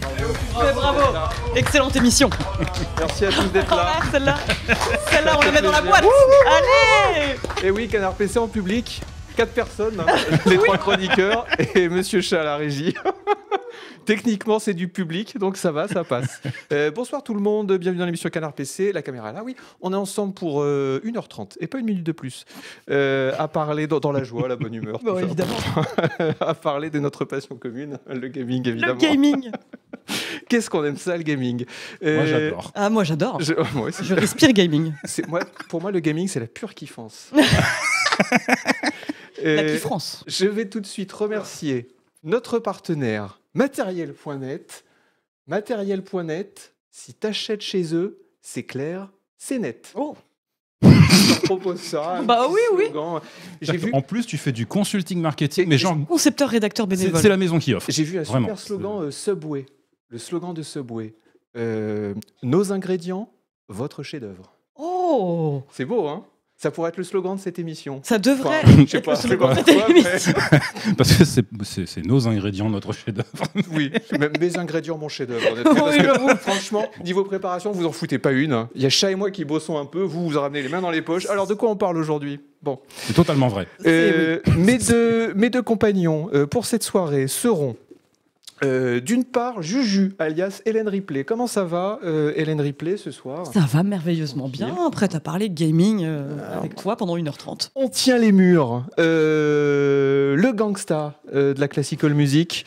Oh, Mais bravo Oh, Excellente émission Merci à tous d'être là. Ah, Celle-là, celle-là, on la met dans la boîte Allez Et Eh oui, Canard PC en public, quatre personnes, hein. les trois chroniqueurs et Monsieur Chat à la régie. Techniquement, c'est du public, donc ça va, ça passe. Euh, bonsoir tout le monde, bienvenue dans l'émission Canard PC. La caméra est là, oui. On est ensemble pour euh, 1h30 et pas une minute de plus. euh, à parler dans, dans la joie, la bonne humeur. Bon, tout ça. bah évidemment, à parler de notre passion commune, le gaming, le évidemment. gaming Qu'est-ce qu'on aime ça, le gaming Moi, Euh, j'adore. Ah, moi j'adore je- moi aussi. Je respire gaming, C'est- moi, pour moi, le gaming, c'est la pure kiffance. la Euh, kiffrance je vais tout de suite remercier notre partenaire Matériel.net. Matériel.net, si t'achètes chez eux, c'est clair, c'est net. Oh. Je leur propose ça. un Bah petit oui, oui. slogan. J'ai vu, En plus, tu fais du consulting marketing, mais genre, Concepteur, rédacteur, c'est bénévole c'est la maison qui offre. j'ai vu un super Vraiment, slogan euh, Subway. Le slogan de Subway. euh, nos ingrédients, votre chef-d'œuvre. Oh C'est beau, hein Ça pourrait être le slogan de cette émission. Ça devrait Enfin, je sais être pas, le je sais slogan pas de cette pourquoi, mais- émission. Parce que c'est- c'est c'est nos ingrédients, notre chef-d'œuvre. Oui, même mes ingrédients, mon chef-d'œuvre. honnêtement, parce Oui, que, j'avoue. Franchement, niveau préparation, vous en foutez pas une. hein. Il y a Chat et moi qui bossons un peu, vous vous en ramenez les mains dans les poches. Alors de quoi on parle aujourd'hui Bon. C'est totalement vrai. Euh, mes, deux, mes deux compagnons euh, pour cette soirée seront. euh, D'une part, Juju, alias Hélène Ripley. Comment ça va, euh, Hélène Ripley, ce soir Ça va merveilleusement bien, prête à parler gaming euh, Ah. avec toi pendant 1h30. On tient les murs. Euh, le gangsta euh, de la classical music.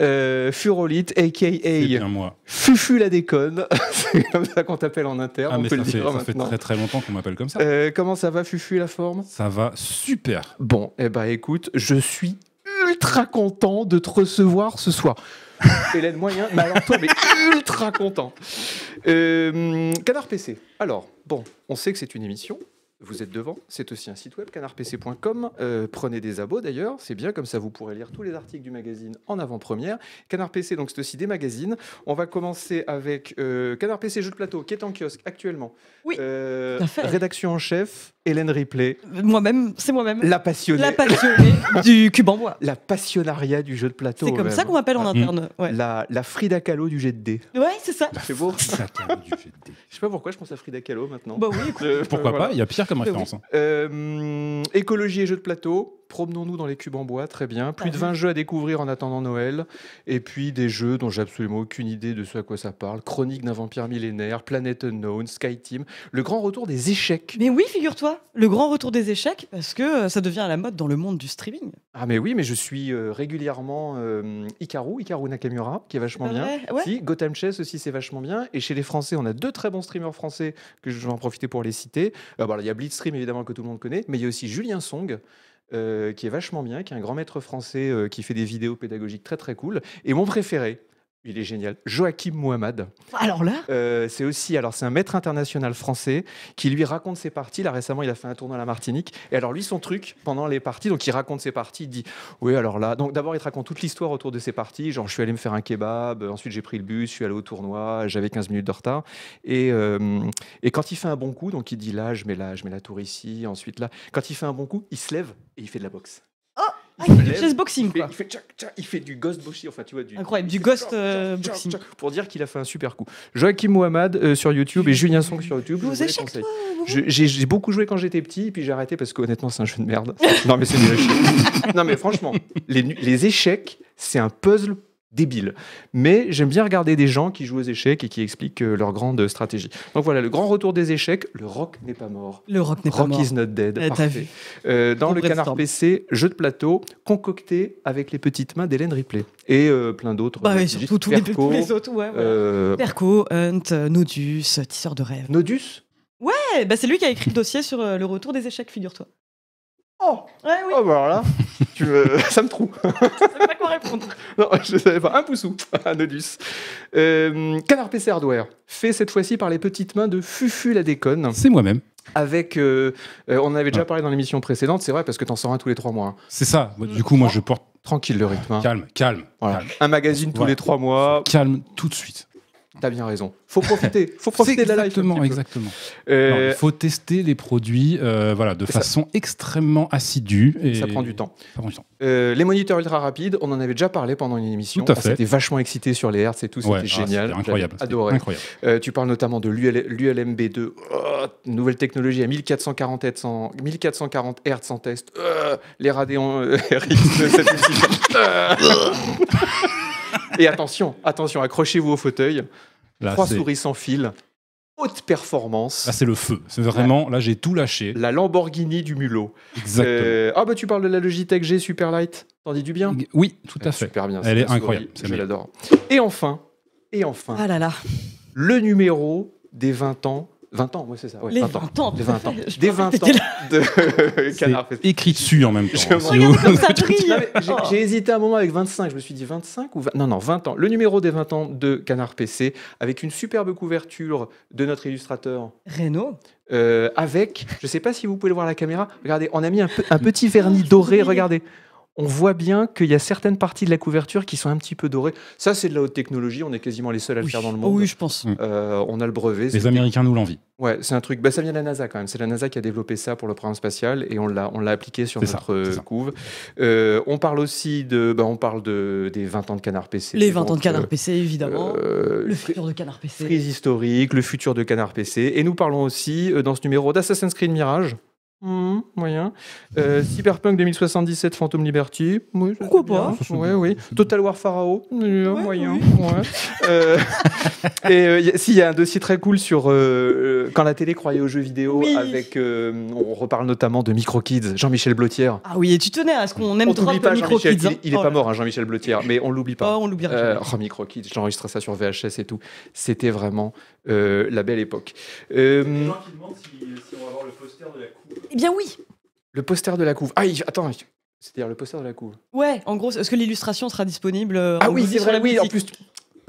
euh, Furolite, C'est a.k.a. bien moi. Fufu la déconne, c'est comme ça qu'on t'appelle en interne, Ah, on mais peut le ça fait, dire ça fait maintenant. très très longtemps qu'on m'appelle comme ça. Euh, comment ça va Fufu la forme Ça va super. Bon, eh ben écoute, je suis ultra content de te recevoir ce soir. Hélène Moyen, mais alors toi, mais ultra content. Euh, Canard PC. Alors, bon, on sait que c'est une émission. Vous êtes devant, c'est aussi un site web, canardpc.com. Euh, prenez des abos d'ailleurs, c'est bien, comme ça vous pourrez lire tous les articles du magazine en avant-première. Canard PC, donc c'est aussi des magazines. On va commencer avec euh, Canard PC Jeux de Plateau, qui est en kiosque actuellement. Oui, Euh, tout à fait. rédaction en chef, Hélène Ripley, Moi-même, c'est moi-même. la passionnée. La passionnée du cube en bois. La passionnariat du jeu de plateau. C'est comme même. ça qu'on m'appelle en Ah, interne. Ouais, La, la Frida Kahlo du jet de dés. ouais c'est ça. C'est beau. Ça carrément du GD. Je sais pas pourquoi je pense à Frida Kahlo maintenant. Bah oui, écoute. Euh, Pourquoi voilà. pas Il y a pire comme référence. hein. Euh, écologie et jeux de plateau. Promenons-nous dans les cubes en bois, très bien. Plus de 20 jeux à découvrir en attendant Noël. Et puis des jeux dont j'ai absolument aucune idée de ce à quoi ça parle. Chronique d'un vampire millénaire, Planet Unknown, Sky Team. Le grand retour des échecs. Mais oui, figure-toi, le grand retour des échecs, parce que euh, ça devient à la mode dans le monde du streaming. Ah mais oui, mais je suis euh, régulièrement euh, Hikaru, Hikaru Nakamura, qui est vachement bien. Ouais, ouais. Si, Gotham Chess aussi, c'est vachement bien. Et chez les Français, on a deux très bons streamers français que je vais en profiter pour les citer. Euh, bon, alors, il y a Blitzstream, évidemment, que tout le monde connaît, mais il y a aussi Julien Song. euh, qui est vachement bien, qui est un grand maître français euh, qui fait des vidéos pédagogiques très très cool. Et mon préféré, il est génial, Joachim Mohamed. Alors là, Euh, c'est aussi, alors c'est un maître international français qui lui raconte ses parties. Là récemment, il a fait un tournoi à la Martinique. Et alors lui, son truc pendant les parties, donc il raconte ses parties, il dit oui alors là. Donc d'abord, il te raconte toute l'histoire autour de ses parties. Genre je suis allé me faire un kebab, euh, ensuite j'ai pris le bus, je suis allé au tournoi, j'avais 15 minutes de retard. Et, euh, et quand il fait un bon coup, donc il dit là, je mets là, je mets la tour ici, ensuite là. Quand il fait un bon coup, il se lève et il fait de la boxe. ah, il fait du lève, chess Il boxing, fait, quoi. il fait tchac, tchac, il fait du ghost boxing, enfin tu vois du Incroyable, il du fait ghost, tchac, tchac, euh, tchac, boxing. tchac, pour dire qu'il a fait un super coup. Joachim Mohamed euh, sur YouTube et Julien Song sur YouTube. je Vous vous les échecs, conseille. toi, vous Je- J'ai j'ai beaucoup joué quand j'étais petit, et puis j'ai arrêté parce qu'honnêtement, c'est un jeu de merde. Non, mais c'est nul à chier. Non, mais franchement, les, nu- les échecs, c'est un puzzle débile. Mais j'aime bien regarder des gens qui jouent aux échecs et qui expliquent euh, leur grande stratégie. Donc voilà, le grand retour des échecs, le rock n'est pas mort. Le rock n'est pas Rock mort. is not dead. Eh, T'as Parfait. vu Euh, dans Gros le canard brainstorm. PC, jeu de plateau concocté avec les petites mains d'Hélène Ripley et euh, plein d'autres. Bah Euh, oui, Digit surtout tous les, Perco, tous les autres, ouais. ouais. euh, Perco, Hunt, euh, Nodus, euh, Tisseur de rêve. Nodus Ouais, bah c'est lui qui a écrit le dossier sur euh, le retour des échecs, figure-toi. Oh, Ouais, oui, oh, bah alors là, tu me- ça me trouve. je sais pas quoi répondre. Non, je savais pas. Un poussou à Nodus. Euh, canard PC Hardware, fait cette fois-ci par les petites mains de Fufu la déconne. C'est moi-même. Avec, euh, euh, on en avait Ah. déjà parlé dans l'émission précédente, c'est vrai, parce que t'en sors un tous les trois mois. hein. C'est ça. Du coup, moi, je porte. Tranquille le rythme. hein. Calme, calme. Voilà. calme. Un magazine tous Ouais. les trois mois. Calme tout de suite. T'as bien raison. Faut profiter. Faut profiter de la life. un exactement, petit peu. exactement. Euh, Non, il faut tester les produits euh, voilà, de ça- façon extrêmement assidue. Et Ça prend du temps. Ça prend du temps. Euh, les moniteurs ultra rapides, on en avait déjà parlé pendant une émission. Tout à on fait. s'était vachement excité sur les hertz et tout, c'était Ouais, ah, génial. c'était incroyable. J'avais c'était Adoré. Incroyable. Euh, tu parles notamment de l'ULMB2, Oh, nouvelle technologie à 1440 Hz en, 1440 Hz en test, euh, les Radeon euh, RX 7 euh. Et attention, attention, accrochez-vous au fauteuil, Là, trois c'est- souris sans fil, haute performance, là, c'est le feu. C'est vraiment, là, j'ai tout lâché. la Lamborghini du mulot. Exactement. Euh, ah bah tu parles de la Logitech G Superlight, t'en dis du bien Oui, tout à Elle est fait. Super bien. Elle cette est souris, incroyable, c'est Je bien. l'adore. Et enfin, et enfin, Ah là là. le numéro des 20 ans. 20 ans, oui, c'est ça. ouais, les 20 ans. 20 ans. Des 20 ans. Je Des pensais 20 que ans t'étais de C'est Canard Fest. écrit dessus en même temps. Je hein, me si Regarde vous- comme ça brille. Non, mais j'ai- Oh. J'ai hésité un moment avec 25. Je me suis dit 25 ou 20 Non, non, 20 ans. Le numéro des 20 ans de Canard PC avec une superbe couverture de notre illustrateur. Renault. euh, avec, je sais pas si vous pouvez le voir à la caméra, regardez, on a mis un, pe- un petit vernis doré, regardez. On voit bien qu'il y a certaines parties de la couverture qui sont un petit peu dorées. Ça, c'est de la haute technologie, on est quasiment les seuls à le Oui. faire dans le Oh monde. oui, je pense. Euh, on a le brevet. c'est- Les Américains nous l'envient. Ouais, c'est un truc. Bah, ça vient de la NASA quand même. C'est la NASA qui a développé ça pour le programme spatial et on l'a, on l'a appliqué sur C'est ça, notre c'est euh, ça. couve. Euh, on parle aussi de, bah, on parle de des 20 ans de Canard PC. Les 20 ans de donc, Canard euh, PC, évidemment. euh, le fri- futur de Canard PC. frise historique, le futur de Canard PC. Et nous parlons aussi euh, dans ce numéro d'Assassin's Creed Mirage. Hmm, moyen. Euh, Cyberpunk 2077 Phantom Liberty. Oui, ça, Pourquoi c'est bien. pas Ça, c'est Ouais, bien, oui. ça, c'est bien. Total War Pharaoh. euh, Ouais, moyen. oui. ouais. Euh, et euh, y a- si, il y a un dossier très cool sur euh, euh, quand la télé croyait aux jeux vidéo. Oui. Avec, euh, on reparle notamment de Micro Kids, Jean-Michel Blotière. Ah oui, et tu tenais à ce qu'on aime On trop t'oublie pas, micro Jean-Michel. kids. Oh Il, il est pas mort, hein, Jean-Michel Blotière, mais on l'oublie pas. on l'oubliera Euh, jamais. oh, Micro Kids, j'enregistrais ça sur VHS et tout. C'était vraiment euh, la belle époque. Euh, Eh bien oui. le poster de la couve. Ah, il- attends. il- C'est-à-dire le poster de la couve. Ouais, en gros, est-ce que l'illustration sera disponible euh, Ah en oui, musée c'est sur vrai, la oui, en boutique plus.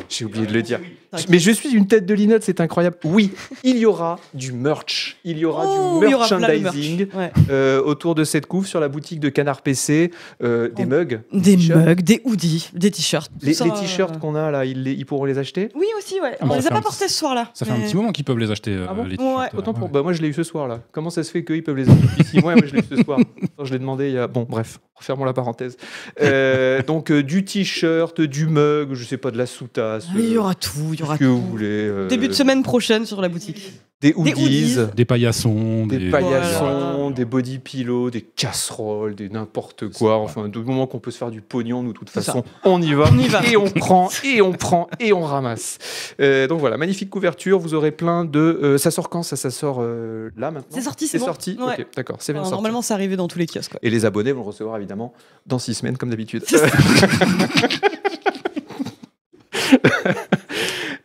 J'ai oublié de le dire. T'inquiète. Mais je suis une tête de linotte, c'est incroyable. Oui, il y aura du merch. Il y aura Oh, du il y aura plein de merch. merchandising Ouais. euh, autour de cette couve sur la boutique de Canard PC. euh, des Oh. mugs, Des T-shirts. mugs, des hoodies, des t-shirts. tout les, ça, les euh, t-shirts qu'on a là, ils, les- ils pourront les acheter. Oui, aussi, ouais. Ah, on bon, les ça a fait pas un portés ce soir-là. Ça fait un mais- petit moment qu'ils peuvent les acheter, euh, Ah bon les Ouais, t-shirts, euh, Autant pour. ouais. Bah, moi, je l'ai eu ce soir, là. Comment ça se fait qu'eux, ils peuvent les avoir depuis six mois et moi, je l'ai eu ce soir Attends, Je l'ai demandé il y a. Bon, bref, fermons la parenthèse. Euh, donc, euh, du t-shirt, du mug, je sais pas, de la sous-tasse. Ah, Il y euh, aura tout, il y tout aura ce que vous tout. voulez. euh, Début de semaine prochaine sur la boutique. Des hoodies. hoodies. Des paillassons, Des, des, paillassons, Voilà. des body pillows, des casseroles, des n'importe quoi. Enfin, du moment qu'on peut se faire du pognon, nous, de toute C'est ça. façon, on y va. On y va. Et on prend, et on prend, et on ramasse. Euh, donc voilà, magnifique couverture. Vous aurez plein de. euh, ça sort quand Ça, ça sort euh, là maintenant C'est sorti, c'est bon. sorti Ouais. Ok, d'accord, c'est bien Alors, sorti. Normalement, c'est arrivé dans tous les kiosques. quoi. Et les abonnés vont le recevoir évidemment dans six semaines, comme d'habitude. C'est ça.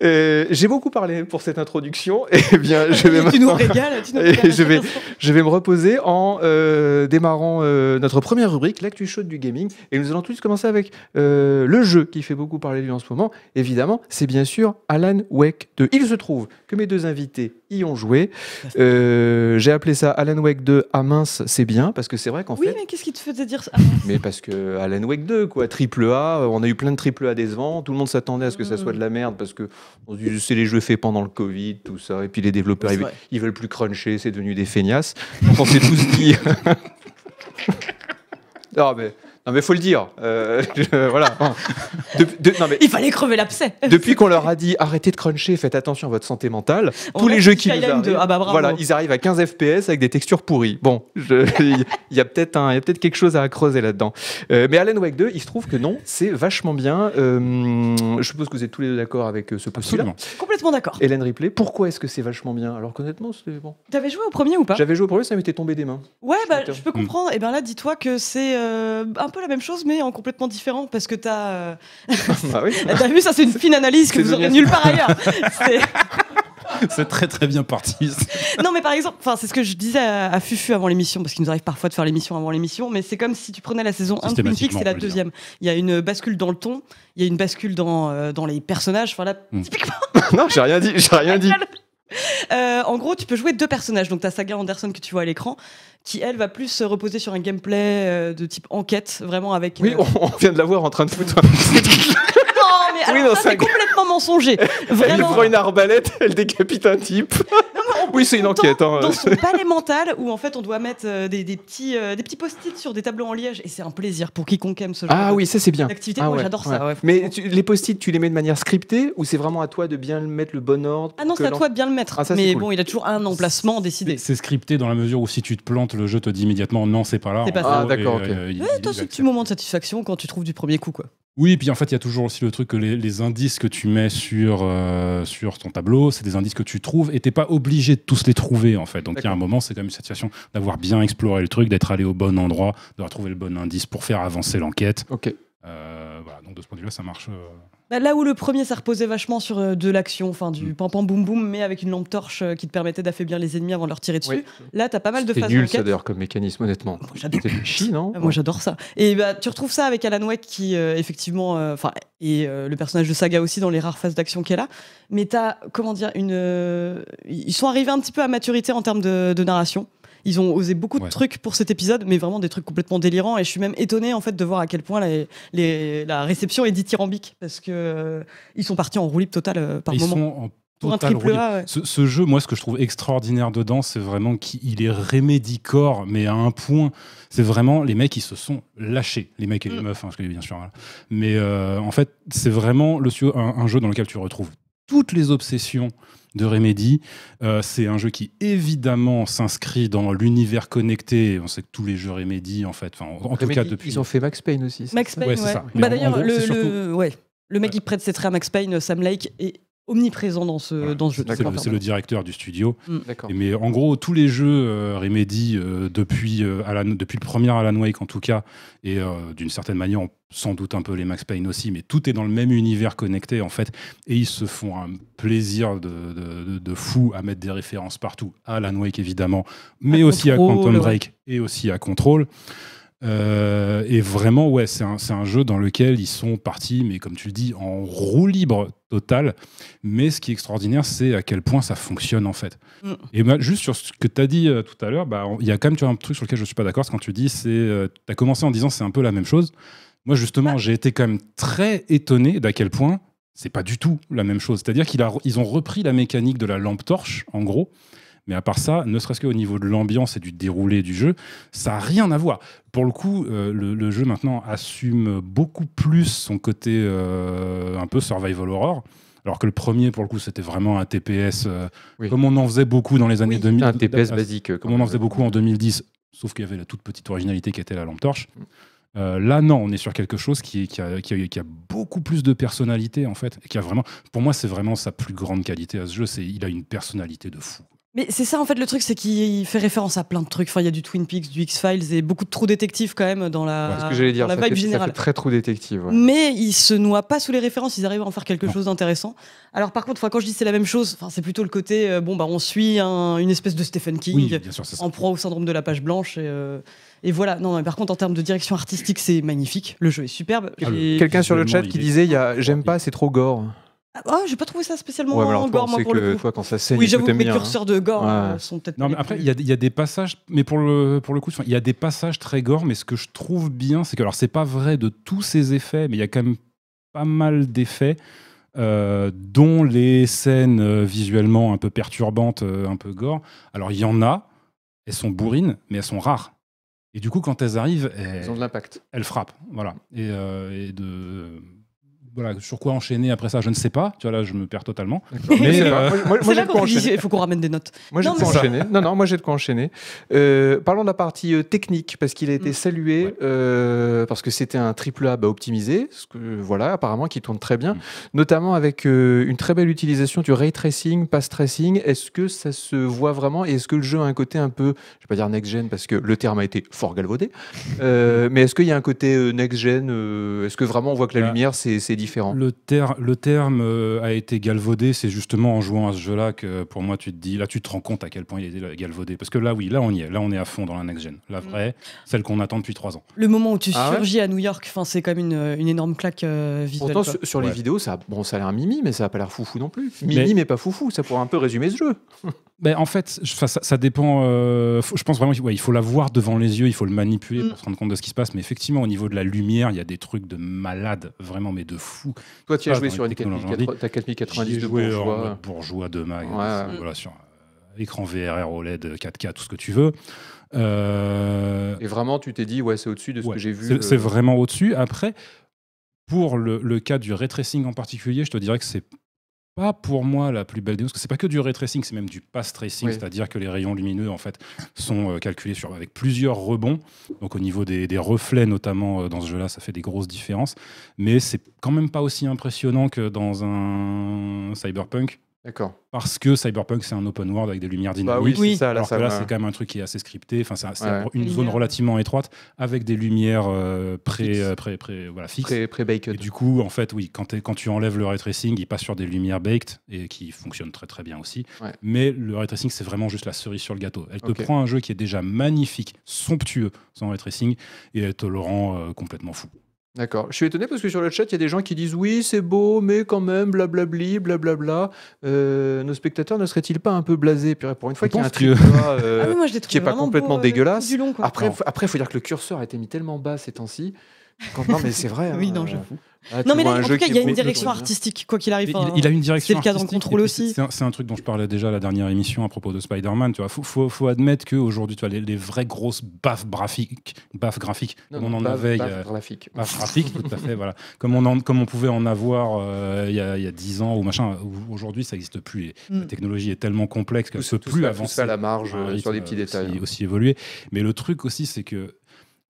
Euh, J'ai beaucoup parlé pour cette introduction. Eh bien, je vais, tu nous maintenant- régales, tu nous Et régales à je vais- chaque instant. je vais me reposer en euh, démarrant euh, notre première rubrique, l'actu chaude du gaming. Et nous allons tous commencer avec euh, le jeu qui fait beaucoup parler de lui en ce moment. Évidemment, c'est bien sûr Alan Wake 2. Il se trouve que mes deux invités y ont joué. Euh, J'ai appelé ça Alan Wake 2 à mince, c'est bien, parce que c'est vrai qu'en Oui, fait. mais qu'est-ce qui te faisait dire ça Mais parce que Alan Wake 2, quoi, triple A, euh, on a eu plein de triple A décevants, tout le monde s'attendait à ce que ça Mm. soit de la merde parce que on se dit, c'est les jeux faits pendant le Covid, tout ça, et puis les développeurs C'est ils, vrai. ils veulent plus cruncher, c'est devenu des feignasses. Donc on s'est tous dit. non, mais, non mais faut le dire, euh, je- voilà. hein. Dep- de- non, mais Il fallait crever l'abcès. depuis qu'on leur a dit arrêtez de cruncher, faites attention à votre santé mentale, On tous les reste jeux qui nous Skyline 2. arrivent, Ah bah bravo. voilà, ils arrivent à 15 FPS avec des textures pourries. Bon, je- il y a peut-être un- il y a peut-être quelque chose à creuser là-dedans. Euh, mais Alan Wake 2, il se trouve que non, c'est vachement bien. Euh, je suppose que vous êtes tous les deux d'accord avec euh, ce postulat. Absolument. Complètement d'accord. Hélène Ripley, pourquoi est-ce que c'est vachement bien Alors qu'honnêtement, c'est bon. T'avais joué au premier ou pas J'avais joué au premier, ça m'était tombé des mains. Ouais, bah, Twitter. je Mm. peux comprendre. Et bien là, dis-toi que c'est euh, un peu la même chose, mais en complètement différent. Parce que t'as. euh, Ah oui. T'as vu, ça, c'est une fine analyse que C'est vous aurez génial. nulle part ailleurs. C'est- C'est très très bien parti. Non, mais par exemple, enfin, c'est ce que je disais à, à Fufu avant l'émission, parce qu'il nous arrive parfois de faire l'émission avant l'émission, mais c'est comme si tu prenais la saison 1 de Twin Peaks Systématiquement, et la on peut le deuxième. Il y a une bascule dans le ton, il y a une bascule dans, euh, dans les personnages. Enfin là, Mm. typiquement, non, j'ai rien dit, j'ai rien dit. Euh, en gros, tu peux jouer deux personnages. Donc, ta Saga Anderson que tu vois à l'écran, qui elle va plus se reposer sur un gameplay euh, de type enquête, vraiment avec. Oui, euh, on, on vient de la voir en train de foutre. Non, mais Oui, alors non, ça, c'est c'est un- complètement mensonger. Elle Vraiment. prend une arbalète, elle décapite un type. Oui, c'est une Dans- enquête. hein. Dans son palais mental, où en fait on doit mettre euh, des, des petits, euh, des petits post-it sur des tableaux en liège, et c'est un plaisir pour quiconque aime ce genre Ah de- oui, ça c'est bien. d'activité. Ah Moi ouais, j'adore ouais. ça. ouais, Mais franchement. tu- les post-it, tu les mets de manière scriptée ou c'est vraiment à toi de bien le mettre le bon ordre Ah non, que c'est à l'en- toi de bien le mettre. Ah, ça, c'est mais cool. bon, il a toujours un emplacement décidé. C'est scripté dans la mesure où si tu te plantes, le jeu te dit immédiatement non, c'est pas là. C'est pas en ça. gros, Ah, d'accord, et, ok. euh, il- Ouais, il t'as ce accepte. petit moment de satisfaction quand tu trouves du premier coup, quoi. Oui, et puis en fait, il y a toujours aussi le truc que les, les indices que tu mets sur, euh, sur ton tableau, c'est des indices que tu trouves et t'es pas obligé de tous les trouver en fait. Donc il y a un D'accord. moment, c'est quand même une satisfaction d'avoir bien exploré le truc, d'être allé au bon endroit, d'avoir trouvé le bon indice pour faire avancer l'enquête. Ok. Euh, voilà, donc de ce point de vue-là, ça marche. euh. Bah, là où le premier, ça reposait vachement sur euh, de l'action, enfin du Mm. pam pam boum boum, mais avec une lampe torche euh, qui te permettait d'affaiblir les ennemis avant de leur tirer dessus. Oui. Là, t'as pas mal de C'était phases nul ça d'enquête. d'ailleurs comme mécanisme, honnêtement. Moi, j'adore. C'était chi, non Ah, Moi j'adore ça. Et bah, tu retrouves ça avec Alan Wake qui euh, effectivement, euh, enfin et euh, le personnage de Saga aussi dans les rares phases d'action qu'elle a. Mais t'as comment dire une, euh, ils sont arrivés un petit peu à maturité en termes de, de narration. Ils ont osé beaucoup Ouais. de trucs pour cet épisode, mais vraiment des trucs complètement délirants. Et je suis même étonnée en fait de voir à quel point la, les- la réception est dithyrambique parce que euh, ils sont partis en roulip total euh, par Ils moment. sont en Pour un total triple roulis. A, ouais. Ce, ce jeu, moi, ce que je trouve extraordinaire dedans, c'est vraiment qu'il est rémédicore, mais à un point. C'est vraiment les mecs, ils se sont lâchés, les mecs et les Mm. meufs, hein, je les dis bien sûr. voilà. Mais euh, en fait, c'est vraiment le, su- un, un jeu dans lequel tu retrouves toutes les obsessions de Remedy. Euh, c'est un jeu qui évidemment s'inscrit dans l'univers connecté. On sait que tous les jeux Remedy, en fait, enfin, en, en tout cas depuis. Ils ont fait Max Payne aussi. Max Payne, Ouais, ouais. c'est ça. Mais Bah, en- en D'ailleurs, gros, le, c'est surtout- le- ouais, le mec Ouais. qui prête ses traits à Max Payne, Sam Lake, est omniprésent dans ce, Voilà. dans ce jeu. C'est le- c'est le directeur du studio. D'accord. Et Mais en gros, tous les jeux euh, Remedy, euh, depuis, euh, Alan- depuis le premier Alan Wake en tout cas, et euh, d'une certaine manière, on- sans doute un peu les Max Payne aussi, mais tout est dans le même univers connecté en fait, et ils se font un plaisir de, de- de- de fou à mettre des références partout. À Alan Wake évidemment, mais À aussi à Control, Quantum ouais. Break et aussi à Control. Euh, et vraiment, ouais, c'est un, c'est un jeu dans lequel ils sont partis, mais comme tu le dis, en roue libre totale. Mais ce qui est extraordinaire, c'est à quel point ça fonctionne en fait. Mm. Et bah, juste sur ce que tu as dit euh, tout à l'heure, bah, on- il y a quand même tu vois, un truc sur lequel je suis pas d'accord. c'est Quand tu dis, c'est, tu as commencé en disant c'est un peu la même chose. Moi, justement, Bah j'ai été quand même très étonné d'à quel point c'est pas du tout la même chose. C'est-à-dire qu'ils ont repris la mécanique de la lampe torche, en gros. Mais à part ça, ne serait-ce qu'au niveau de l'ambiance et du déroulé du jeu, ça n'a rien à voir. Pour le coup, euh, le, le jeu maintenant assume beaucoup plus son côté euh, un peu survival horror. Alors que le premier, pour le coup, c'était vraiment un TPS, euh, Oui. comme on en faisait beaucoup dans les années Oui. 2000. un TPS euh, basique. euh, quand comme on en même. faisait beaucoup en 2010, sauf qu'il y avait la toute petite originalité qui était la lampe torche. Mm. Euh, là, non, on est sur quelque chose qui, qui, a, qui a- qui a beaucoup plus de personnalité, en fait. Et qui a vraiment, pour moi, c'est vraiment sa plus grande qualité à ce jeu. C'est, il a une personnalité de fou. Mais c'est ça en fait le truc, c'est qu'il fait référence à plein de trucs. Enfin, il y a du Twin Peaks, du X-Files et beaucoup de trous détectives quand même dans la, C'est ce que j'allais dire. dans Ça Ah, la vibe fait, ça générale. fait très trop détective. ouais. Mais ils se noient pas sous les références, ils arrivent à en faire quelque Non. chose d'intéressant. Alors par contre, enfin, quand je dis c'est la même chose, enfin, c'est plutôt le côté euh, bon bah on suit un- une espèce de Stephen King Oui, bien sûr, c'est ça. en proie au syndrome de la page blanche et, euh, et voilà. Non, mais par contre en termes de direction artistique, c'est magnifique. Le jeu est superbe. Ah, le- J'ai- Quelqu'un sur le chat Visuellement, qui il est disait il y a- j'aime horrible. pas, c'est trop gore. Ah, oh, j'ai pas trouvé ça spécialement Ouais, mais alors, toi, gore on moi sait pour le que coup. toi, quand ça saigne, Oui, et tout, j'avoue que t'aimes mes bien, hein. curseurs de gore Ouais. euh, sont peut-être. Non, mais les après, plus- il y, a- il y a des passages, mais pour le, pour le coup, il y a des passages très gore, mais ce que je trouve bien, c'est que, alors, c'est pas vrai de tous ces effets, mais il y a quand même pas mal d'effets, euh, dont les scènes euh, visuellement un peu perturbantes, euh, un peu gore. Alors, il y en a, elles sont bourrines, mais elles sont rares. Et du coup, quand elles arrivent, elles, Ils ont de l'impact. elle frappe. Voilà. Et, euh, et de. Voilà, sur quoi enchaîner après ça, je ne sais pas. Tu vois, là, je me perds totalement. Je Mais, sais euh, pas. Moi, moi- moi, C'est j'ai là de quoi qu'on dit enchaîner. il faut qu'on ramène des notes. Moi, j'ai Non, de quoi mais- enchaîner. Non, non, moi, j'ai de quoi enchaîner. Euh, parlons de la partie euh, technique, parce qu'il a été Mm. salué, Ouais. euh, parce que c'était un triple A bah, optimisé, ce que, voilà, apparemment, qui tourne très bien, Mm. notamment avec euh, une très belle utilisation du ray tracing, pass tracing. Est-ce que ça se voit vraiment et est-ce que le jeu a un côté un peu, je vais pas dire next-gen, parce que le terme a été fort galvaudé, euh, mais est-ce qu'il y a un côté euh, next-gen euh, Est-ce que vraiment on voit que la Bah, lumière, c'est c'est différent. Le, ter- le terme euh, a été galvaudé, c'est justement en jouant à ce jeu-là que euh, pour moi tu te dis, là tu te rends compte à quel point il est galvaudé. Parce que là oui, là on y est, là on est à fond dans la next-gen, la Mm. vraie, celle qu'on attend depuis trois ans. Le moment où tu Ah ouais surgis à New York, enfin, c'est comme une, une énorme claque euh, visuelle. Pourtant, quoi. sur, sur les Ouais. vidéos, ça, a- bon, ça a l'air mimi, mais ça a pas l'air foufou non plus. Mais- Mimi, mais, pas foufou. Ça pourrait un peu résumer ce jeu. Ben, en fait, je- enfin, ça, ça dépend. euh, faut- je pense vraiment qu'il ouais, il faut la voir devant les yeux, il faut le manipuler Mm. pour se rendre compte de ce qui se passe. Mais effectivement, au niveau de la lumière, il y a des trucs de malade, vraiment, mais de fou. Toi, tu as Ah, joué dans sur les une technologies. 4090, t'as 4090 J'y ai de joué en bourgeois. mode bourgeois de mag, Ouais, euh, ouais. voilà, sur euh, écran VRR OLED 4K, tout ce que tu veux. Euh, Et vraiment, tu t'es dit, ouais, c'est au-dessus de ce ouais, que j'ai vu. c'est- euh, C'est vraiment au-dessus. Après, pour le, le cas du ray tracing en particulier, je te dirais que c'est pas pour moi la plus belle des news, parce que c'est pas que du ray tracing, c'est même du pass tracing, Oui. c'est-à-dire que les rayons lumineux en fait sont euh, calculés sur avec plusieurs rebonds. Donc au niveau des, des reflets notamment euh, dans ce jeu-là, ça fait des grosses différences, mais c'est quand même pas aussi impressionnant que dans un cyberpunk. D'accord. Parce que Cyberpunk, c'est un open world avec des lumières Bah dynamiques. oui, Oui. c'est ça. Là, Alors ça que là, va. c'est quand même un truc qui est assez scripté. Enfin, c'est un- c'est Ouais. une Linéaire. zone relativement étroite avec des lumières euh, pré, Fixes. euh, pré- pré- voilà, fixes. Pré- Et Pré-baked. du coup, en fait, oui, quand, t'es- quand tu enlèves le ray tracing, il passe sur des lumières baked et qui fonctionnent très très bien aussi. Ouais. Mais le ray tracing, c'est vraiment juste la cerise sur le gâteau. Elle te Ok. prend un jeu qui est déjà magnifique, somptueux sans ray tracing et elle te le rend euh, complètement fou. D'accord. Je suis étonné parce que sur le chat, il y a des gens qui disent oui, c'est beau, mais quand même, blablabli, blablabla. Euh, nos spectateurs ne seraient-ils pas un peu blasés Puis pour une fois Je qu'il y a un pense que- truc là, euh, Ah oui, moi, je l'ai qui trouvé est pas vraiment complètement beau, euh, dégueulasse. Du long, quoi. Après, Non. f- après, faut dire que le curseur a été mis tellement bas ces temps-ci. Quand- Non, mais c'est vrai. Oui, hein, non, euh, j'avoue. là, tu Non, mais vois là, un en jeu tout cas, qui il y a est beau, une le direction truteur. artistique, quoi qu'il arrive. hein. Et Enfin, il, il a une direction. c'est le cas dans le artistique, contrôle et puis c'est- aussi. C'est un, c'est un truc dont je parlais déjà à la dernière émission à propos de Spider-Man. Tu vois, faut, faut, faut admettre qu'aujourd'hui, tu vois, les, les vraies grosses baffes graphiques, baffes graphiques, Non, comme non, on en bave- avait. euh, il y bave a- graphique. baffes graphiques, tout à fait, voilà. Comme on, en- comme on pouvait en avoir euh, il y a- il y a dix ans ou machin. ou- Aujourd'hui, ça n'existe plus. Et Mm. La technologie est tellement complexe qu'elle Tout ne peut se- tout plus se- tout se fait avancer à la marge à un euh, sur des rythme, petits euh, détails. Aussi, aussi évolué. Mais le truc aussi, c'est que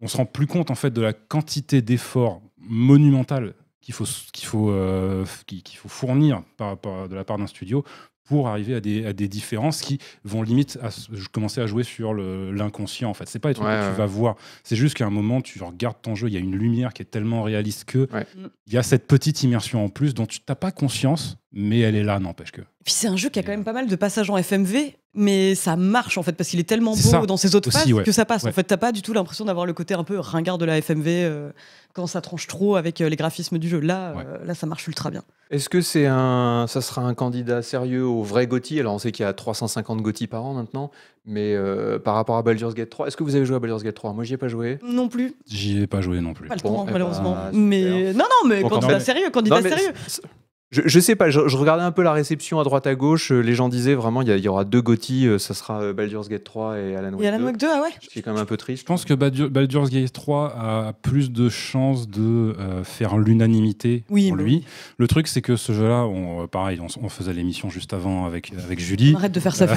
on se rend plus compte en fait de la quantité d'efforts monumental qu'il faut qu'il faut euh, qu'il qu'il faut fournir par, par- de la part d'un studio pour arriver à des, à des différences qui vont limite à se- commencer à jouer sur le- l'inconscient en fait c'est pas les trucs Ouais, que ouais. tu vas voir c'est juste qu'à un moment tu regardes ton jeu il y a une lumière qui est tellement réaliste que Ouais. Mm. il y a cette petite immersion en plus dont tu n'as pas conscience mais elle est là n'empêche que Puis c'est un jeu qui a quand Et, euh. même pas mal de passages en FMV, mais ça marche en fait parce qu'il est tellement beau C'est ça, dans ses autres aussi, phases ouais. que ça passe. En Ouais. fait, t'as pas du tout l'impression d'avoir le côté un peu ringard de la FMV euh, quand ça tranche trop avec euh, les graphismes du jeu. Là, euh, là, ça marche ultra bien. Est-ce que c'est un, ça sera un candidat sérieux au vrai Gotti Alors on sait qu'il y a 350 Gotti par an maintenant, mais euh, par rapport à Baldur's Gate 3, est-ce que vous avez joué à Baldur's Gate 3 Moi, j'y ai pas joué. Non plus, j'y ai pas joué non plus pas le Bon, temps eh ben, malheureusement. super. mais non, non, mais Bon, candidat quand même. sérieux, candidat Non, mais sérieux. c'est- c'est- Je, je sais pas, je, je regardais un peu la réception à droite à gauche. euh, Les gens disaient vraiment il y, a- il y aura deux Gotti, euh, ça sera euh, Baldur's Gate 3 et Alan Wake. Et Alan 2. Wake 2, ah ouais. Je suis quand même un peu triste. Je pense que Baldur- Baldur's Gate 3 a plus de chances de euh, faire l'unanimité Oui, pour bah lui. Le truc, c'est que ce jeu-là, on, euh, pareil, on, s- on faisait l'émission juste avant avec, avec Julie. Arrête de faire ça. Euh,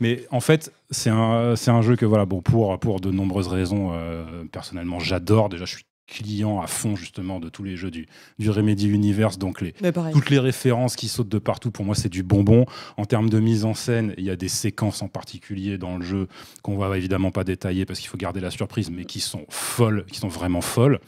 Mais en fait, c'est un, c'est un jeu que, voilà, bon, pour, pour de nombreuses raisons, euh, personnellement, j'adore. Déjà, je suis client à fond, justement, de tous les jeux du, du Remedy Universe. Donc, les, mais pareil. toutes les références qui sautent de partout, pour moi, c'est du bonbon. En termes de mise en scène, il y a des séquences en particulier dans le jeu qu'on va évidemment pas détailler parce qu'il faut garder la surprise, mais qui sont folles, qui sont vraiment folles.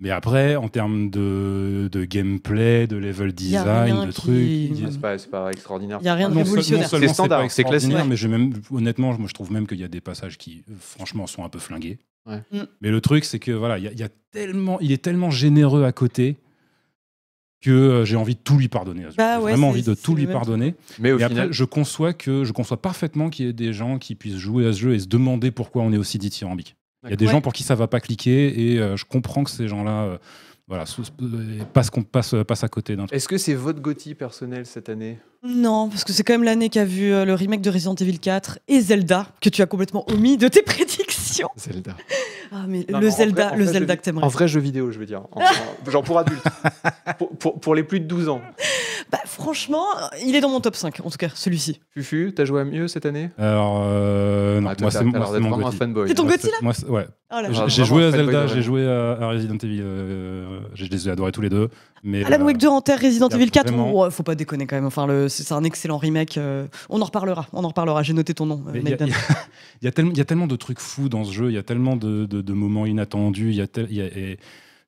Mais après, en termes de, de gameplay, de level Y a rien design, de qui- trucs, il y a- C'est pas, c'est pas extraordinaire. Il y a rien de Ah non, seul- non révolutionnaire. seulement C'est standard, pas c'est classique. extraordinaire, mais j'ai même, honnêtement, moi, je trouve même qu'il y a des passages qui, euh, franchement, sont un peu flingués. Ouais. Mm. Mais le truc, c'est que voilà, il y a, il y a tellement, il est tellement généreux à côté que euh, j'ai envie de tout lui pardonner. Bah j'ai ouais, vraiment c'est- envie de c'est tout le lui même pardonner. Mais au Et final, après, je conçois que, je conçois parfaitement qu'il y ait des gens qui puissent jouer à ce jeu et se demander pourquoi on est aussi dithyrambique. Il y a des Ouais. gens pour qui ça va pas cliquer et euh, je comprends que ces gens-là, euh, voilà, sous- euh, passent, qu'on passe, passe à côté d'un truc. est-ce que c'est votre Gotti personnel cette année Non, parce que c'est quand même l'année qu'a vu euh, le remake de Resident Evil 4 et Zelda que tu as complètement omis de tes prédictions. Zelda. Ah mais Non, le non, en Zelda, vrai- en le vrai, Zelda je- que t'aimerais. En vrai jeu vidéo, je veux dire. En- en- genre pour adultes. pour, pour- pour les plus de 12 ans. Bah, franchement, il est dans mon top 5, en tout cas, celui-ci. Fufu, t'as joué à mieux cette année Alors, euh, non, Ah, toi, t'as- moi, c'est t'as moi, l'air c'est d'être mon vraiment un Gotti. fanboy. C'est ton hein. Moi, Gotti, là c'est- moi, c'est- ouais. Oh là J'ai- là. Ah, J'ai vraiment, joué à fanboy de Zelda, vrai. j'ai joué à, à Resident Evil, euh, je les ai adorés tous les deux. Mais Alan euh, Wake 2 en terre, Resident y a Evil 4, vraiment- oh, faut pas déconner quand même. Enfin, le- c'est c'est un excellent remake. euh, on en reparlera. On en reparlera. J'ai noté ton nom. euh, mais Il y, Nathan. a- il y a- il y a tellement- il y a tellement de trucs fous dans ce jeu, il y a tellement de, de- de moments inattendus, il y a tel- il y a- et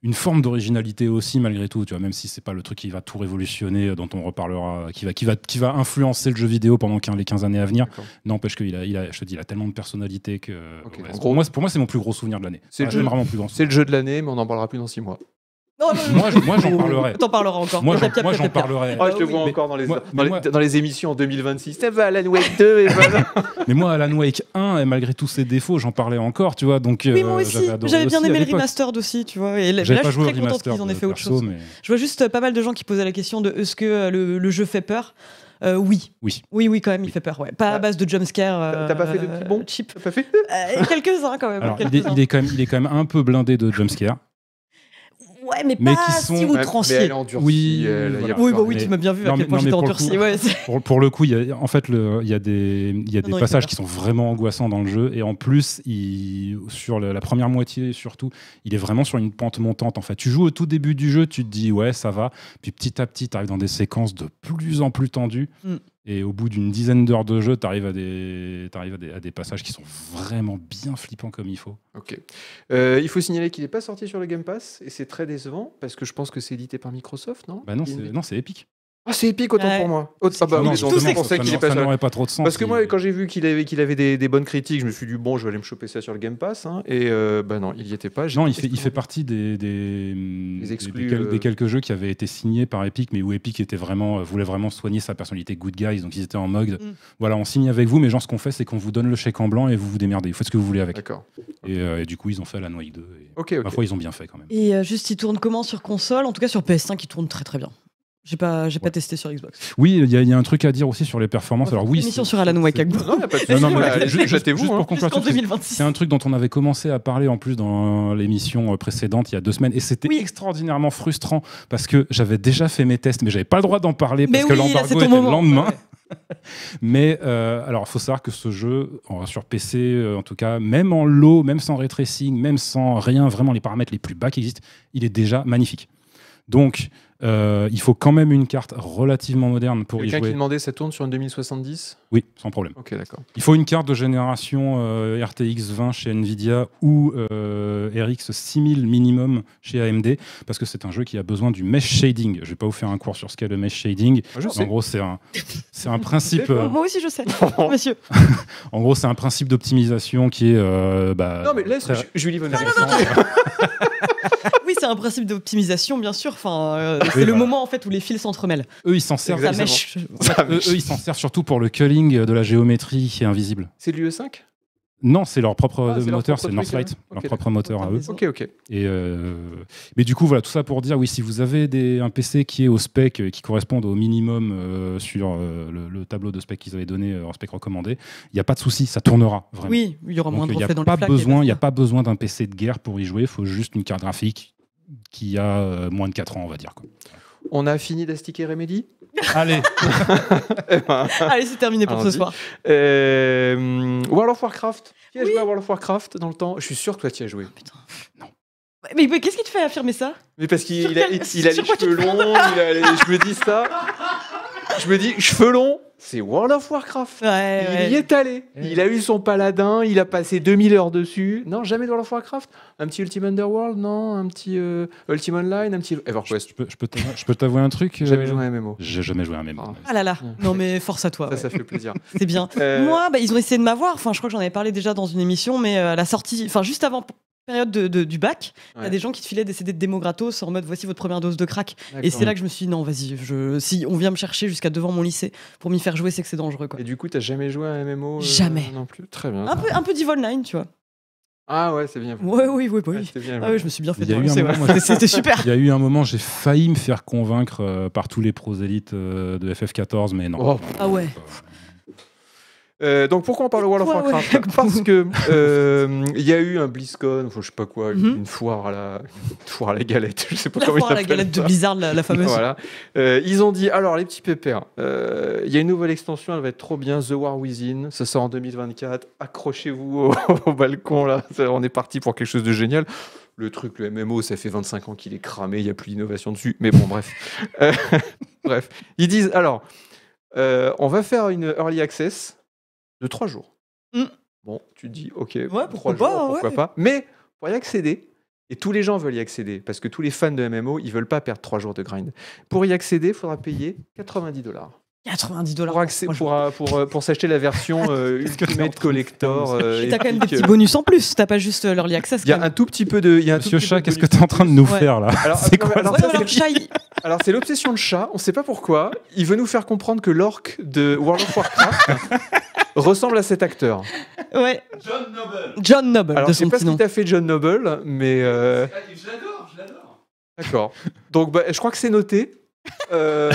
une forme d'originalité aussi malgré tout, tu vois, même si c'est pas le truc qui va tout révolutionner, euh, dont on reparlera, euh, qui va, qui va, qui va influencer le jeu vidéo pendant quin- les 15 années à venir. D'accord. N'empêche qu'il a, il a, je te dis, il a tellement de personnalité que. euh, Ok. ouais, En c'est- gros, pour moi, c'est- pour moi, c'est mon plus gros souvenir de l'année. c'est le Ah, jeu- j'aime vraiment plus grand. C'est le jeu de l'année, mais on en parlera plus dans 6 mois. Non, non, non, Moi, je- moi, j'en parlerai. non, t'en parleras encore. Moi, Pire, j'en- pire, moi, pire, j'en pire. parlerai. Oh, je te oui, vois Ah mais- encore dans les, moi- dans, mais les, moi- dans les émissions en 2026. Ça va, Alan Wake 2 et voilà. Mais moi, Alan Wake 1, et malgré tous ses défauts, j'en parlais encore, tu vois. Donc, Oui, euh, moi aussi. adoré J'avais bien aussi à aimé le l'époque. remastered aussi, tu vois. Et là, J'avais là, pas je suis joué au très contente remaster. qu'ils en aient de fait autre perso, chose. mais- Je vois juste euh, pas mal de gens qui posaient la question de est-ce que euh, le, le jeu fait peur Euh, Oui. Oui. Oui, oui, quand même, il fait peur. Ouais. Pas à Ah. base de jumpscare. T'as- euh, t'as pas fait de petits bons cheap. T'as fait Euh, et quelques-uns quand même. Alors, il est, quelques-uns. il est quand même, il est quand même un peu blindé de jumpscare. Ouais, mais, mais pas qui sont- si Ouais, Mais outrancier. elle est endurcie. Oui, elle- voilà. y a Oui, pas- bah oui, mais- tu m'as bien vu Non, à mais- quel point non, j'étais mais pour le endurci. coup- Ouais, c'est- Pour, pour le coup, il y a, en fait, le- il y a des, il y a Non, des non, il fait passages peur. qui sont vraiment angoissants dans le jeu. Et en plus, il- sur le- la première moitié, surtout, il est vraiment sur une pente montante. En fait, tu joues au tout début du jeu, tu te dis, ouais, ça va. Puis petit à petit, tu arrives dans des séquences de plus en plus tendues. Mm. Et au bout d'une dizaine d'heures de jeu, tu arrives, à, des, t'arrives à, des, à des passages qui sont vraiment bien flippants comme il faut. Ok. Euh, il faut signaler qu'il n'est pas sorti sur le Game Pass et c'est très décevant parce que je pense que c'est édité par Microsoft, non Bah non, Il- c'est, non, c'est épique. Ah, c'est épique autant Ouais. pour moi. Autant- ah bah Non, oui, justement, donc je c'est- pensais ça qu'il est n'a- pas ça sur- n'aurait pas trop de sens. Parce que Il- moi, quand j'ai vu qu'il avait, qu'il avait des, des bonnes critiques, je me suis dit, bon, je vais aller me choper ça sur le Game Pass. hein. et euh, bah non, il n'y était pas. J'ai- Non, il fait, il fait partie des, des, hum, des- exclus, des quel- euh. des quelques jeux qui avaient été signés par Epic, mais où Epic était vraiment, euh, voulait vraiment soigner sa personnalité good guys. Donc ils étaient en mode, Mm. voilà, on signe avec vous, mais genre ce qu'on fait, c'est qu'on vous donne le chèque en blanc et vous vous démerdez. Vous faites ce que vous voulez avec. D'accord. Et, euh, et du coup, ils ont fait la Wake 2. Et... Ok, ok. Ma foi, ils ont bien fait quand même. Et euh, juste, il tourne comment sur console En tout cas, sur PS5, il tourne très très bien. J'ai pas, j'ai pas Ouais. testé sur Xbox. Oui, il y, a- il y a un truc à dire aussi sur les performances. Alors oui, Émission c'est- sur Alan Wake c'est- Agbo. Non, y a pas de Non, souci, non, mais bah, juste- juste- éclatez-vous, juste hein. pour conclure Jusqu'en le truc, c'est- 2026. C'est un truc dont on avait commencé à parler en plus dans l'émission euh, précédente il y a deux semaines et c'était Oui. extraordinairement frustrant parce que j'avais déjà fait mes tests mais j'avais pas le droit d'en parler parce Mais que oui, là, c'est l'embargo ton était moment. le lendemain. mais euh, alors faut savoir que ce jeu en- sur PC euh, en tout cas même en low, même sans retracing, même sans rien vraiment les paramètres les plus bas qui existent, il est déjà magnifique. Donc euh, il faut quand même une carte relativement moderne pour y Quelqu'un qui jouer. demandait, ça tourne sur une 2070 Oui, sans problème. Ok, d'accord. Il faut une carte de génération euh, RTX 20 chez Nvidia ou euh, RX 6000 minimum chez AMD parce que c'est un jeu qui a besoin du mesh shading. Je vais pas vous faire un cours sur ce qu'est le mesh shading. Ah, Je En sais. gros, c'est un, c'est un principe. euh, Moi aussi, je sais, monsieur. en gros, c'est un principe d'optimisation qui est. euh, bah, Non, mais laisse très- Ju- Julie va nous très dire. récent. Oui, c'est un principe d'optimisation, bien sûr. Enfin, euh, c'est voilà. le moment en fait où les fils s'entremêlent. Eux, ils s'en servent. Ça Exactement. mèche. Ça Eux, marche. eux, ils s'en servent surtout pour le culling euh, de la géométrie qui est invisible. C'est l'UE5 Non, c'est leur propre Ah, c'est leur moteur, propre c'est truc, Northlight, hein. leur Ok, propre moteur à eux. Ok, ok. Et euh, Mais du coup, voilà, tout ça pour dire, oui, si vous avez des, un PC qui est au spec, euh, qui corresponde au minimum euh, sur euh, le, le tableau de spec qu'ils avaient donné euh, en spec recommandé, il n'y a pas de souci, ça tournera vraiment. Oui, il y aura moins Donc, de il n'y a, reflets dans pas le flac et besoin- il y a basta. pas besoin d'un PC de guerre pour y jouer, il faut juste une carte graphique qui a euh, moins de 4 ans, on va dire. quoi. On a fini d'astiquer Remedy Allez, Eh ben, Allez, c'est terminé pour ce Allons-y. soir. euh, World of Warcraft. Qui a Oui. joué à World of Warcraft dans le temps Je suis sûr que toi, tu y as joué. Mais, mais qu'est-ce qui te fait affirmer ça Mais parce Sur qu'il a, quel- il, il a les sur quoi tu cheveux longs, il a les- je me dis ça. Je me dis, cheveux longs, c'est World of Warcraft. Ouais, Il y ouais. est allé. Eh. Il a eu son paladin, il a passé 2000 heures dessus. Non, jamais de World of Warcraft. Un petit Ultima Underworld, non Un petit euh, Ultima Online, un petit je, EverQuest. je peux- je peux t'avou- je peux t'avouer un truc euh, Jamais joué à un MMO. J'ai jamais joué à un même. Ah. Ah là là, non mais force à toi, Ça, ouais, ça fait plaisir. c'est bien. Euh, Moi, bah, ils ont essayé de m'avoir, enfin je crois que j'en avais parlé déjà dans une émission, mais euh, à la sortie, enfin juste avant p- période de- de- du bac, il y Ouais. a des gens qui te filaient des CD de démo gratos en mode voici votre première dose de crack. Et d'accord. c'est là que je me suis dit non, vas-y, je... si on vient me chercher jusqu'à devant mon lycée pour m'y faire jouer, c'est que c'est dangereux quoi. Et du coup, t'as jamais joué à un MMO euh, Jamais. Non plus. Très bien. Un peu, un peu d'Eve Online, tu vois. Ah ouais, c'est bien. Ouais, oui, oui, Ouais, oui. c'était bien. Ah oui, je me suis bien fait Il y a eu torcer, un ouais. moment, moi, C'était super. Il y a eu un moment, j'ai failli me faire convaincre euh, par tous les prosélytes euh, de FF14, mais non. Oh. Ah ouais. Euh, donc pourquoi on parle de World of Ouais, ouais. Warcraft Parce que euh, il y a eu un BlizzCon, enfin, je sais pas quoi, une, Mhm. une foire à la une foire à la galette, je sais pas La comment foire à ils la appellent galette de ça. Blizzard, la, la fameuse. Voilà. Euh, ils ont dit alors les petits pépères, euh, il y a une nouvelle extension, elle va être trop bien, The War Within, ça sort en 2024. Accrochez-vous au, au balcon là, Ça, on est parti pour quelque chose de génial. Le truc, le MMO, ça fait 25 ans qu'il est cramé, il n'y a plus d'innovation dessus. Mais bon, bref. Euh, bref. Ils disent alors, euh, on va faire une early access de 3 jours. Mm. Bon, tu te dis, ok, pourquoi trois pas, pourquoi ouais. pas. Mais pour y accéder, Et tous les gens veulent y accéder, parce que tous les fans de MMO, ils veulent pas perdre 3 jours de grind. Pour y accéder, il faudra payer 90 dollars. 90 dollars. Pour, accé- pour, euh, pour, euh, pour s'acheter la version euh, Qu'est-ce que t'es en train de Ultimate faire, Collector. euh, T'as quand même des Epic. petits bonus en plus. T'as pas juste euh, l'early access. Il y Quand a même. un tout petit peu de. il Y a un tout Monsieur petit peu Chat, de qu'est-ce que t'es en train de nous Ouais. faire là Alors, C'est non, mais quoi alors, Ouais, ça, alors, c'est- chat, il- alors, c'est l'obsession de chat, on sait pas pourquoi. Il veut nous faire comprendre que l'orc de World of Warcraft ressemble à cet acteur. ouais. John Noble. Alors, de je sais son pas petit ce qu'il nom. t'a fait John Noble, mais. euh, D'accord. Donc, bah, je crois que c'est noté. Euh,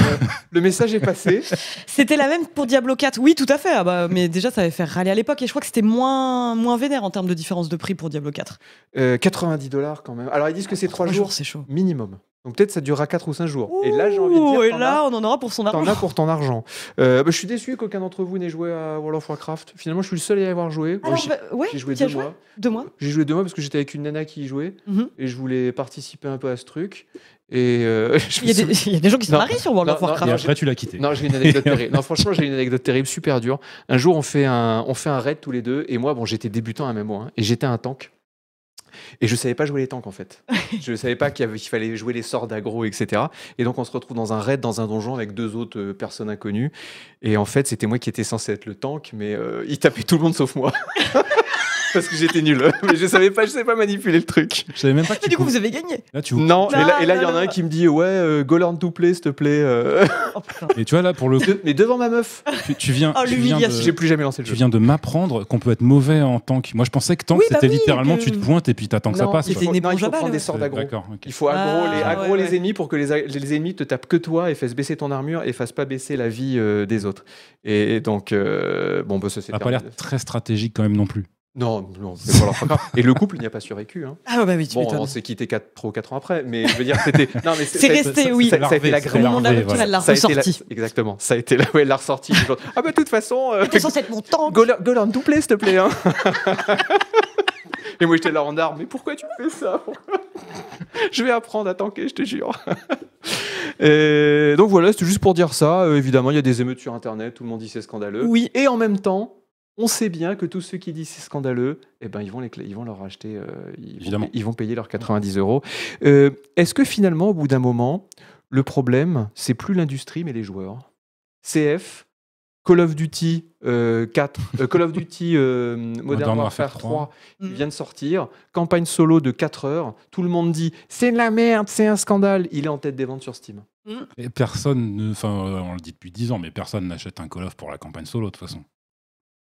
le message est passé. C'était la même pour Diablo 4. Oui, tout à fait. Ah bah, mais déjà, ça avait fait râler à l'époque. Et je crois que c'était moins, moins vénère en termes de différence de prix pour Diablo 4. Euh, 90 dollars quand même. Alors, ils disent que c'est 3 Un jours c'est chaud. minimum. Donc, peut-être ça durera 4 ou 5 jours. et là, j'ai envie de dire. Ouh, Et t'en là, on en aura pour son as- T'en argent. as pour ton argent. Euh, bah, je suis déçu qu'aucun d'entre vous n'ait joué à World of Warcraft. Finalement, je suis le seul à y avoir joué. Bon, Alors, j'ai- bah, ouais, j'ai joué t'y as deux mois. Deux mois. J'ai joué deux mois parce que j'étais avec une nana qui y jouait Mhm. et je voulais participer un peu à ce truc. Et euh, je Il y, a me souviens- des, il y a des gens qui se Non. marient sur World of Non, non, Et Warcraft. Ah, après, tu l'as quitté. Non, j'ai une anecdote terrible. Non, franchement, j'ai une anecdote terrible, super dure. Un jour, on fait un, on fait un raid tous les deux et moi, bon, j'étais débutant à MMO hein, et j'étais un tank. Et je savais pas jouer les tanks en fait. je ne savais pas qu'il y avait- qu'il fallait jouer les sorts d'aggro, etc. Et donc on se retrouve dans un raid, dans un donjon avec deux autres euh, personnes inconnues. Et en fait, c'était moi qui étais censé être le tank, mais euh, il tapait tout le monde sauf moi. Parce que j'étais nul. mais je savais pas, je savais pas manipuler le truc. Je savais même pas que Mais tu du coup, pouvais- vous avez gagné. Là, tu Non, Non, et là- et là, il y non, en a non. un qui me dit Ouais, euh, Golan doublé, s'il te plaît. euh. Oh, putain. Et tu vois, là, pour le coup, De- mais devant ma meuf, tu, tu viens. Oh, tu viens de- l'humiliation. j'ai plus jamais lancé le Tu jeu. viens de m'apprendre qu'on peut être mauvais en tank. Moi, je pensais que tank, Oui, bah c'était oui, littéralement que- tu te pointes et puis t'attends que ça Non, passe. quoi. il faut, C'est une non, il éponge faut à prendre balles, des ouais. sorts d'aggro. D'accord. ok. Il faut aggro, Ah, les, aggro ouais, les ouais. ennemis pour que les, a- les ennemis te tapent que toi et fassent baisser ton armure et fassent pas baisser la vie euh, des autres. Et donc, euh, bon, bah, ça c'est Ça a pas l'air terminé. très stratégique quand même non plus. Non, non, c'est pas leur programme. Et le couple n'y a pas survécu. Hein. Ah, bah oui, tu Bon, m'étonnes. on s'est quitté 4, 3 ou 4 ans après, mais je veux dire, c'était. Non, mais C'est ça- resté, ça- oui. Ça, ça a été la Larvé, Au grande. c'est moment de la larvé, rupture, voilà. elle l'a Ça a été la- ressortie. Exactement. Ça a été la, ouais, la ressortie. du genre, ah bah de toute façon, euh, T'es censé être mon tank. Golan, Golan doublé, s'il te plaît. hein. Et moi, j'étais là en armes. Mais pourquoi tu fais ça Pourquoi Je vais apprendre à tanker, je te jure. Et donc voilà, c'était juste pour dire ça. Euh, évidemment, il y a des émeutes sur Internet. Tout le monde dit c'est scandaleux. Oui. Et en même temps, on sait bien que tous ceux qui disent c'est scandaleux, eh ben, ils, vont les cla- ils vont leur acheter. euh, ils, Évidemment. Vont, ils vont payer leurs 90 euros. Euh, Est-ce que finalement, au bout d'un moment, le problème, c'est plus l'industrie, mais les joueurs CF, Call of Duty euh, 4, euh, Call of Duty euh, Modern Modern Warfare Warfare 3, Mm. vient de sortir, campagne solo de 4 heures, tout le monde dit c'est de la merde, c'est un scandale, il est en tête des ventes sur Steam. Et personne, ne- enfin, euh, on le dit depuis 10 ans, mais personne n'achète un Call of pour la campagne solo de toute façon.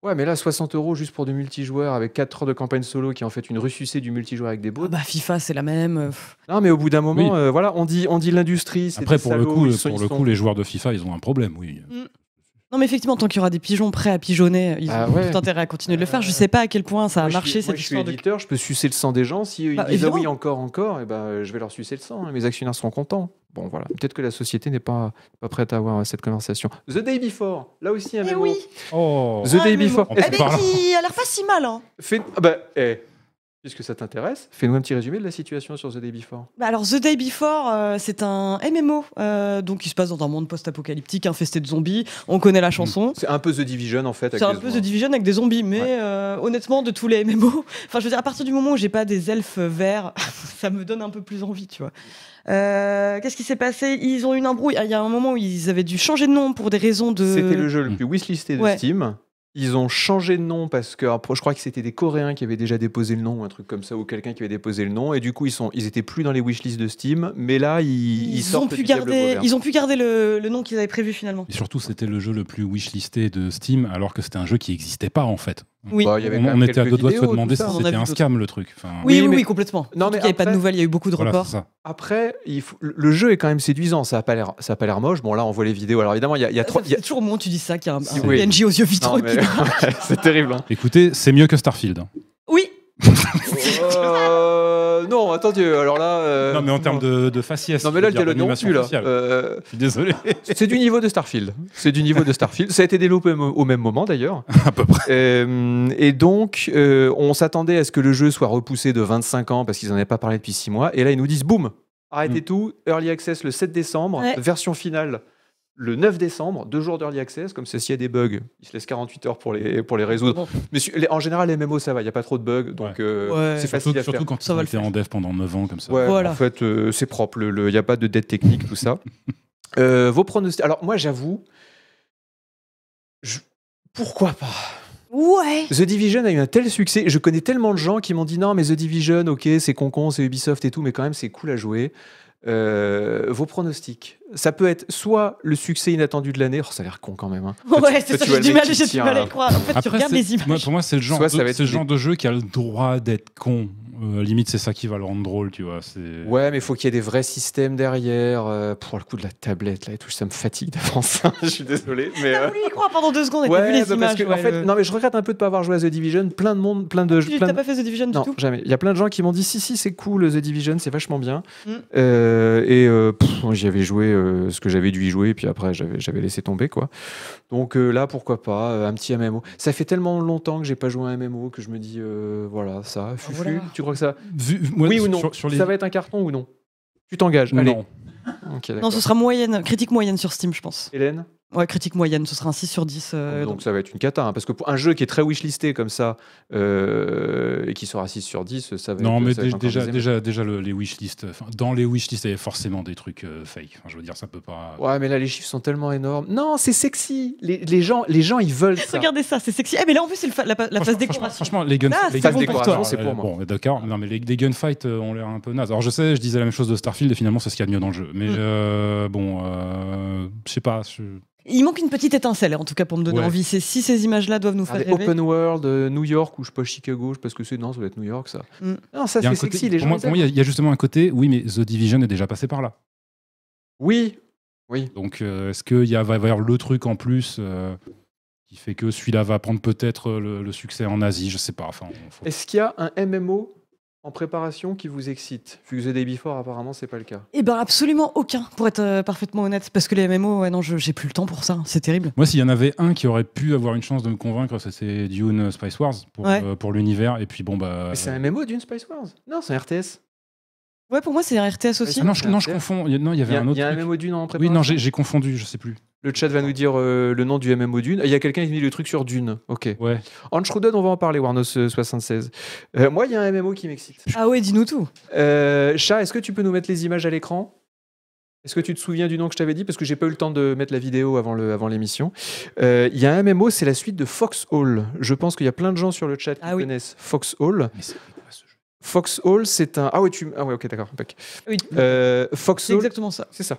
Ouais, mais là, 60 euros juste pour du multijoueur avec 4 heures de campagne solo qui est en fait une ressucée du multijoueur avec des bots. Ah Bah, FIFA, c'est la même. euh, pff. Non, mais au bout d'un moment, Oui. euh, voilà, on dit, on dit l'industrie, c'est Après, des pour le salauds, coup, euh, ils sont- pour ils le sont- coup, les joueurs de FIFA, ils ont un problème, oui. Non, mais effectivement, tant qu'il y aura des pigeons prêts à pigeonner, ils ont Ah ouais. tout intérêt à continuer de le faire. Je Euh, sais pas à quel point ça a Moi, je marché suis- moi, cette je suis histoire de. éditeur, je peux sucer le sang des gens. Si eux, ils Bah, disent ah oui évidemment. encore encore, et ben euh, je vais leur sucer le sang. hein, Mes actionnaires seront contents. Bon voilà, peut-être que la société n'est pas, pas prête à avoir euh, cette conversation. The Day Before, là aussi un Eh mémo. oui, Oh The Ah, Day mais Before. bon. Est-ce- avec Pardon. qui a l'air pas si mal. Hein. fais- ah bah, eh, puisque ça t'intéresse, fais-nous un petit résumé de la situation sur The Day Before. Bah alors The Day Before, euh, c'est un MMO, euh, donc qui se passe dans un monde post-apocalyptique infesté de zombies. On connaît la chanson. C'est un peu The Division en fait. avec C'est un des peu The zombies. Division avec des zombies, mais Mmh. Ouais. euh, honnêtement, de tous les MMO, enfin, je veux dire, à partir du moment où j'ai pas des elfes verts, ça me donne un peu plus envie, tu vois. Euh, Qu'est-ce qui s'est passé Ils ont eu une embrouille. Ah, Il y a un moment où ils avaient dû changer de nom pour des raisons de. C'était le jeu Hmm. le plus wishlisté de Ouais. Steam. Ils ont changé de nom parce que alors, je crois que c'était des Coréens qui avaient déjà déposé le nom ou un truc comme ça ou quelqu'un qui avait déposé le nom et du coup ils sont ils étaient plus dans les wishlists de Steam mais là ils, ils Ils ont, sortent pu du Diablo garder, Vert. ils ont pu garder le, le nom qu'ils avaient prévu finalement. Et surtout, c'était le jeu le plus wishlisté de Steam, alors que c'était un jeu qui n'existait pas en fait. Oui. Bah, il y avait On, quand même on était à quelques deux doigts de se vidéos, tout demander ça. on en si a c'était vu un d'autres. scam le truc. Enfin, Oui, oui, Oui, oui, mais- complètement. Non, Non, mais mais il n'y avait pas de après- nouvelles, il y a eu beaucoup de voilà, reports. c'est ça. Après, il faut- le jeu est quand même séduisant. Ça a pas l'air, ça a pas l'air moche. Bon, là, on voit les vidéos. Alors évidemment, il y a, il y a trois. il y C'est a- toujours au moment où tu dis ça qu'il y a un, Si, un oui. PNJ aux yeux vitreux. Non, qui- mais- ouais, c'est terrible. hein. Écoutez, c'est mieux que Starfield. hein. Oui, Euh, non, attendez. Alors là. euh, non, mais en termes non. de, de faciès. Non, mais là, le je veux dire, dialogue non d'animation plus là. faciale. Euh, Je suis désolé. c'est du niveau de Starfield. C'est du niveau de Starfield. Ça a été développé au au même moment d'ailleurs. à peu près. Euh, et donc, euh, on s'attendait à ce que le jeu soit repoussé de 25 ans parce qu'ils n'en avaient pas parlé depuis Mm. 6 mois. Et là, ils nous disent boum, arrêtez tout, early access le 7 décembre, Ouais. version finale le 9 décembre, deux jours d'early access, comme ça s'il y a des bugs, ils se laissent 48 heures pour les, pour les résoudre. Bon. Mais su- les- en général, les MMO, ça va, il n'y a pas trop de bugs, donc euh, Ouais. c'est Surtout, facile à faire. surtout quand Ça ça va va le été en dev pendant 9 ans comme ça. Ouais, Voilà. En fait, euh, c'est propre. Il n'y a pas de dette technique, tout ça. Euh, vos pronostics. Alors, moi, j'avoue. je- Pourquoi pas Ouais. The Division a eu un tel succès. Je connais tellement de gens qui m'ont dit non, mais The Division, ok, c'est concon, c'est Ubisoft et tout, mais quand même, c'est cool à jouer. Euh, vos pronostics. Ça peut être soit le succès inattendu de l'année. Oh, ça a l'air con quand même. hein. Ouais, toi, c'est ça, tu j'ai vois hein. du le mal, mec qui j'ai du tient, mal à là. y croire. En fait, tu regardes c'est- les moi, images. pour moi, c'est le genre, Soit ça de, va être c'est le des- genre de jeu qui a le droit d'être con. Euh, limite, c'est ça qui va le rendre drôle, tu vois. C'est... Ouais, mais il faut qu'il y ait des vrais systèmes derrière. euh, pour le coup de la tablette, là et tout, ça me fatigue d'avance. ça. Je suis désolé, mais. T'as euh, voulu y croire pendant deux secondes et t'as Ouais, vu les bah, parce images. que, en ouais, fait, le- Ah, non, mais je regrette un peu de pas avoir joué à The Division. Plein de monde, plein de. Tu plein de- t'as pas fait The Division du Non, tout jamais. Il y a plein de gens qui m'ont dit si, si, c'est cool, The Division, c'est vachement bien. Mm. Euh, et euh, pff, j'y avais joué euh, ce que j'avais dû y jouer, et puis après, j'avais j'avais laissé tomber, quoi. Donc euh, là, pourquoi pas, euh, un petit MMO. Ça fait tellement longtemps que j'ai pas joué à un MMO que je me dis, euh, voilà, ça, fufu, Ah, voilà. tu crois que ça. Vu- moi, oui ou sur- non sur- sur les- Ça va être un carton ou non Tu t'engages, allez. Non. Ok, d'accord. Non, ce sera moyenne, critique moyenne sur Steam, je pense. Hélène Ouais, critique moyenne, ce sera un 6 sur 10. euh, Donc ça va être une cata, hein, parce que pour un jeu qui est très wishlisté comme ça, euh, et qui sera 6 sur 10, ça va Non, être. mais ça va être dé- encore déjà, des déjà, déjà le- les wishlists. enfin, Dans les wishlists, il y avait forcément des trucs euh, fake. Enfin, je veux dire, ça peut pas. Ouais, mais là, les chiffres sont tellement énormes. Non, c'est sexy. Les, les gens, les gens, ils veulent ça. Regardez ça, c'est sexy. Ah, mais là, en plus, c'est le fa- la, pa- la phase Franchement, franchement, décoration. franchement, les gun- Ah, les phase gunfights, décoration, euh, c'est pour moi. Bon, d'accord. Non, mais les, les gunfights euh, ont l'air un peu naze. Alors, je sais, je disais la même chose de Starfield, et finalement, c'est ce qu'il y a de mieux dans le jeu. Mais Mm. euh, bon, euh, je sais pas. je- Il manque une petite étincelle, en tout cas, pour me donner Ouais. envie. C'est si ces images-là doivent nous faire Regardez, rêver. Ah, open world, euh, New York ou je sais pas Chicago, je sais pas ce que c'est. Non, ça doit être New York ça. Mm. Non, ça il y a un c'est côté- sexy. Les pour gens. moi, ils pour moi, il y a- il y a justement un côté, oui, mais The Division est déjà passé par là. aiment. Oui, oui. Donc, euh, est-ce qu'il y a, va y avoir le truc en plus euh, qui fait que celui-là va prendre peut-être euh, le, le succès en Asie Je sais pas. Enfin, faut- Est-ce qu'il y a un MMO en préparation qui vous excite Vu que The Day Before, apparemment, c'est pas le Euh, cas. Eh ben, absolument aucun, pour être euh, parfaitement honnête. Parce que les MMO, ouais, non, je- j'ai plus le temps pour ça. C'est terrible. Moi, s'il y en avait un qui aurait pu avoir une chance de me convaincre, c'était Dune euh, Spice Wars pour, Ouais. euh, pour l'univers. Et puis, bon, bah. Mais c'est un MMO d'une Spice Wars Non, c'est un RTS. Ouais, pour moi, c'est un RTS aussi. Ah non, je, non, je confonds. Il y a- Non, il y Il avait y a, un autre. il y a un truc. MMO d'une en Oui, préparation. non, j'ai j'ai confondu, je sais plus. Le chat va nous dire euh, le nom du MMO d'une. Il y a quelqu'un qui dit le truc sur Dune. Ok. Ouais. Anschruden, on va en parler, Warnos76. Euh, moi, il y a un MMO qui m'excite. Ah ouais, dis-nous tout. Euh, chat, est-ce que tu peux nous mettre les images à l'écran Est-ce que tu te souviens du nom que je t'avais dit Parce que j'ai pas eu le temps de mettre la vidéo avant le- avant l'émission. Avant euh, il y a un MMO, c'est la suite de Foxhall. Je pense qu'il y a plein de gens sur le chat qui Ah oui. connaissent Foxhall. Mais c'est quoi ce jeu Foxhall, c'est un. Ah oui, tu. Ah ouais, ok, d'accord. pack. Oui, Euh, c'est Foxhall, exactement ça. c'est ça.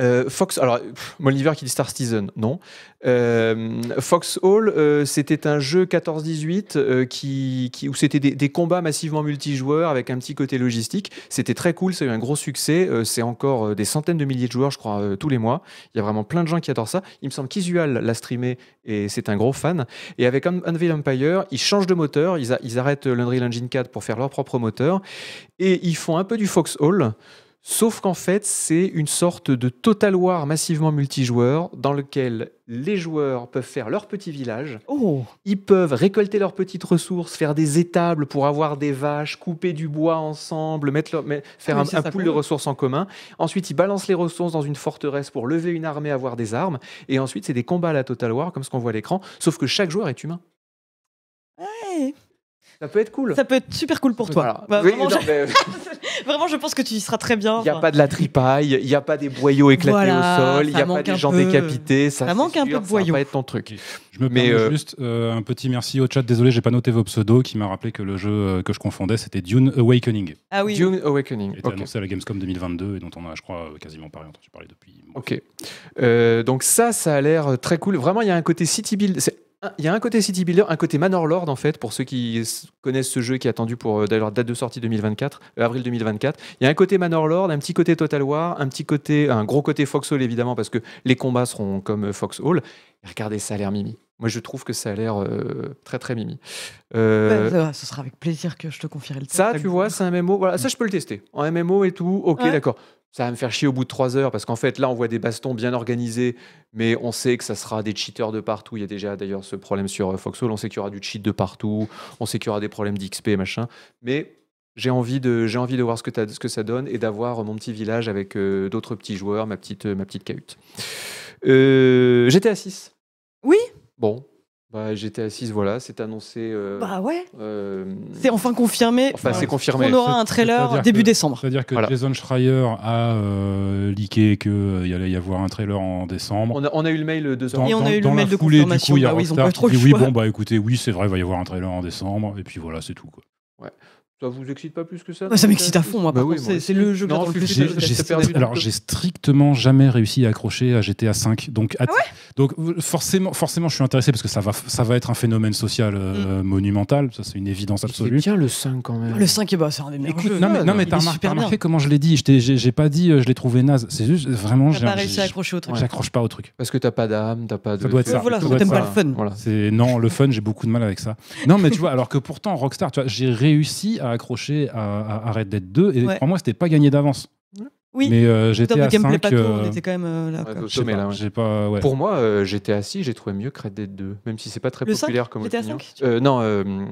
Euh, Fox, alors pff, Mon Hiver qui dit Star Citizen, non. Euh, Fox Hall, euh, c'était un jeu 14-18 euh, qui, qui- où c'était des, des combats massivement multijoueurs avec un petit côté logistique. C'était très cool, ça a eu un gros succès. euh, c'est encore euh, des centaines de milliers de joueurs, je crois, euh, tous les mois. Il y a vraiment plein de gens qui adorent ça. Il me semble qu'Isual l'a streamé et c'est un gros fan. Et avec Un- Unreal Empire, ils changent de moteur, ils, a- ils arrêtent euh, l'Unreal Engine 4 pour faire leur propre moteur et ils font un peu du Fox Hall. Sauf qu'en fait, c'est une sorte de Total War massivement multijoueur dans lequel les joueurs peuvent faire leur petit village, Oh, ils peuvent récolter leurs petites ressources, faire des étables pour avoir des vaches, couper du bois ensemble, mettre leur- mais- faire Ah, mais un, c'est un ça, pool cool. de ressources en commun. Ensuite, ils balancent les ressources dans une forteresse pour lever une armée, avoir des armes. Et ensuite, c'est des combats à la Total War, comme ce qu'on voit à l'écran, sauf que chaque joueur est humain. Ouais. Ça peut être cool. ça peut être super cool pour toi. Voilà. Bah, Oui, vraiment, non, mais- je, vraiment, je pense que tu y seras très bien. Il n'y a Enfin, pas de la tripaille, il n'y a pas des boyaux éclatés Voilà, au sol, il ça n'y a pas manque des un gens peu. décapités. Ça, Ça c'est manque un sûr, peu de ça va boyaux. pas être ton truc. Je me Mais, permets euh, juste euh, un petit merci au chat. Désolé, j'ai pas noté vos pseudos qui m'a rappelé que le jeu euh, que je confondais, c'était Dune Awakening. Ah oui. Dune qui a Awakening. été Ok. annoncé à la Gamescom 2022 et dont on a, je crois, euh, quasiment pas entendu parler depuis. Ok. Euh, donc ça, ça a l'air très cool. Vraiment, il y a un côté city build. c'est- Il y a un côté city builder, un côté manor lord en fait pour ceux qui s- connaissent ce jeu qui est attendu pour euh, d'ailleurs date de sortie 2024, euh, avril 2024. Il y a un côté manor lord, un petit côté total war, un petit côté, un gros côté foxhole évidemment parce que les combats seront comme euh, foxhole. Et Regardez, ça a l'air mimi. Moi, je trouve que ça a l'air euh, très très mimi. Euh, Bah, ça va, ce sera avec plaisir que je te confierai le Ça, test. tu vois, c'est un MMO. Voilà, ça, je peux le tester. En MMO et tout, ok, Ouais. d'accord. Ça va me faire chier au bout de 3 heures parce qu'en fait, là, on voit des bastons bien organisés, mais on sait que ça sera des cheaters de partout. Il y a déjà d'ailleurs ce problème sur euh, Foxhole. On sait qu'il y aura du cheat de partout. On sait qu'il y aura des problèmes d'XP, machin. Mais J'ai envie de, j'ai envie de voir ce que, t'as- ce que ça donne et d'avoir mon petit village avec euh, d'autres petits joueurs, ma petite, ma petite cahute. Euh, GTA 6. Oui. Bon, bah, GTA 6, voilà, c'est annoncé. euh, Bah ouais. euh, C'est enfin confirmé. Enfin, c'est Voilà. confirmé. On aura un C'est-à-dire trailer que- début décembre. C'est-à-dire que Voilà. Jason Schreier a euh, leaké qu'il allait y avoir un trailer en décembre. On a, on a eu le mail deux heures. Et on a eu le la mail de foulée, du confirmation, coup, il y a bah oui, ils ont Rockstar pas trop qui le dit, Oui, choix. bon, bah écoutez, oui, c'est vrai, il va y avoir un trailer en décembre, et puis voilà, c'est tout. Quoi. Ça vous excite pas plus que ça Ouais, ça m'excite à fond, moi. par Bah oui, contre, moi c'est- aussi. c'est le jeu que Non, j'attends le plus. Fluffy, c'est le test. j'ai- J'ai t'as stri- perdu un alors peu. j'ai strictement jamais réussi à accrocher à GTA 5 donc Ah att- donc euh, forcément forcément je suis intéressé parce que ça va f- ça va être un phénomène social euh, Mm. monumental ça c'est une évidence absolue bien le 5 quand même. Le 5 est bah, c'est un des meilleurs euh, Écoute, jeux. non mais, non, mais Il t'as est remar- t'as super bien. remarqué comment je l'ai dit Je t'ai- j'ai j'ai pas dit euh, je l'ai trouvé naze c'est juste euh, vraiment T'as j'ai- pas réussi à j'ai- accrocher au truc. Ouais. j'accroche pas au truc Parce que t'as pas d'âme, t'as pas de. Ça doit être Ouais, ça. voilà, ça doit t'aimes être pas ça. le fun. Voilà. c'est non le fun j'ai beaucoup de mal avec ça non mais tu vois alors que pourtant Rockstar tu vois j'ai réussi à accrocher à, à- à Red Dead 2 et Ouais. pour moi c'était pas gagné d'avance Oui. mais euh, En termes de GTA 5 gameplay pas tout, on euh, était quand même euh, là. Ouais, quoi. au je sais sommet, pas, là, ouais. j'ai pas ouais. Pour moi, euh, GTA 6, j'ai trouvé mieux que Red Dead 2, même si c'est pas très Le cinq populaire comme GTA opinion. 5, Euh, Non, euh, mm,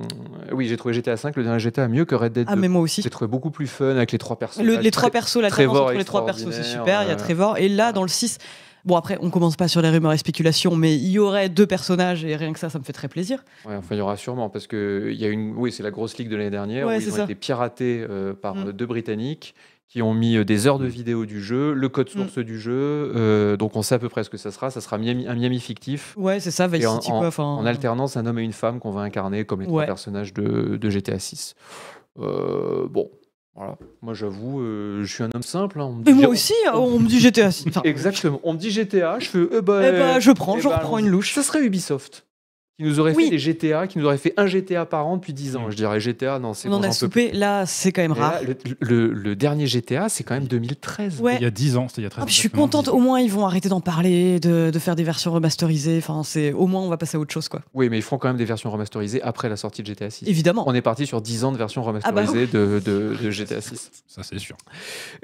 oui, j'ai trouvé GTA 5, le dernier GTA, mieux que Red Dead Ah, 2. mais moi aussi. J'ai trouvé beaucoup plus fun avec les trois personnages. Le- les très- trois persos, la Trevor différence entre les trois persos, c'est extraordinaire, super. Il y euh, a Trevor. Et là, dans le 6, bon, après, on commence pas sur les rumeurs et spéculations, mais il y aurait deux personnages et rien que ça, ça me fait très plaisir. Ouais, enfin, il y aura sûrement, parce que il y a une... oui, c'est la grosse ligue de l'année dernière Ouais, où ils c'est ont ça. été piratés euh, par Mm. euh, deux Britanniques qui ont mis euh, des heures de vidéo du jeu, le Mm. code source du jeu. euh, donc, on sait à peu près ce que ça sera. Ça sera Miami- un Miami fictif. Ouais, c'est ça, Vice Et en- City, quoi. Enfin, En alternance, un homme et une femme qu'on va incarner comme les trois Oh. Ouais. personnages de, de GTA 6. Euh, bon, voilà. Moi, j'avoue, euh, je suis un homme simple. hein, on me Mais dit- moi aussi, on me dit GTA. Enfin, Exactement. On me dit GTA, je fais. Eh ben, eh ben, je prends, eh je ben, reprends allons-y. une louche. Ça serait Ubisoft qui nous aurait Oui. fait des GTA, qui nous aurait fait un GTA par an depuis 10 ans. Je dirais GTA, non, c'est On bon, en a j'en peux soupé. Là, c'est quand même plus. Et là, rare. le, le- le dernier GTA, c'est quand même 2013. Ouais. il y a 10 ans c'était il y a 13 Ah, ans puis je suis exactement, contente, 10 ans. au moins ils vont arrêter d'en parler, de, de faire des versions remasterisées. Enfin, c'est au moins on va passer à autre chose, quoi. Oui, mais ils feront quand même des versions remasterisées après la sortie de GTA 6. Évidemment. On est parti sur 10 ans de versions Ah bah remasterisées de, de- de GTA 6. ça c'est sûr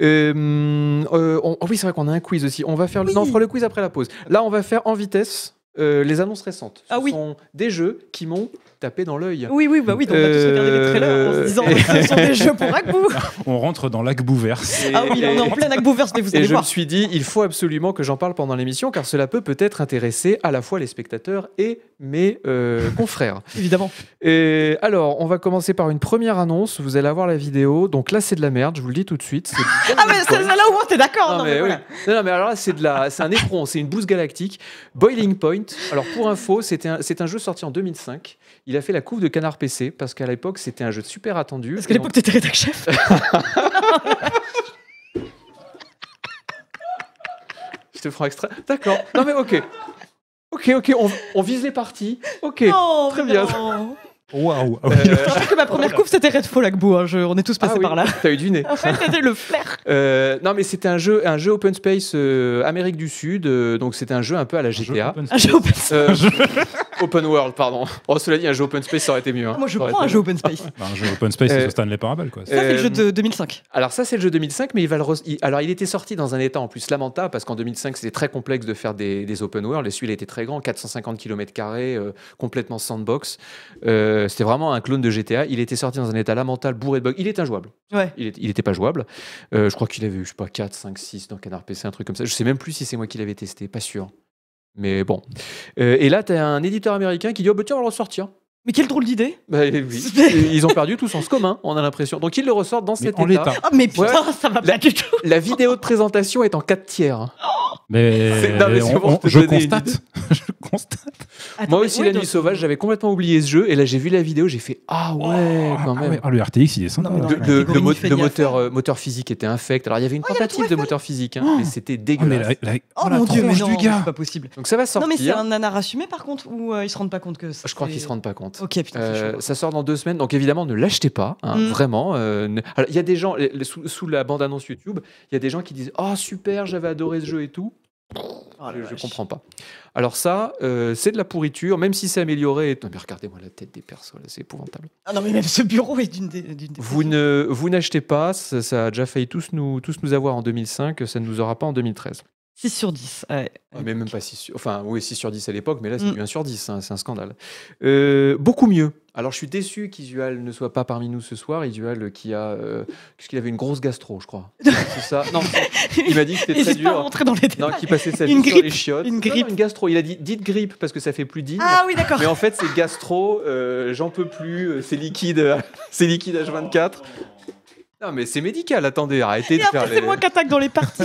Euh, euh, on- oh oui, c'est vrai qu'on a un quiz aussi. On va faire le, Oui. non, on fera le quiz après la pause. Là, on va faire en vitesse euh, les annonces récentes. Ce Ah oui. sont des jeux qui m'ont tapé dans l'œil. Oui, oui, bah oui, donc on a tous Euh, regardé les trailers en se disant ce sont des jeux pour Agbou. on rentre dans l'Agbouverse Et- Ah oui, là, on est en et- plein Agbouverse, mais vous Et allez je me voir. suis dit, il faut absolument que j'en parle pendant l'émission, car cela peut peut-être intéresser à la fois les spectateurs et mes euh, confrères. Évidemment. Et alors, on va commencer par une première annonce. Vous allez avoir la vidéo. Donc là, c'est de la merde, je vous le dis tout de suite. C'est du Ah, mais Boiling c'est Point. là au moins t'es d'accord. Non, Non, mais mais oui. voilà. Non, non, mais alors là, c'est de la, c'est un éperon, c'est une bouse galactique. Boiling Point. Alors pour info, c'était un, c'est un jeu sorti en 2005. Il a fait la couve de Canard PC parce qu'à l'époque, c'était un jeu super attendu. Parce qu'à l'époque t'étais rédac chef. je te prends extra. D'accord. Non mais ok. Ok, ok, on, on vise les parties. Ok. Non, très mais bien. non. waouh Euh, Je rappelle que ma première coupe c'était Redfall Agbou. hein, je- On est tous ah passés oui, par là. T'as eu du nez. En fait, c'était le flair. Euh, non mais c'était un jeu, un jeu open space euh, Amérique du Sud. euh, donc c'était un jeu un peu à la GTA. Un jeu open space. Euh, open world, pardon. Oh, cela dit, un jeu open space, ça aurait été mieux. hein. Ah, Moi je Ça aurait prends un été jeu open space. Ça Ben, un jeu open space Euh, c'est sur Stanley Parable quoi c'est le Euh, jeu de 2005. Alors ça c'est le jeu 2005, mais il va le re- il- alors il était sorti dans un état en plus lamentable parce qu'en 2005 c'était très complexe de faire des, des open world. Et celui-là était très grand, 450 km carrés, euh, complètement sandbox. Euh, c'était vraiment un clone de GTA. Il était sorti dans un état lamentable, bourré de bugs. Il est injouable. Ouais. Il n'était pas jouable. Euh, je crois qu'il avait eu je sais pas 4, 5, 6 dans Canard PC, un truc comme ça. Je sais même plus si c'est moi qui l'avais testé, pas sûr. Mais bon. Euh, et là t'as un éditeur américain qui dit oh bah tiens on va le ressortir. Mais quelle drôle d'idée. Bah, oui. Et ils ont perdu tout sens commun, hein, on a l'impression. Donc ils le ressortent dans mais cet en l'état Ah mais putain, ça va La- pas du tout. la vidéo de présentation est en 4 tiers. hein. mais, euh, C'est- non, mais c'est on- pour on- te je donner une idée. constate je constate Attends, Moi Ah, mais aussi, ouais, La donc- Nuit Sauvage, j'avais complètement oublié ce jeu. Et là, j'ai vu la vidéo, j'ai fait Ah Oh, ouais, Ah quand ouais, même. ah, le RTX il est sympa Non, mais Le, la le- le catégorie mo- du fait le d'y moteur, affaire. euh, moteur physique était infect. Alors, il y avait une Oh, il y avait tentative tout de moteur physique, hein, Oh. mais c'était Ah, mais la, dégueulasse. la- Oh oh, la mon dieu, mais tronche non, du c'est gars pas possible. Donc, ça va sortir. Ah, Non mais c'est un nanar assumé par contre ou euh, ils se rendent pas compte que ça Je crois fait- qu'ils se rendent pas compte. Ok putain. c'est Euh, chaud. ça sort dans deux semaines, donc évidemment ne l'achetez pas, hein, Mm. vraiment. euh, ne- Alors, Il y a des gens, les- les- sous, sous la bande-annonce YouTube, il y a des gens qui disent Oh super, j'avais adoré ce jeu et tout. Oh la je, je vache. comprends pas. Alors, ça, euh, c'est de la pourriture, même si c'est amélioré. et- Non, mais regardez-moi la tête des persos, là, c'est épouvantable. Ah non mais même ce bureau est d'une. dé- d'une dé- Vous ne, vous n'achetez pas, ça, ça a déjà failli tous nous, tous nous avoir en 2005, ça ne nous aura pas en 2013. 6 sur 10. ouais. Ouais, Ah, mais même pas 6 sur... Enfin, oui, 6 sur 10 à l'époque, mais là, c'est Mm. du 1 sur 10. hein, c'est un scandale. Euh, beaucoup mieux. Alors, je suis déçu qu'Isual ne soit pas parmi nous ce soir. Isual euh, qui a... euh, Qu'est-ce qu'il avait Une grosse gastro, je crois. c'est ça Non, c'est- il m'a dit que c'était très N'hésite pas à dur. rentrer dans les Non, détails. qui passait sa vie Une sur les grippe. chiottes. Une Non, non, grippe. une gastro. Il a dit, dites grippe, parce que ça fait plus digne. Ah oui, d'accord. Mais en fait, c'est gastro, euh, j'en peux plus, euh, c'est liquide, euh, c'est liquide H24. Non, mais c'est médical, attendez, arrêtez Et de faire après, c'est les... moi qui attaque dans les parties.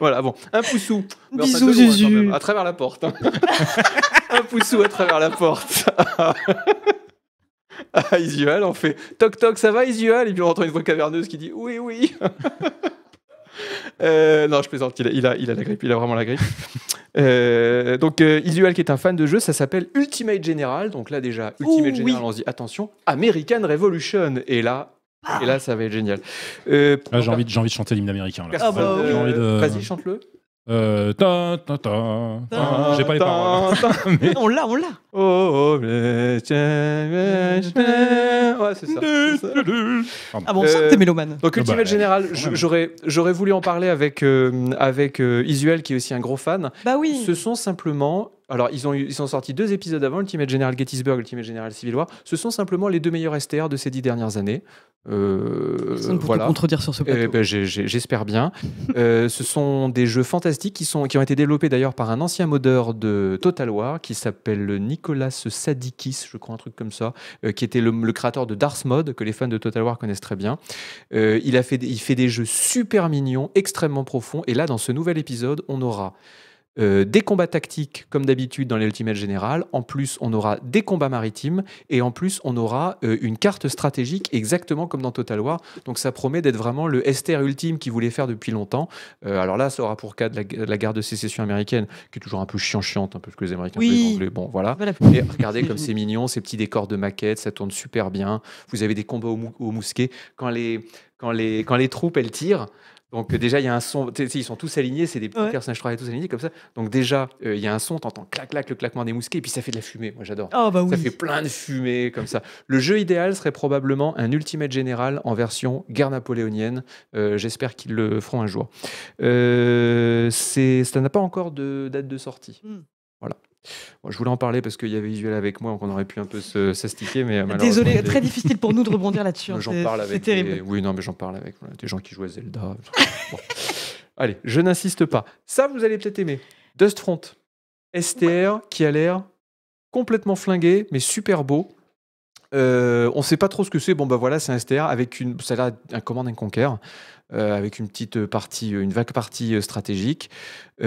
Voilà, bon, un poussou. Mais enfin, Bisous, deux loin, quand Jésus. même, À travers la porte. hein. un poussou à travers la porte. à Isual, on fait toc toc, ça va Isual Et puis on entend une voix caverneuse qui dit oui, oui. Euh, non, je plaisante, il a, il, a, il a la grippe, il a vraiment la grippe. Euh, donc euh, Isual qui est un fan de jeu, ça s'appelle Ultimate General. Donc là déjà, Ultimate Ouh, General, oui. on se dit attention, American Revolution. Et là, et là ça va être génial. Euh, Là, Ah, j'ai envie, de- j'ai envie de chanter l'hymne américain. là. personne, bah oui. J'ai euh, envie de- Vas-y, chante-le. Euh, ta, ta, ta, ta. J'ai pas les paroles. Mais- On l'a, on l'a. Oh, blé, tchè, blé, tchè. Ouais, c'est ça. c'est ça. Ah bon, on sent Euh, que t'es mélomane. Donc Ah bah, Ultimate Général, quand je- même. j'aurais j'aurais voulu en parler avec euh, avec euh, Isuel qui est aussi un gros fan. Bah oui. Ce sont simplement alors ils ont eu- ils sont sortis deux épisodes avant Ultimate Général Gettysburg, Ultimate Général Civil War. Ce sont simplement les deux meilleurs STR de ces dix dernières années. Euh, Personne pour te voilà. contredire sur ce Eh plateau. ben, j'ai- j'ai- J'espère bien. Euh, ce sont des jeux fantastiques qui, sont, qui ont été développés d'ailleurs par un ancien modeur de Total War qui s'appelle Nicolas Sadikis, je crois un truc comme ça, euh, qui était le, le créateur de Darth Mod, que les fans de Total War connaissent très bien. Euh, il, a fait, des- il fait des jeux super mignons, extrêmement profonds. Et là, dans ce nouvel épisode, on aura euh, des combats tactiques comme d'habitude dans les Ultimate Général. En plus, on aura des combats maritimes. Et en plus, on aura euh, une carte stratégique exactement comme dans Total War. Donc ça promet d'être vraiment le STR ultime qu'ils voulaient faire depuis longtemps. Euh, alors là, ça aura pour cas de la, de la guerre de sécession américaine, qui est toujours un peu chiant-chiante, un peu ce que les Américains Oui. font les Anglais. Bon, voilà. Voilà. Et regardez comme c'est mignon, ces petits décors de maquettes, ça tourne super bien. Vous avez des combats au, mou- au mousquet. Quand les, quand, les, quand les troupes, elles tirent, donc euh, déjà, il y a un son. Tu sais, ils sont tous alignés, c'est des petits Ouais. personnages travaillés tous alignés comme ça. Donc déjà, euh, il y a un son, t'entends clac, clac, le claquement des mousquets, et puis ça fait de la fumée. Moi, j'adore. Oh bah Ça oui. fait plein de fumée comme ça. Le jeu idéal serait probablement un Ultimate Général en version guerre napoléonienne. Euh, J'espère qu'ils le feront un jour. Euh, c'est- ça n'a pas encore de date de sortie. Hmm. Voilà. Bon, je voulais en parler parce qu'il y avait Visuel avec moi, donc on aurait pu un peu se- s'astiquer, mais malheureusement, il Désolé, est- très difficile pour nous de rebondir là-dessus. hein. J'en C'est- parle avec. C'est terrible. des- Oui, non, mais j'en parle avec voilà, des gens qui jouent à Zelda. Bon. Allez, je n'insiste pas. Ça, vous allez peut-être aimer. Dust Front. STR qui a l'air complètement flingué, mais super beau. Euh, on sait pas trop ce que c'est. Bon, bah voilà, c'est un STR avec une. Ça a l'air un Command and Conquer. euh, avec une petite partie, une vague partie euh, stratégique.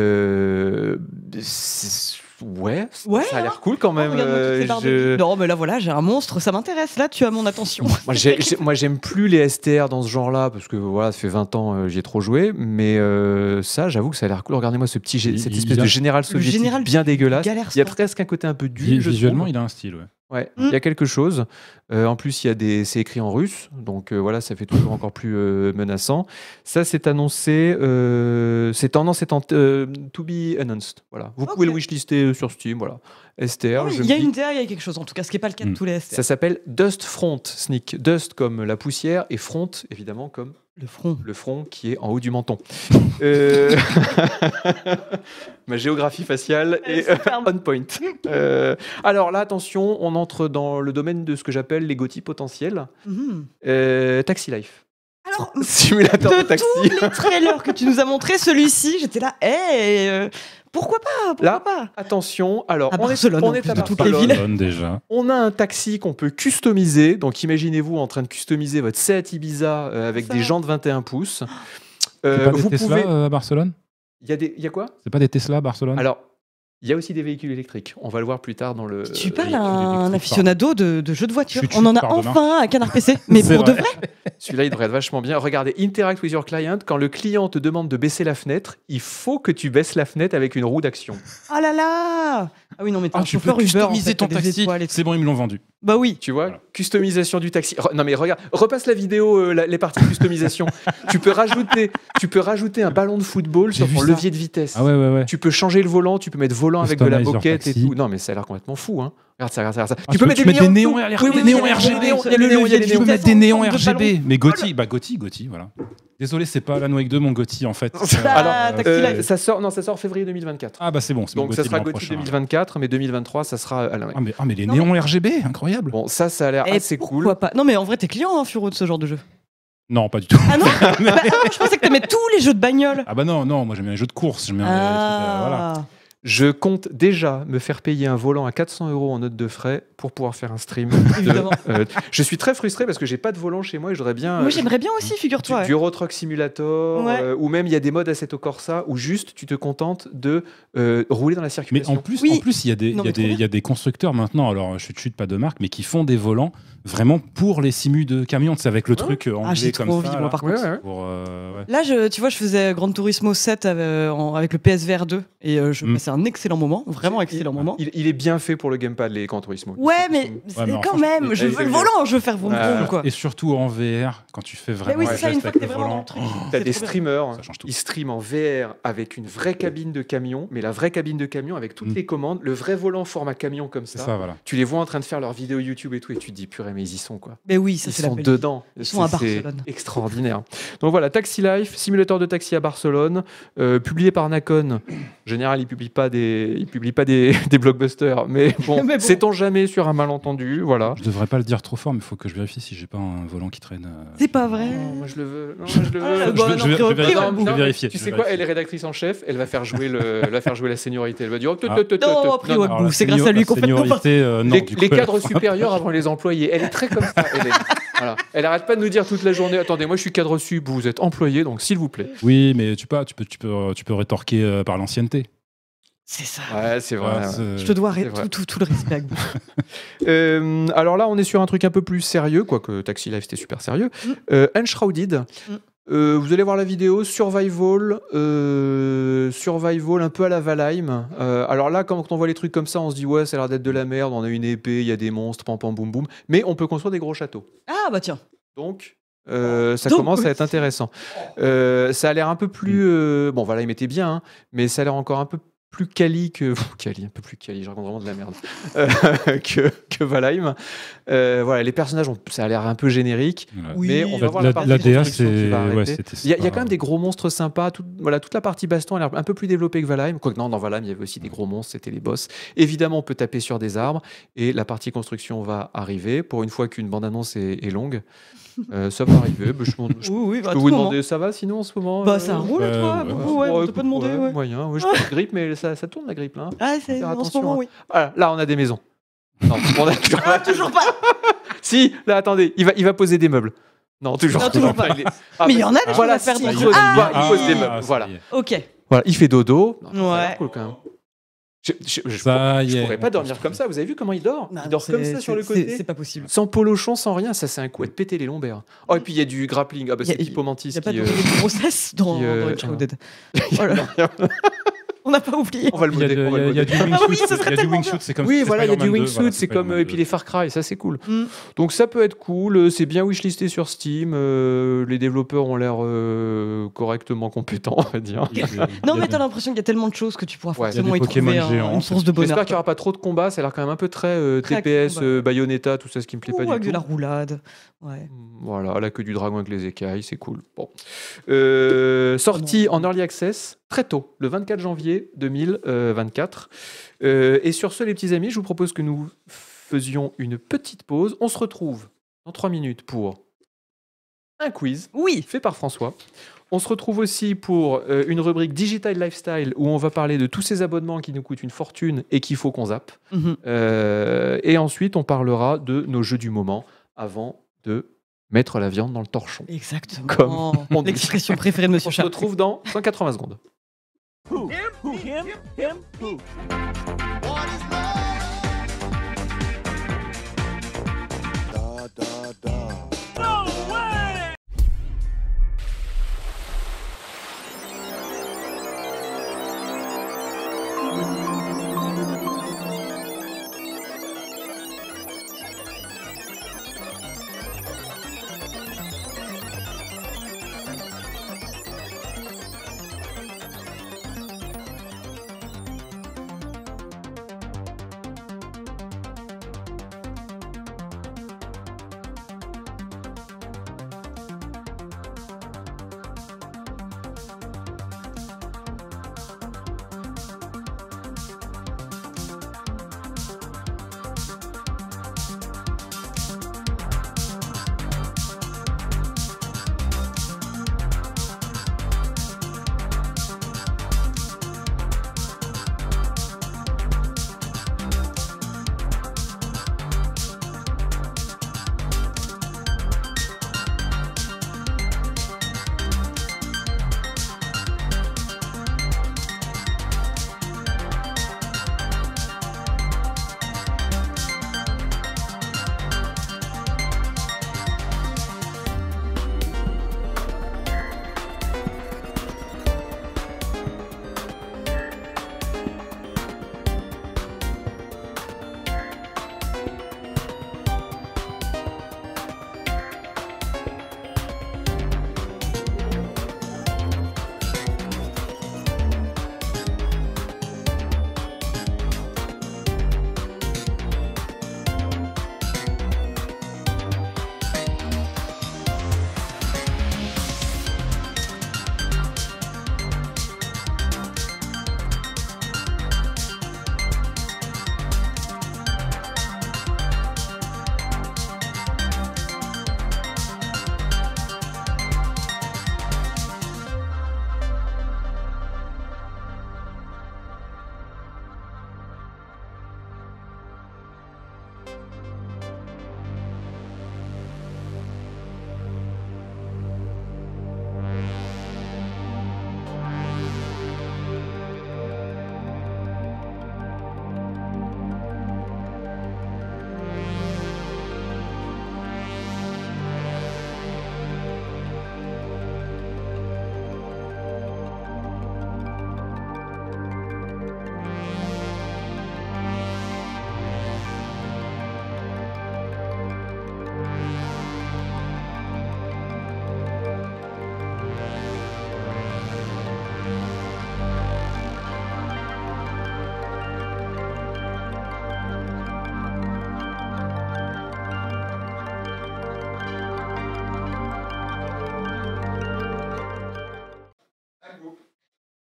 Euh, c'est- ouais, Ouais, ça a hein. l'air cool quand Oh, même. regarde-moi toutes ces Euh, barres de je- vie. Non, mais là voilà, j'ai un monstre, ça m'intéresse. Là, tu as mon attention. moi, j'ai- j'ai- moi, j'aime plus les STR dans ce genre-là parce que voilà, ça fait 20 ans euh, j'y ai trop joué, mais euh, ça, j'avoue que ça a l'air cool. Regardez-moi ce petit, gé- Il- cette il espèce a- de général soviétique général bien dégueulasse. Galère. Il y a sans- presque un côté un peu dur. Visuellement, il a un style, ouais. Ouais, Mm. il y a quelque chose. Euh, en plus, il y a des, c'est écrit en russe, donc euh, voilà, ça fait toujours encore plus euh, menaçant. Ça, c'est annoncé. euh, c'est tendance, c'est en, euh, to be announced. Voilà, vous pouvez le Ok. Ah wishlister sur Steam. Voilà, STR. Oui, je Oh, Il y a me dis- Hmm. une DA, il y a quelque chose. En tout cas, ce qui n'est pas le cas de Mm. tous les STR. Ça s'appelle Dust Front Sneak. Dust comme la poussière et front évidemment comme Le front. le front qui est en haut du menton. Euh, Ma géographie faciale Euh, est on point. Euh, Alors là, attention, on entre dans le domaine de ce que j'appelle les gothis potentiels. Mhm. Euh, taxi Life. Alors, Simulateur de, de taxi. tous les trailers que tu nous as montré, celui-ci, j'étais là, hey, euh, pourquoi pas, pourquoi Là, pas Attention, alors À on est, Barcelone, on en est plus à de toutes les Barcelone. villes. Bonne déjà. On a un taxi qu'on peut customiser. Donc imaginez-vous en train de customiser votre Seat Ibiza euh, avec Ça. des jantes 21 pouces. C'est Euh, pas des vous Tesla pouvez. euh, à Barcelone Il y a des. Il y a quoi C'est pas des Tesla à Barcelone Alors, il y a aussi des véhicules électriques. On va le voir plus tard dans le. Tu parles euh, à électrique, un pardon. aficionado de, de jeux de voiture. Chut, chut, On en a pardon. hein. enfin un à Canard PC, mais C'est pour de vrai. vrai. Celui-là, il devrait être vachement bien. Regardez, interact with your client. Quand le client te demande de baisser la fenêtre, il faut que tu baisses la fenêtre avec une roue d'action. Oh là là Ah oui, non, mais t'as Ah, un tu peux chauffeur Uber, en customiser fait, ton t'as des taxi. étoiles et tout. C'est bon, ils me l'ont vendu. Bah oui. Tu vois, Voilà. customisation du taxi. Re- non mais regarde, repasse la vidéo, euh, la- les parties de customisation. tu peux rajouter, tu peux rajouter un ballon de football sur J'ai ton vu ça. levier de vitesse. Ah ouais, ouais, ouais. Tu peux changer le volant, tu peux mettre volant avec de la Customize your moquette et taxi. tout. Non mais ça a l'air complètement fou. Hein. Regarde ça, regarde ça, regarde ça. Ah, tu peux- tu mets des néons en dessous. RGB, Oui, oui, des oui, néons il y a RGB, des néons, il y a le des néons, il y a levier des de Tu néons. peux vitesse. mettre des néons en forme de RGB. Mais Gotti, bah Gotti, Gotti, voilà. Désolé, c'est pas Alan Wake 2, mon Gotti, en fait. Euh, Ah, euh, Tactile Eye. ça sort, non, ça sort février 2024. Ah bah c'est bon, c'est mon Donc ça Gotti sera l'an Gothic prochain. 2024, mais 2023, ça sera Alan Wake. Ah mais, ah, mais les Non, néons RGB, incroyable. Bon, ça, ça a l'air Eh, assez cool. pourquoi pas Non, mais en vrai, t'es client, hein, Furo, de ce genre de jeu. Non, pas du tout. Ah non Bah, ah, Je pensais que t'aimais tous les jeux de bagnole. Ah bah non, non, moi j'aime bien les jeux de course. J'aime bien les trucs, euh, voilà. Ah, Je compte déjà me faire payer un volant à 400 euros en note de frais pour pouvoir faire un stream. évidemment. Euh, je suis très frustré parce que j'ai pas de volant chez moi et j'aurais bien. Moi, euh, j'aimerais bien aussi, du, figure-toi. ouais. du Euro Truck Simulator, Ouais. euh, ou même il y a des modes Assetto Corsa où juste tu te contentes de euh, rouler dans la Mais en circulation. plus, Oui. en plus, il y a des, il Non, y a mais des, trop bien. il y a des constructeurs maintenant. Alors, je chute pas de marque, mais qui font des volants vraiment pour les simus de camions. C'est avec le truc euh, Ah, anglais j'ai comme trop envie, ça. moi, là, par Ouais, contre. ouais. pour, euh, ouais. Là, je, tu vois, je faisais Gran Turismo 7 avec, euh, en- avec le PSVR 2 et euh, je Mm. passais un excellent moment, vraiment Il- excellent moment. Il, il est bien fait pour le gamepad, les Gran Turismo. Ouais, mais c'est mais quand enfin, même, je- je Eh, veux eh, le volant, je veux faire vroom Ah, vroom, quoi. Et surtout en VR, quand tu fais vraiment oui, le c'est ça, geste une fois avec que le t'es vraiment dans volant. le truc. Oh, T'as C'est des trop bien. streamers, ça change tout. ils streament en VR avec une vraie cabine de camion, mais la vraie cabine de camion avec toutes Mm. les commandes, le vrai volant format camion comme C'est ça. ça, voilà. Tu les vois en train de faire leurs vidéos YouTube et tout, et tu te dis purée, mais ils y sont quoi. Mais oui, ça ils c'est la sont belle dedans. Ils sont à C'est- c'est Barcelone. Extraordinaire. Donc voilà, Taxi Life, simulateur de taxi à Barcelone, euh, publié par Nakon. En général, ils publient pas des, ils publient pas des, des blockbusters, mais bon, Mais bon. sait-on jamais sur un malentendu, voilà. Je devrais pas le dire trop fort, mais il faut que je vérifie si j'ai pas un volant qui traîne. euh, C'est pas vrai. Non, moi je le veux. Non, moi, je le Ah, bah, veux. je, vais- non, je vais- je vais ok, ouais. vérifier, je vais mais vérifier, Tu je sais vais quoi Elle vérifier. est rédactrice en chef, elle va faire jouer, le, elle va faire jouer la seniorité. Elle va dire oh, te, te, Ah. te, te, Non, te. a priori, Non, ouais. Alors, Boum, la c'est grâce senior- à lui qu'on la fait nos seniorité, euh, non, les, du les coup, elle- cadres supérieurs avant les employés. Elle est très comme ça. Elle, est- voilà. elle arrête pas de nous dire toute la journée. Attendez, moi je suis cadre sup, vous êtes employé, donc s'il vous plaît. Oui, mais tu peux, tu peux, tu peux, tu peux rétorquer euh, par l'ancienneté. C'est ça. Ouais, c'est vrai. Voilà, ouais. c'est- Je te dois c'est ré- vrai. tout, tout, tout le respect. Agbo. Euh, alors là, on est sur un truc un peu plus sérieux, quoique Taxi Life c'était super sérieux. Mm. Euh, Enshrouded. Mm. Euh, vous allez voir la vidéo survival, euh, survival un peu à la Valheim. Euh, alors là, quand on voit les trucs comme ça, on se dit ouais, ça a l'air d'être de la merde. On a une épée, il y a des monstres, pam pam boum boum. Mais on peut construire des gros châteaux. Ah bah tiens. Donc, euh, ça Donc, commence oui. Mm. à être intéressant. Euh, ça a l'air un peu plus. euh, bon, voilà, il m'était bien, hein, mais ça a l'air encore un peu plus quali que. Pff, quali, un peu plus quali, je raconte vraiment de la merde. Euh, que, que Valheim. Euh, voilà, les personnages, ont- ça a l'air un peu générique. Voilà. Oui. Mais on va La- voir la- la, partie la DA, construction qui c'est. va ouais, arrêter. c'était- il y, a, il y a pas- quand même des gros monstres sympas. Tout, voilà, toute la partie baston a l'air un peu plus développée que Valheim. Quoique, non, dans Valheim, il y avait aussi des gros monstres, c'était les boss. Évidemment, on peut taper sur des arbres et la partie construction va arriver. Pour une fois qu'une bande-annonce est, est longue, euh, ça va arriver. Ben, je m'en- je Oui, oui, bah, peux tout vous moment. demander, ça va sinon en ce moment Bah euh, ça roule, Euh, toi. ouais. beaucoup, Ouais, Ouais, on écoute, t'a pas demandé. ouais, ouais. Moyen, ouais, je pas de grippe, mais ça, ça tourne la grippe là. hein. Ah, c'est Faire en ce attention, moment, hein. oui. Ah, là, on a des maisons. Non, on a toujours. Ah, toujours pas. si, là, attendez, il va, il va poser des meubles. Non, toujours, Non, toujours pas. Il est- Mais Ah, bah, il y en a des choses Voilà, à faire si, dans il ce creuse, jeu. il va- il Ah, pose des oui. meubles. Voilà. Ok. Voilà, il fait dodo. Non, ça a l'air Ouais. cool, quand même. Je, je, je- Ça y je est. pourrais pas dormir comme ça. Vous avez vu comment il dort Non, Il dort comme c'est- ça sur le c'est- côté. C'est pas possible. Sans polochon, sans rien, ça c'est un coup à te péter les lombaires. Oh, et puis il y a du grappling. Ah, bah Il y a- c'est Pippo Mantis Il y a pas qui. de euh, de grossesse dans qui, euh, dans Enshrouded. Voilà. On n'a pas oublié. On va le Il y a modder. de- on va le il y a modder. du wingsuit, Ah oui, ce serait il y a du tellement wingsuit, bien. c'est comme Oui, c'est euh, voilà, il y a du Spider-Man 2, wingsuit, voilà, c'est comme. Spider-Man Et puis 2. les Far Cry, ça c'est cool. Mm. Donc ça peut être cool, euh, c'est bien wishlisté sur Steam, euh, les développeurs ont l'air euh, correctement compétents, on va dire. Il y a des- Non, il y a mais des- t'as l'impression qu'il y a tellement de choses que tu pourras Ouais. forcément Il y a des y trouver Pokémon un- géants, une c'est- source de bonheur. J'espère qu'il n'y aura pas trop de combats, ça a l'air quand même un peu très euh, Très TPS, combat. euh, Bayonetta, tout ça, ce qui me plaît Ou pas avec du de la tout. roulade. Ouais. Voilà, la queue du dragon avec les écailles, c'est cool. Bon. Euh, sorti en Early Access très tôt, le 24 janvier 2024. Euh, et sur ce, les petits amis, je vous propose que nous faisions une petite pause. On se retrouve dans 3 minutes pour un quiz Oui. fait par François. On se retrouve aussi pour euh, une rubrique Digital Lifestyle où on va parler de tous ces abonnements qui nous coûtent une fortune et qu'il faut qu'on zappe. Mhm. Euh, et ensuite, on parlera de nos jeux du moment avant de mettre la viande dans le torchon. Exactement. Comme on dit. L'expression préférée de On Monsieur se Chat. retrouve dans 180 secondes. Da, da, da.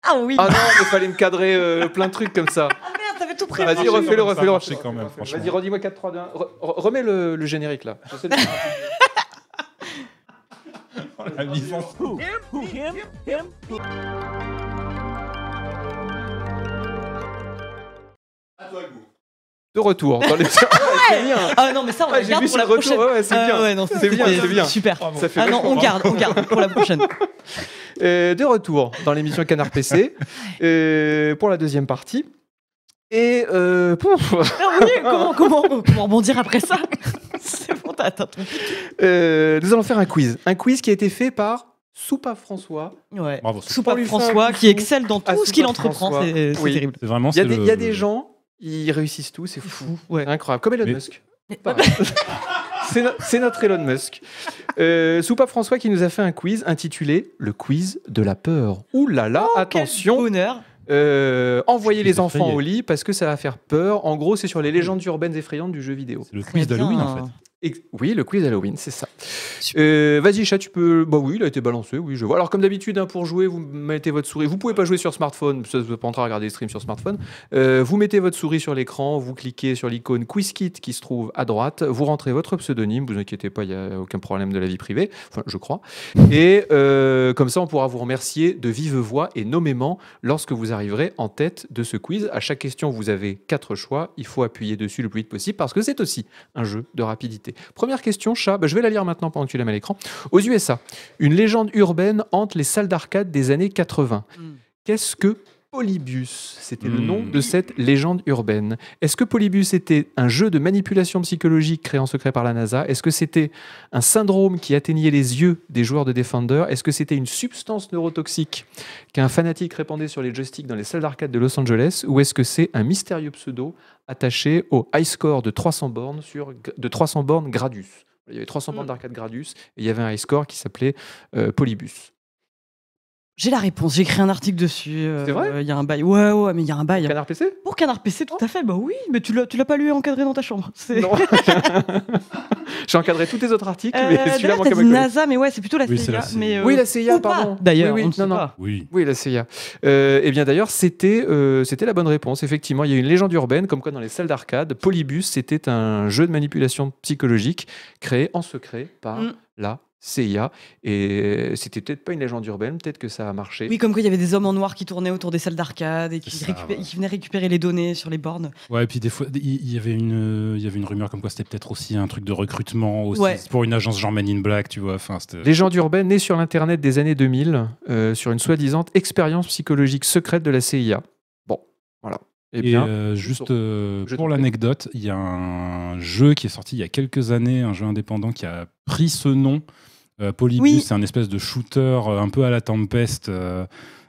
Ah oui Ah non, il fallait me cadrer euh, plein de trucs comme ça. Ah merde, t'avais tout prévu Vas-y, marché refais-le, quand même, ça a refais-le. marché refais-le, quand même, refais-le. franchement. Vas-y, redis-moi 4, 3, 2, 1. Re- re- remets le, le générique là. J'essaie de- La mise en scène. de retour dans les. c'est bien. Ah non, mais ça, on Ouais, le J'ai garde vu pour ce la retour. prochaine. Ouais, ouais, c'est Ah bien. ouais, non, C'est bien, c'était c'est bien. Super. Ça fait Ah non, on vachement- garde, on garde pour la prochaine. Euh, de retour dans l'émission Canard PC euh, pour la deuxième partie. Et euh, pouf, Ah comment, comment, comment rebondir après ça C'est bon, t'as atteint ton pic. euh, nous allons faire un quiz. Un quiz qui a été fait par Soupa François. Ouais. Bravo. C'est Soupape lui faire un François bisou. qui excelle dans Ah, tout ce qu'il Soupape entreprend, François. c'est c'est Oui. terrible. c'est vraiment. Il y, a c'est des- le- il y a des gens, ils réussissent tout, c'est fou. Ouais. Incroyable. Comme Elon Mais- Musk. Pareil. C'est no- c'est notre Elon Musk. Euh, Soupa François qui nous a fait un quiz intitulé Le quiz de la peur. Ouh là là, attention, Oh, Quel honneur. Euh, envoyez Je suis les enfants effrayé. au lit parce que ça va faire peur. En gros, c'est sur les légendes urbaines effrayantes du jeu vidéo. C'est le Très quiz d'Halloween bien. en hein. fait. Ex- oui, le quiz Halloween, c'est ça. Super. Euh, Vas-y, chat, tu peux. Bah oui, il a été balancé, oui, je vois. Alors, comme d'habitude, hein, pour jouer, vous mettez votre souris. Vous pouvez pas jouer sur smartphone, ça vous prendra à regarder les streams sur smartphone. Euh, vous mettez votre souris sur l'écran, vous cliquez sur l'icône QuizKit qui se trouve à droite, vous rentrez votre pseudonyme, vous inquiétez pas, il n'y a aucun problème de la vie privée, enfin, je crois. Et euh, comme ça, on pourra vous remercier de vive voix et nommément lorsque vous arriverez en tête de ce quiz. À chaque question, vous avez quatre choix. Il faut appuyer dessus le plus vite possible parce que c'est aussi un jeu de rapidité. Première question, chat. Bah, je vais la lire maintenant pendant que tu la mets à l'écran. Aux USA, une légende urbaine hante les salles d'arcade des années 80. Mm. Qu'est-ce que Polybius C'était le Mm. nom de cette légende urbaine. Est-ce que Polybius était un jeu de manipulation psychologique créé en secret par la NASA Est-ce que c'était un syndrome qui atteignait les yeux des joueurs de Defender Est-ce que c'était une substance neurotoxique qu'un fanatique répandait sur les joysticks dans les salles d'arcade de Los Angeles Ou est-ce que c'est un mystérieux pseudo attaché au high score de 300 bornes, sur, de 300 bornes Gradus Il y avait 300 bornes Mm. d'arcade Gradus et il y avait un high score qui s'appelait euh, Polybus. J'ai la réponse, j'ai écrit un article dessus. euh, C'est vrai Il y a un bail. Ouais, ouais, mais il y a un bail. Canard PC Pour Canard PC, tout à fait. Bah oui, mais tu l'as tu l'as pas lu encadré dans ta chambre. C'est- Non. J'ai encadré tous tes autres articles, Euh, mais celui-là D'ailleurs, manquait t'as à dit ma collègue. NASA, mais ouais, c'est plutôt la Oui, c'est CIA. la CIA. mais, euh, Oui, la CIA, ou pas, pardon. D'ailleurs, oui, oui, on ne sait non, non. pas. Oui. Oui, la CIA. Euh, eh bien, d'ailleurs, c'était euh, c'était la bonne réponse. Effectivement, il y a une légende urbaine comme quoi dans les salles d'arcade, Polybus, c'était un jeu de manipulation psychologique créé en secret par Mm. la CIA. Et c'était peut-être pas une légende urbaine, peut-être que ça a marché. Oui, comme quoi il y avait des hommes en noir qui tournaient autour des salles d'arcade et qui, C'est ça, récupé- voilà. qui venaient récupérer les données sur les bornes. Ouais, et puis des fois, il il y, avait une, il y avait une rumeur comme quoi c'était peut-être aussi un truc de recrutement aussi, Ouais. c'est pour une agence genre Man in Black, tu vois. Enfin, c'était- Légende urbaine née sur l'Internet des années 2000, euh, sur une soi-disant expérience psychologique secrète de la CIA. Bon, voilà. Eh Et bien, euh, juste euh, je pour t'en prie. l'anecdote, il y a un jeu qui est sorti il y a quelques années, un jeu indépendant qui a pris ce nom. Euh, Polybus, Oui. c'est un espèce de shooter euh, un peu à la Tempest, euh,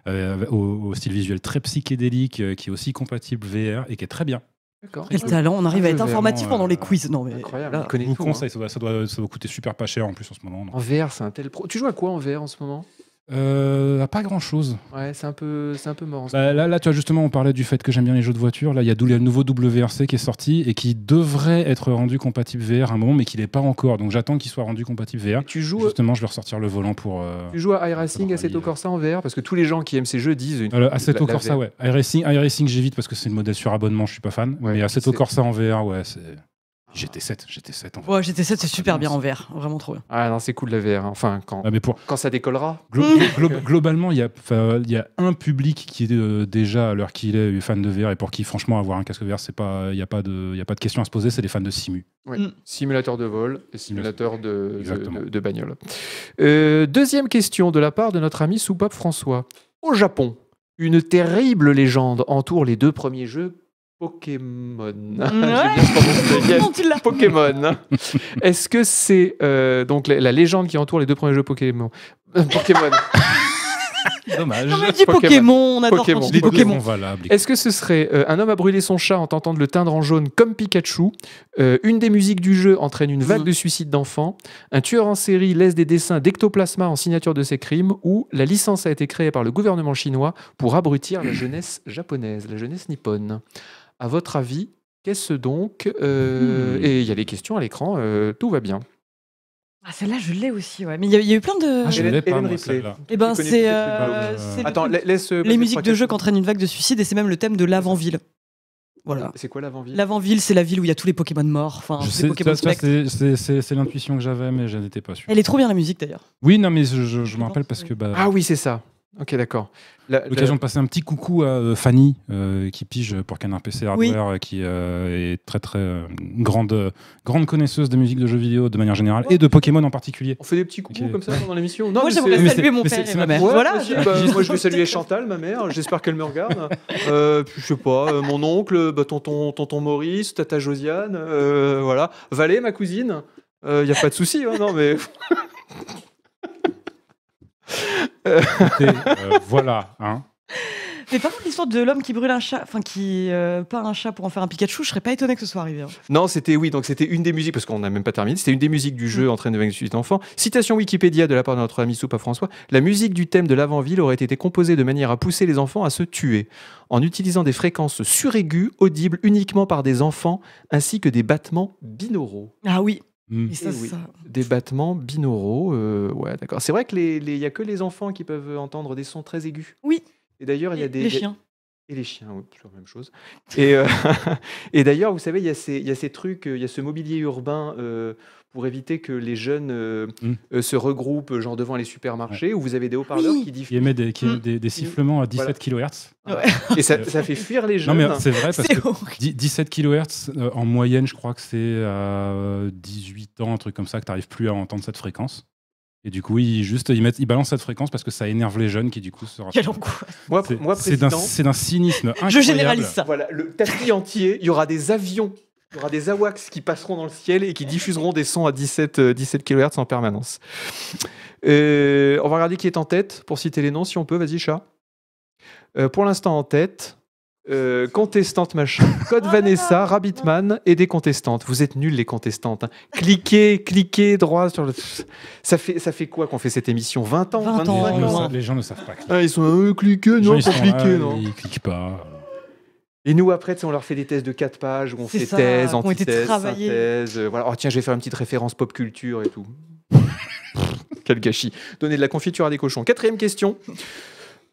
euh, au, au style visuel très psychédélique, euh, qui est aussi compatible VR et qui est très bien. d'accord. Quel talent, on arrive à je être vais informatif vraiment, pendant les euh, quiz. Non, mais Incroyable. là, il connaît Je vous tout, hein. conseille, ça, doit, ça, doit, ça doit coûter super pas cher en plus en ce moment. donc. En VR, c'est un tel pro. Tu joues à quoi en VR en ce moment Euh, pas grand chose. Ouais, c'est un peu, c'est un peu mort. en ce Bah, là, là, tu vois, justement, on parlait du fait que j'aime bien les jeux de voiture. Là, il y a dou- le nouveau WRC qui est sorti et qui devrait être rendu compatible VR à un moment, mais qui n'est pas encore. Donc, j'attends qu'il soit rendu compatible VR. moment. Tu joues, Justement, je vais ressortir le volant pour. euh, tu joues à iRacing, Rallye, à Assetto euh. Corsa en VR Parce que tous les gens qui aiment ces jeux disent. Une... euh, Assetto la- la Corsa, VR. ouais. iRacing, iRacing j'évite parce que c'est le modèle sur abonnement, je suis pas fan. Ouais, mais Assetto c'est- Corsa en VR, ouais, c'est. GT7, GT7 en VR. ouais, GT7, c'est super bien bien, en vert. Vraiment trop bien. Ah non, c'est cool la VR. hein. Enfin, quand, Ah, mais pour, quand ça décollera. glo- Mm. glo- globalement, il y, a, enfin, il y a un public qui est euh, déjà, à l'heure qu'il est, fan de VR et pour qui, franchement, avoir un casque VR, c'est pas- il n'y a, pas de- il y a pas de question à se poser, c'est les fans de Simu. Ouais. Mm. Simulateur de vol et simulateur de, de, Exactement. de- de bagnole. Euh, deuxième question de la part de notre ami Soupap François. Au Japon, une terrible légende entoure les deux premiers jeux Pokémon. J'ai bien prononcé. Yes. Comment tu l'as Pokémon. Est-ce que c'est euh, donc la, la légende qui entoure les deux premiers jeux Pokémon Euh, Pokémon. Dommage. Non, mais dis Pokémon. Pokémon, on adore quand Pokémon. tu dis Les Pokémon Pokémon. valables. Est-ce que ce serait euh, un homme a brûlé son chat en tentant de le teindre en jaune comme Pikachu euh, Une des musiques du jeu entraîne une vague Mhm. de suicides d'enfants Un tueur en série laisse des dessins d'ectoplasma en signature de ses crimes Ou la licence a été créée par le gouvernement chinois pour abrutir la jeunesse japonaise, la jeunesse nippone À votre avis, qu'est-ce donc euh, Hmm. Et il y a les questions à l'écran, euh, tout va bien. Ah, celle-là, je l'ai aussi, ouais. Mais il y, a- il y a eu plein de. Ah, je Hélène- l'ai pas, Hélène moi, Ripley. celle-là. Eh ben, Tu connais c'est. peut-être euh, pas, euh, c'est le- Attends, la- laisse. euh, les passer musiques trois, de quatre- jeu qu'entraîne une vague de suicide, et c'est même le thème de l'avant-ville. Voilà. C'est quoi l'avant-vie L'avant-ville, c'est la ville où il y a tous les Pokémon morts. Enfin, Je tous sais, les Pokémon ça- ça, spectres. c'est- c'est c'est- c'est l'intuition que j'avais, mais je n'étais pas sûr. Elle est trop bien, la musique, d'ailleurs. Oui, non, mais je, je, je me pense, rappelle parce oui. que bah, Ah oui, c'est ça. Ok, d'accord. La- l'occasion de passer un petit coucou à euh, Fanny euh, qui pige pour Canard PC Oui. Hardware, euh, qui euh, est très très euh, une grande euh, grande connaisseuse de musique de jeux vidéo de manière générale et de Pokémon en particulier. On fait des petits coups Ok. comme ça pendant l'émission Non, Moi, mais j'aimerais c'est- mais c'est- saluer mon mais c'est- père et c'est ma ma- mère. Ouais, Voilà. vas-y, je- bah, moi je vais saluer Chantal, ma mère, j'espère qu'elle me regarde. Euh, puis, je sais pas, euh, mon oncle, bah, tonton, tonton Maurice, tata Josiane, euh, voilà. Valé, ma cousine, il n'y a pas de souci, hein, non mais. Écoutez, euh, voilà, hein. Mais par contre, l'histoire de l'homme qui brûle un chat, enfin qui euh, peint un chat pour en faire un Pikachu, je serais pas étonné que ce soit arrivé. hein. Non, c'était oui, donc c'était une des musiques, parce qu'on n'a même pas terminé, c'était une des musiques du Mm. jeu Entraîne de vaincre suite enfant. Citation Wikipédia de la part de notre ami Soupa François La musique du thème de l'avant-ville aurait été composée de manière à pousser les enfants à se tuer, en utilisant des fréquences suraiguës, audibles uniquement par des enfants, ainsi que des battements binauraux. Ah oui. Hmm. Et ça, Eh oui. ça- Des battements binauraux, euh, ouais, d'accord. C'est vrai qu'il les, les- il y a que les enfants qui peuvent entendre des sons très aigus. Oui. Et d'ailleurs, il y a des. Les il y a- chiens. et les chiens, oui, c'est la même chose. Et, euh, et d'ailleurs, vous savez, il y, a ces- il y a ces trucs, euh, il y a ce mobilier urbain euh, pour éviter que les jeunes euh, Mm. euh, se regroupent, genre devant les supermarchés, où vous avez des haut-parleurs Oui. qui Qui diffusent. émet des, qui émet Hmm. des, des sifflements à 17 kHz. Et ça, ça fait fuir les Non, jeunes. mais c'est vrai parce que C'est horrible. dix- 17 kHz euh, en moyenne, je crois que c'est à euh, 18 ans, un truc comme ça, que tu n'arrives plus à entendre cette fréquence. Et du coup, ils, juste, ils, mettent, ils balancent cette fréquence parce que ça énerve les jeunes qui, du coup, se Quelle angoisse. moi, C'est- moi, c'est d'un- président, c'est d'un cynisme incroyable. Je généralise ça. voilà, le tapis entier, il y aura des avions, il y aura des AWACS qui passeront dans le ciel et qui diffuseront des sons à 17, euh, 17 kHz en permanence. Euh, on va regarder qui est en tête pour citer les noms, si on peut. Vas-y, chat. Euh, pour l'instant, en tête. euh, contestante machin, Code Vanessa, Rabbitman et des contestantes. Vous êtes nuls les contestantes. hein. Cliquez, cliquez droit sur le. Ça fait, ça fait quoi qu'on fait cette émission 20 ans 20 Les gens, ne ans. savent, les gens ne savent pas. cliquer. Ah, Ils sont euh, cliquez, Les gens, non, ils pas sont là, cliquer, non. Ils cliquent pas. Et nous, après, tu sais, on leur fait des tests de 4 pages où on C'est fait ça, thèse, qui ont été antithèse, travaillés. synthèse. euh, voilà. Oh, tiens, je vais faire une petite référence pop culture et tout. Quel gâchis. Donner de la confiture à des cochons. Quatrième question.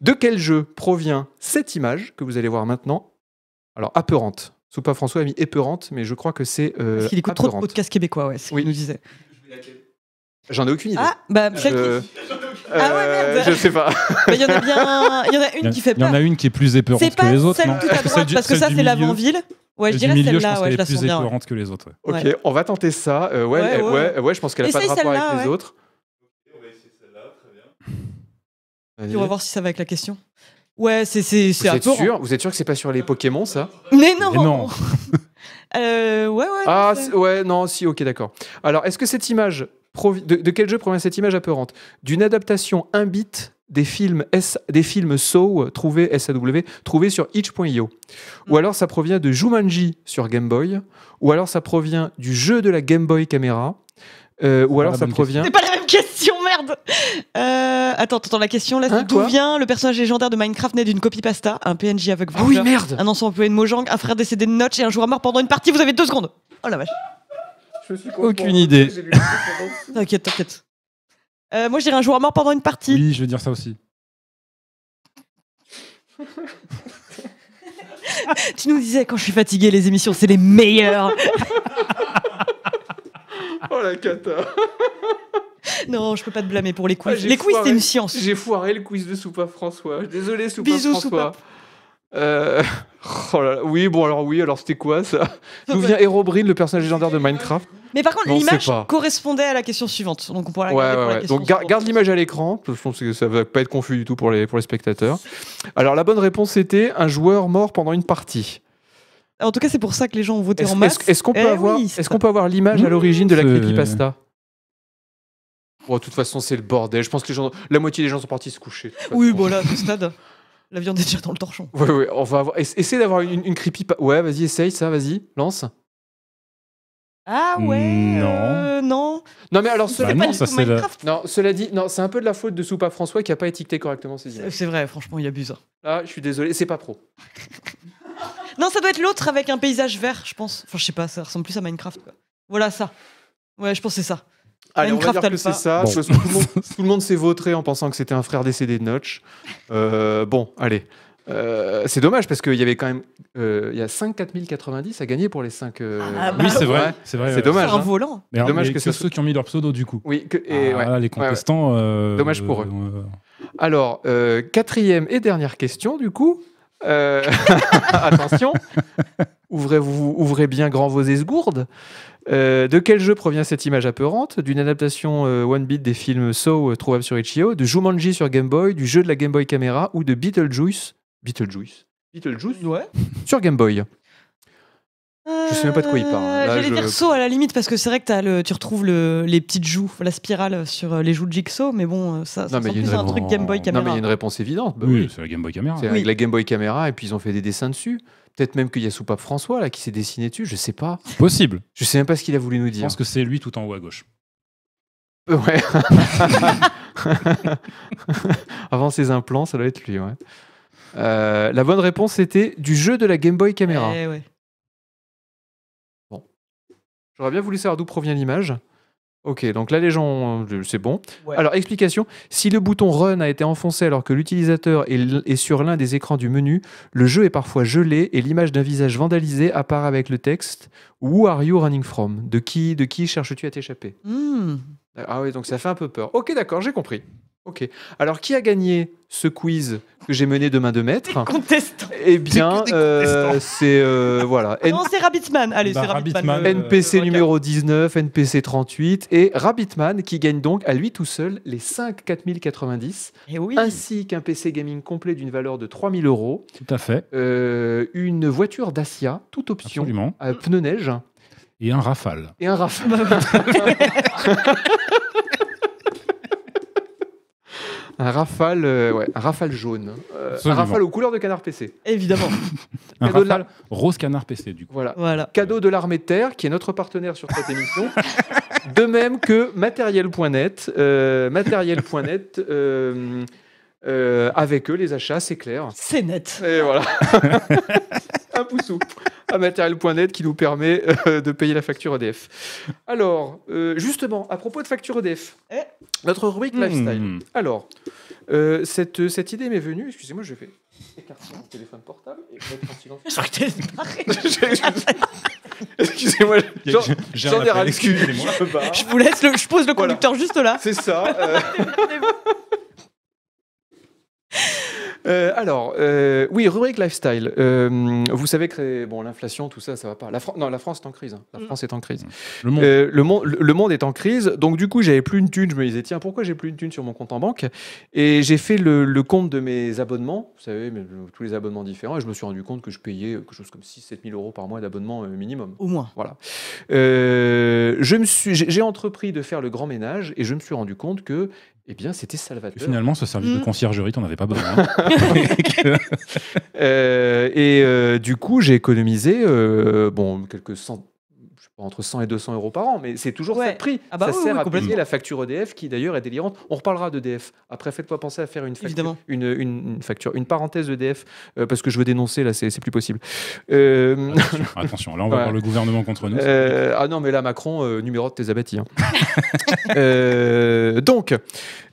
De quel jeu provient cette image que vous allez voir maintenant Alors, apeurante. Soupa François a mis épeurante, mais je crois que c'est. euh, Parce qu'il écoute trop de apeurante. podcasts québécois, ouais, c'est ce Oui. qu'il nous disait. J'en ai aucune idée. Ah, bah, Je- celle qui- Ah ouais, Euh, merde. Je sais pas. bah, il y en a bien, il y en a Il y une en- qui fait il y en peur. a une qui est plus épeurante C'est que pas les autres. celle non tout à Celle droite, du- parce que celle ça, du c'est milieu. l'avant-ville. Ouais, je Celle du dirais milieu, je celle-là, pense ouais, qu'elle je est la sens plus bien. ouais. épeurante que les autres. ouais. Ok, Ouais. on va tenter ça. Euh, ouais, Ouais, elle- ouais, ouais. ouais, je pense qu'elle a pas de Essaye rapport avec celle-là, les ouais. autres. On va Puis on va essayer voir si ça va avec la question. Ouais, c'est c'est c'est celle-là, très bien. Vous apeurant. êtes, sûr Vous êtes sûr que c'est pas sur les Pokémon, ça Mais non. Mais non. Euh, ouais, ouais. Ah non, c'est- c'est- ouais, non, si, ok, d'accord. Alors, est-ce que cette image, provi- de, de quel jeu provient cette image apeurante D'une adaptation 1 bit des films, S, des films SAW, trouvés, SAW, trouvés sur itch.io. Mm. Ou alors ça provient de Jumanji sur Game Boy. Ou alors ça provient du jeu de la Game Boy Camera. euh, ou pas alors la ça bonne provient... C'est pas la même question, merde euh, Attends, t'entends la question là, c'est Hein, d'où quoi vient le personnage légendaire de Minecraft né d'une copypasta, un PNJ avec Ah oui, Vengeur, merde un ancien employé de Mojang, un frère décédé de Notch et un joueur mort pendant une partie, vous avez deux secondes Oh la vache Aucune idée. T'inquiète, t'inquiète. Euh, moi je dirais un joueur mort pendant une partie. Oui, je vais dire ça aussi. Tu nous disais quand je suis fatigué, les émissions c'est les meilleures Oh la cata Non, je peux pas te blâmer pour les quiz. Ah, j'ai les quiz foiré. c'est une science. J'ai foiré le quiz de Soupa François. Désolé, Soupa Bisous, François. Euh, oh là là. Oui, bon, alors oui, alors c'était quoi ça D'où vient Herobrine, le personnage légendaire de Minecraft euh, Mais par contre, Non, l'image c'est pas. correspondait à la question suivante, donc on pourra la Ouais, garder ouais, pour la ouais. question Donc gar- suivante. garde l'image à l'écran. Je pense que ça va pas être confus du tout pour les, pour les spectateurs. Alors la bonne réponse était un joueur mort pendant une partie. En tout cas, c'est pour ça que les gens ont voté Est-ce en masse. est-ce- est-ce qu'on peut, Eh avoir, oui, est-ce qu'on peut avoir l'image à Mmh, l'origine de la c'est- creepypasta Bon, Oh, de toute façon, c'est le bordel. Je pense que les gens, la moitié des gens sont partis se coucher. de toute façon. Oui, bon là, à ce stade, la viande est déjà dans le torchon. Ouais, ouais, on va avoir... ess- Essaye d'avoir une, une creepypasta. Ouais, vas-y, essaye ça, vas-y, lance. Ah ouais Non. euh, non. Non, mais alors, cela, Bah pas non, du ça, tout c'est la- Minecraft. non, cela dit, non, c'est un peu de la faute de Soupa François qui a pas étiqueté correctement ses C'est images. Euh, c'est vrai, franchement, il abuse. hein. Ah, je suis désolé, c'est pas pro. Non, ça doit être l'autre avec un paysage vert, je pense. Enfin, je sais pas, ça ressemble plus à Minecraft. Quoi. Voilà ça. Ouais, je pense que c'est ça. Allez, on va Minecraft dire que c'est ça. Bon. Je pense que tout le monde, tout le monde s'est vautré en pensant que c'était un frère décédé de Notch. Euh, bon, allez. Euh, c'est dommage parce qu'il y avait quand même euh, il y a 5 4090 à gagner pour les 5. Ah, bah, Oui, c'est vrai. Ouais. C'est vrai, C'est ouais. dommage. Faire un hein. volant. Mais alors, Dommage mais que que, ça- ceux qui ont mis leur pseudo du coup. Oui, que- et Ah, ouais. là, les contestants. euh, Dommage pour eux. euh, Alors, euh, quatrième et dernière question, du coup. Euh, Attention. Ouvrez, vous, ouvrez bien grand vos esgourdes. Euh, de quel jeu provient cette image apeurante D'une adaptation euh, One Bit des films Saw euh, trouvable sur Itch.io, de Jumanji sur Game Boy, du jeu de la Game Boy Camera ou de Beetlejuice Beetlejuice Beetlejuice Ouais. Sur Game Boy. Euh, Je sais même pas de quoi il parle, hein. Là, J'allais je- dire saut à la limite parce que c'est vrai que t'as le, tu retrouves le, les petites joues, la spirale sur euh, les joues de Jigsaw, mais bon, euh, ça, ça Non, mais ressemble il y a plus une à un truc raison. Game Boy Non, Camera. Non, mais il y a une réponse évidente. Bah oui, oui. c'est la Game Boy Camera. C'est Oui. avec la Game Boy Camera, et puis ils ont fait des dessins dessus. Peut-être même qu'il y a Soupape François là, qui s'est dessiné dessus, je sais pas. Possible. Je sais même pas ce qu'il a voulu nous Je dire. pense que c'est lui tout en haut à gauche. Ouais. Avant ses implants, ça doit être lui, ouais. Euh, la bonne réponse était du jeu de la Game Boy Camera. Eh ouais. J'aurais bien voulu savoir d'où provient l'image. Ok, donc là les gens, euh, c'est bon. Ouais. Alors explication, si le bouton Run a été enfoncé alors que l'utilisateur est, l- est sur l'un des écrans du menu, le jeu est parfois gelé et l'image d'un visage vandalisé apparaît avec le texte Who are you running from De qui, de qui cherches-tu à t'échapper Hmm. Ah oui, donc ça fait un peu peur. Ok, d'accord, j'ai compris. Ok. Alors, qui a gagné ce quiz que j'ai mené de main de maître Contestant. Eh bien, Des euh, c'est euh, voilà. N- Non, c'est Rabbitman. Allez, Bah, c'est Rabbitman. Rabbitman, le- euh, NPC le- numéro 19, NPC 38 et Rabbitman qui gagne donc à lui tout seul les 5 4090 Eh oui. ainsi qu'un PC gaming complet d'une valeur de 3000 euros, Tout à fait. euh, une voiture Dacia, toute option, Absolument. à pneu neige hein. Et un rafale. et un Rafale. un Rafale, euh, ouais, un Rafale jaune. Euh, un Absolument. Rafale aux couleurs de Canard PC. Évidemment. Un Cadeau de la- rafale rose canard PC du coup. Voilà. voilà. Cadeau de l'armée de terre, qui est notre partenaire sur cette émission. De même que matériel.net. euh, matériel.net, euh, euh, avec eux, les achats, c'est clair. C'est net. Et voilà. Ah. un poussou à matériel.net qui nous permet euh, de payer la facture EDF. Alors, euh, justement, à propos de facture EDF, Eh notre rubrique Mmh. lifestyle. Hmm. Alors, euh, cette, cette idée m'est venue, excusez-moi, je vais écarter mon téléphone portable et mettre en silence. Je crois que t'es barré. excusez-moi, j'en- J'ai un j'en ai appel, ras le cul. excusez-moi. Je me barre. Je vous laisse, le- je pose le Voilà. conducteur juste là. C'est ça. euh. Euh, alors, euh, oui, rubrique lifestyle. Euh, vous savez que c'est- bon, l'inflation, tout ça, ça va pas. La Fran- non, la France est en crise. hein. La Mm. France est en crise. Le monde. Euh, le, monde, le monde est en crise, donc du coup j'avais plus une thune. Je me disais tiens pourquoi j'ai plus une thune sur mon compte en banque Et j'ai fait le, le compte de mes abonnements, vous savez mais, euh, tous les abonnements différents, et je me suis rendu compte que je payais euh, quelque chose comme 6-7 000 euros par mois d'abonnement euh, minimum. Au moins. Euh, je me suis, j'ai j'ai entrepris de faire le grand ménage et je me suis rendu compte que eh bien c'était salvateur. Finalement, ce service mmh. de Hmm. conciergerie, t'en avais pas besoin. Et que- Euh, et euh, du coup, j'ai économisé euh, bon, quelques cent, je sais pas, entre 100 et 200 euros par an, mais c'est toujours Ouais. ça de prix. Ah bah ça oui, sert oui, à complètement. payer la facture EDF qui d'ailleurs est délirante. On reparlera d'EDF. Après, faites-moi penser à faire une facture, Évidemment. une, une- une facture, une parenthèse EDF euh, parce que je veux dénoncer là, c'est c'est plus possible. Euh, attention, attention, là on va Ouais. voir le gouvernement contre nous. euh, ah non, mais là, Macron, euh, numéro de tes abattis. hein. Euh, donc,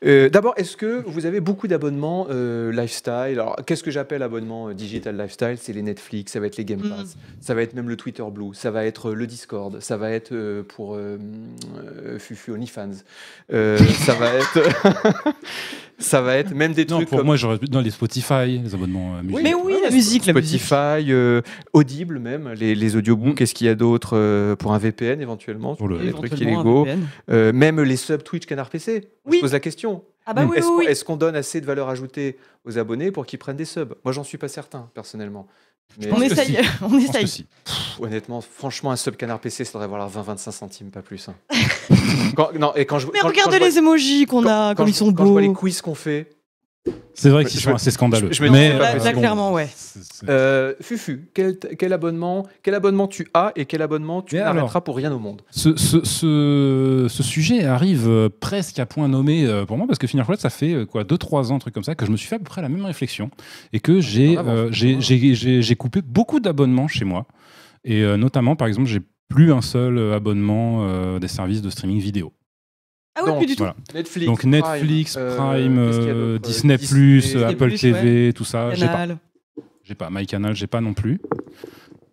euh, d'abord, est-ce que vous avez beaucoup d'abonnements euh, lifestyle Alors, qu'est-ce que j'appelle abonnement euh, digital lifestyle C'est les Netflix, ça va être les Mm. Game Pass, ça va être même le Twitter Blue, ça va être euh, le Discord, ça va être euh, pour euh, euh, Fufu OnlyFans, euh, ça va être. ça va être même des non, trucs pour comme moi, j'aurais dans les Spotify, les abonnements euh, musique. Mais oui, la Ouais, musique, la musique. Spotify, euh, Audible même, les, les audiobooks, Mm. qu'est-ce qu'il y a d'autre euh, pour un VPN éventuellement Pour le- Les trucs Éventuellement, un illégaux. VPN. Euh, même les sub Twitch Canard PC. On Oui. se pose la question. Ah bah oui, Est-ce qu'on oui, oui. est-ce qu'on donne assez de valeur ajoutée aux abonnés pour qu'ils prennent des subs Moi, j'en suis pas certain, personnellement. Mais On pense que essaye, on Je pense que essaye. si. pff, honnêtement, franchement, un sub Canard PC, ça devrait valoir 20-25 centimes, pas plus. hein. Quand- non, et quand je, Mais quand- regardez quand je les emojis qu'on vois- a, quand comme je- ils sont quand je vois beaux. les quiz qu'on fait, C'est vrai Je- qu'ils je sont me- assez scandaleux. je me- mais Là- là, clairement, ouais. c'est- c'est- Euh, Fufu, quel, t- quel abonnement, quel abonnement tu as et quel abonnement tu Mais alors arrêteras pour rien au monde Ce, ce, ce, ce sujet arrive euh, presque à point nommé euh, pour moi parce que Finir Roulette, ça fait euh, quoi 2-3 ans, un truc comme ça, que je me suis fait à peu près la même réflexion et que j'ai vraiment, euh, c'est j'ai- pas mal. j'ai- j'ai- j'ai coupé beaucoup d'abonnements chez moi. Et euh, notamment, par exemple, j'ai plus un seul euh, abonnement euh, des services de streaming vidéo. Ah oui, Donc, plus du tout. voilà. Netflix, Donc Netflix, euh, Prime, qu'est-ce qu'il y a euh, d'autre Disney+, Disney+, Apple ouais. TV, tout ça. J'ai pas. Canal. J'ai pas. MyCanal, j'ai pas non plus.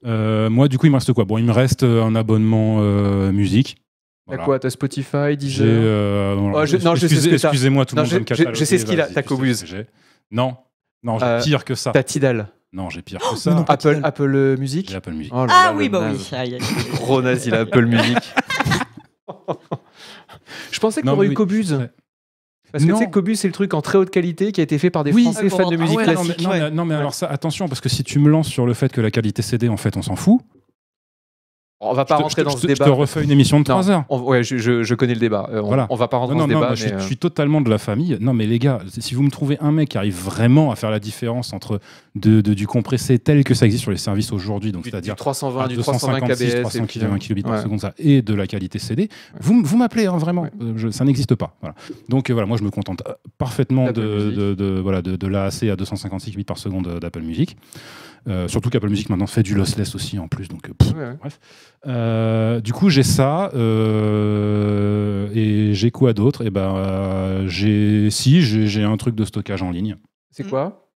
Euh, moi, du coup, il me reste quoi Bon, il me reste euh, un abonnement euh, musique. T'as Voilà. quoi T'as Spotify, J'ai. Deezer euh, voilà. Oh, je- non, je sais ce Excusez- que t'as. Excusez-moi, tout le Non, monde je- va me cataloguer, je sais ce qu'il a. vas-y, T'as je sais ce Cobuz. que j'ai. Non, non, j'ai Euh, pire que ça. T'as Oh, Tidal Non, j'ai pire que ça. Apple, Apple euh, Music J'ai Apple Music. Oh là Ah là, oui, le bah naze. oui. Aïe, aïe. Gros naze, il a Apple Music. Je pensais qu'on Non, aurait eu mais- Cobuz. Ouais. Parce que tu Non. sais, Cobuz, c'est le truc en très haute qualité qui a été fait par des Oui. Français Ah, fans de pour- musique ah ouais, non, mais, classique. non, mais- non, mais alors ça, attention, parce que si tu me lances sur le fait que la qualité CD, en fait, on s'en fout. On va pas je te- rentrer je te- dans ce je te- Je te débat. refais une émission de 3 heures. On- ouais, je, je- je connais le débat. Euh, on, Voilà. on va pas rentrer Non, non, dans ce non, débat. bah, je, suis, mais, je euh, suis totalement de la famille. Non, mais les gars, si vous me trouvez un mec qui arrive vraiment à faire la différence entre de, de- du compressé tel que ça existe sur les services aujourd'hui, donc du- c'est-à-dire du 320, à du 320 256, kbs. 300 et puis, hein. km, kilobits par ouais. seconde, ça, et de la qualité CD, vous, m- vous m'appelez, hein, vraiment, Ouais. Euh, je- ça n'existe pas. Voilà. Donc euh, voilà, moi je me contente euh, parfaitement de, D'Apple Music. de, de- voilà, de, de l'AAC à 256 kilobits par seconde euh, d'Apple Music. Euh, surtout qu'Apple Music maintenant fait du lossless aussi en plus, donc euh, pff, Ouais, ouais. euh, du coup, j'ai ça. euh, et j'ai quoi d'autre Et ben, euh, j'ai si j'ai j'ai un truc de stockage en ligne. C'est quoi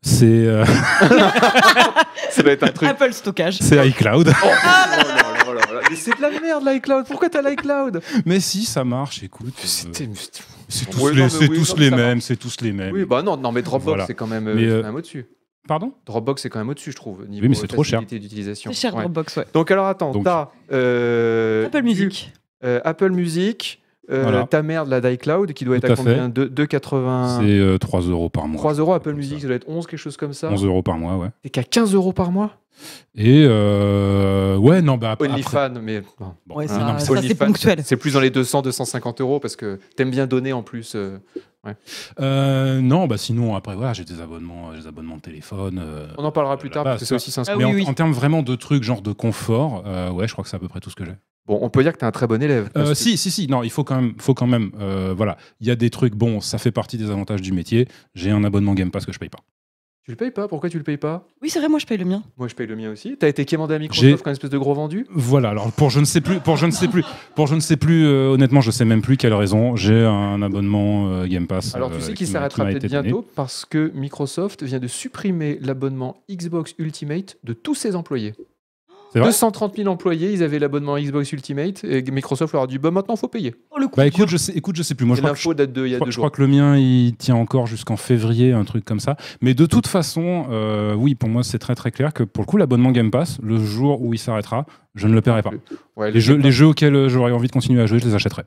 C'est euh, Ça doit être un truc. Apple Stockage. c'est iCloud. Ah, Oh, là là là là là. Mais c'est de la merde l'iCloud. Pourquoi t'as l'iCloud Mais si, ça marche. Écoute, euh, C'était- c'était- c'est Oui, non, tous les, mais c'est oui, tous non, mais les ça mêmes, c'est tous les mêmes. Oui, bah non, non, mais Dropbox Voilà. c'est quand même, Mais, euh, c'est euh, quand même au-dessus. Pardon Dropbox c'est quand même au-dessus, je trouve. Niveau mais c'est trop cher. facilité d'utilisation. C'est cher Ouais. Dropbox, ouais. Donc alors attends, Donc- t'as euh, Apple Music. euh, Apple Music, euh, Voilà. ta merde la d'iCloud qui doit être Tout à à fait. combien De- C'est 2,80 euh, 3 euros par mois. 3 euros Apple Comme ça. Music, ça doit être 11, quelque chose comme ça. 11 euros par mois, ouais. T'es qu'à 15 euros par mois Et euh, ouais, non, bah ap- après. OnlyFans, mais non. bon, euh, Ouais, non, ça, non, mais ça, c'est- c'est OnlyFans. ponctuel. c'est plus dans les 200, 250 euros parce que t'aimes bien donner en plus. euh. euh, non, bah sinon après voilà, j'ai des abonnements, j'ai des abonnements de téléphone. euh, On en parlera plus Euh, tard là-bas, parce que c'est ça- aussi 500. Ah mais oui, en, oui. en termes vraiment de trucs genre de confort, euh, ouais, je crois que c'est à peu près tout ce que j'ai. Bon, on peut dire que t'es un très bon élève. Euh, parce que- si, si, si, non, il faut quand même, faut quand même euh, voilà, il y a des trucs, bon, ça fait partie des avantages du métier, j'ai un abonnement Game Pass que je paye pas. Tu le payes pas Pourquoi tu le payes pas Oui, c'est vrai, moi je paye le mien. Moi je paye le mien aussi. T'as été quémandé à Microsoft comme une espèce de gros vendu Voilà, alors pour je ne sais plus, pour je ne sais plus, pour je ne sais plus, euh, honnêtement, je sais même plus quelle raison, j'ai un abonnement euh, Game Pass. Alors tu euh, sais qui qu'il m'a- s'arrêtera qui m'a peut-être été donné. bientôt parce que Microsoft vient de supprimer l'abonnement Xbox Ultimate de tous ses employés. C'est vrai 230 000 employés, ils avaient l'abonnement Xbox Ultimate et Microsoft leur a dit bah maintenant faut payer. Oh, le coup Bah dur. écoute, je sais, écoute, je sais plus, moi Et je crois que L'info date de il y Je a crois, deux je crois jours. que le mien, il tient encore jusqu'en février, un truc comme ça. Mais de toute façon, euh, oui, pour moi, c'est très très clair que pour le coup, l'abonnement Game Pass, le jour où il s'arrêtera, je ne le paierai pas. Ouais, Les jeux, les jeux auxquels euh, j'aurais envie de continuer à jouer, je les achèterai. Euh,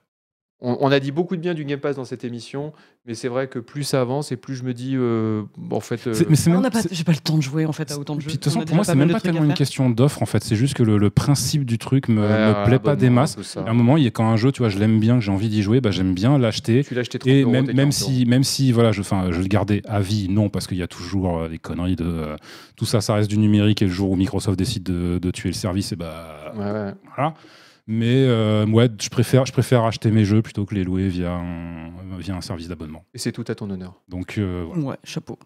on, on a dit beaucoup de bien du Game Pass dans cette émission, mais c'est vrai que plus ça avance et plus je me dis euh, bon, en fait euh, C'est- mais c'est On même- n'a pas- c'est- J'ai pas le temps de jouer en fait à autant de jeux. Puis, de toute On façon, a pour moi, déjà c'est pas mal même de pas trucs à tellement une faire. question d'offre, en fait. C'est juste que le, le principe du truc me, ouais, me ouais, plaît pas des abonnement, masses. tout ça. À un moment, il y a quand un jeu, tu vois, je l'aime bien, que j'ai envie d'y jouer, bah, j'aime bien l'acheter. Tu l'as acheté 30 Et euros, même, t'as même 40 euros. si, même si voilà, je, enfin, je le gardais à vie, non, parce qu'il y a toujours euh, des conneries de euh, tout ça, ça reste du numérique. Et le jour où Microsoft décide de, de tuer le service, et bah Ouais, ouais. voilà. Mais euh, ouais, je préfère, je préfère acheter mes jeux plutôt que les louer via un, via un service d'abonnement. Et c'est tout à ton honneur. Donc euh, voilà. Ouais, chapeau.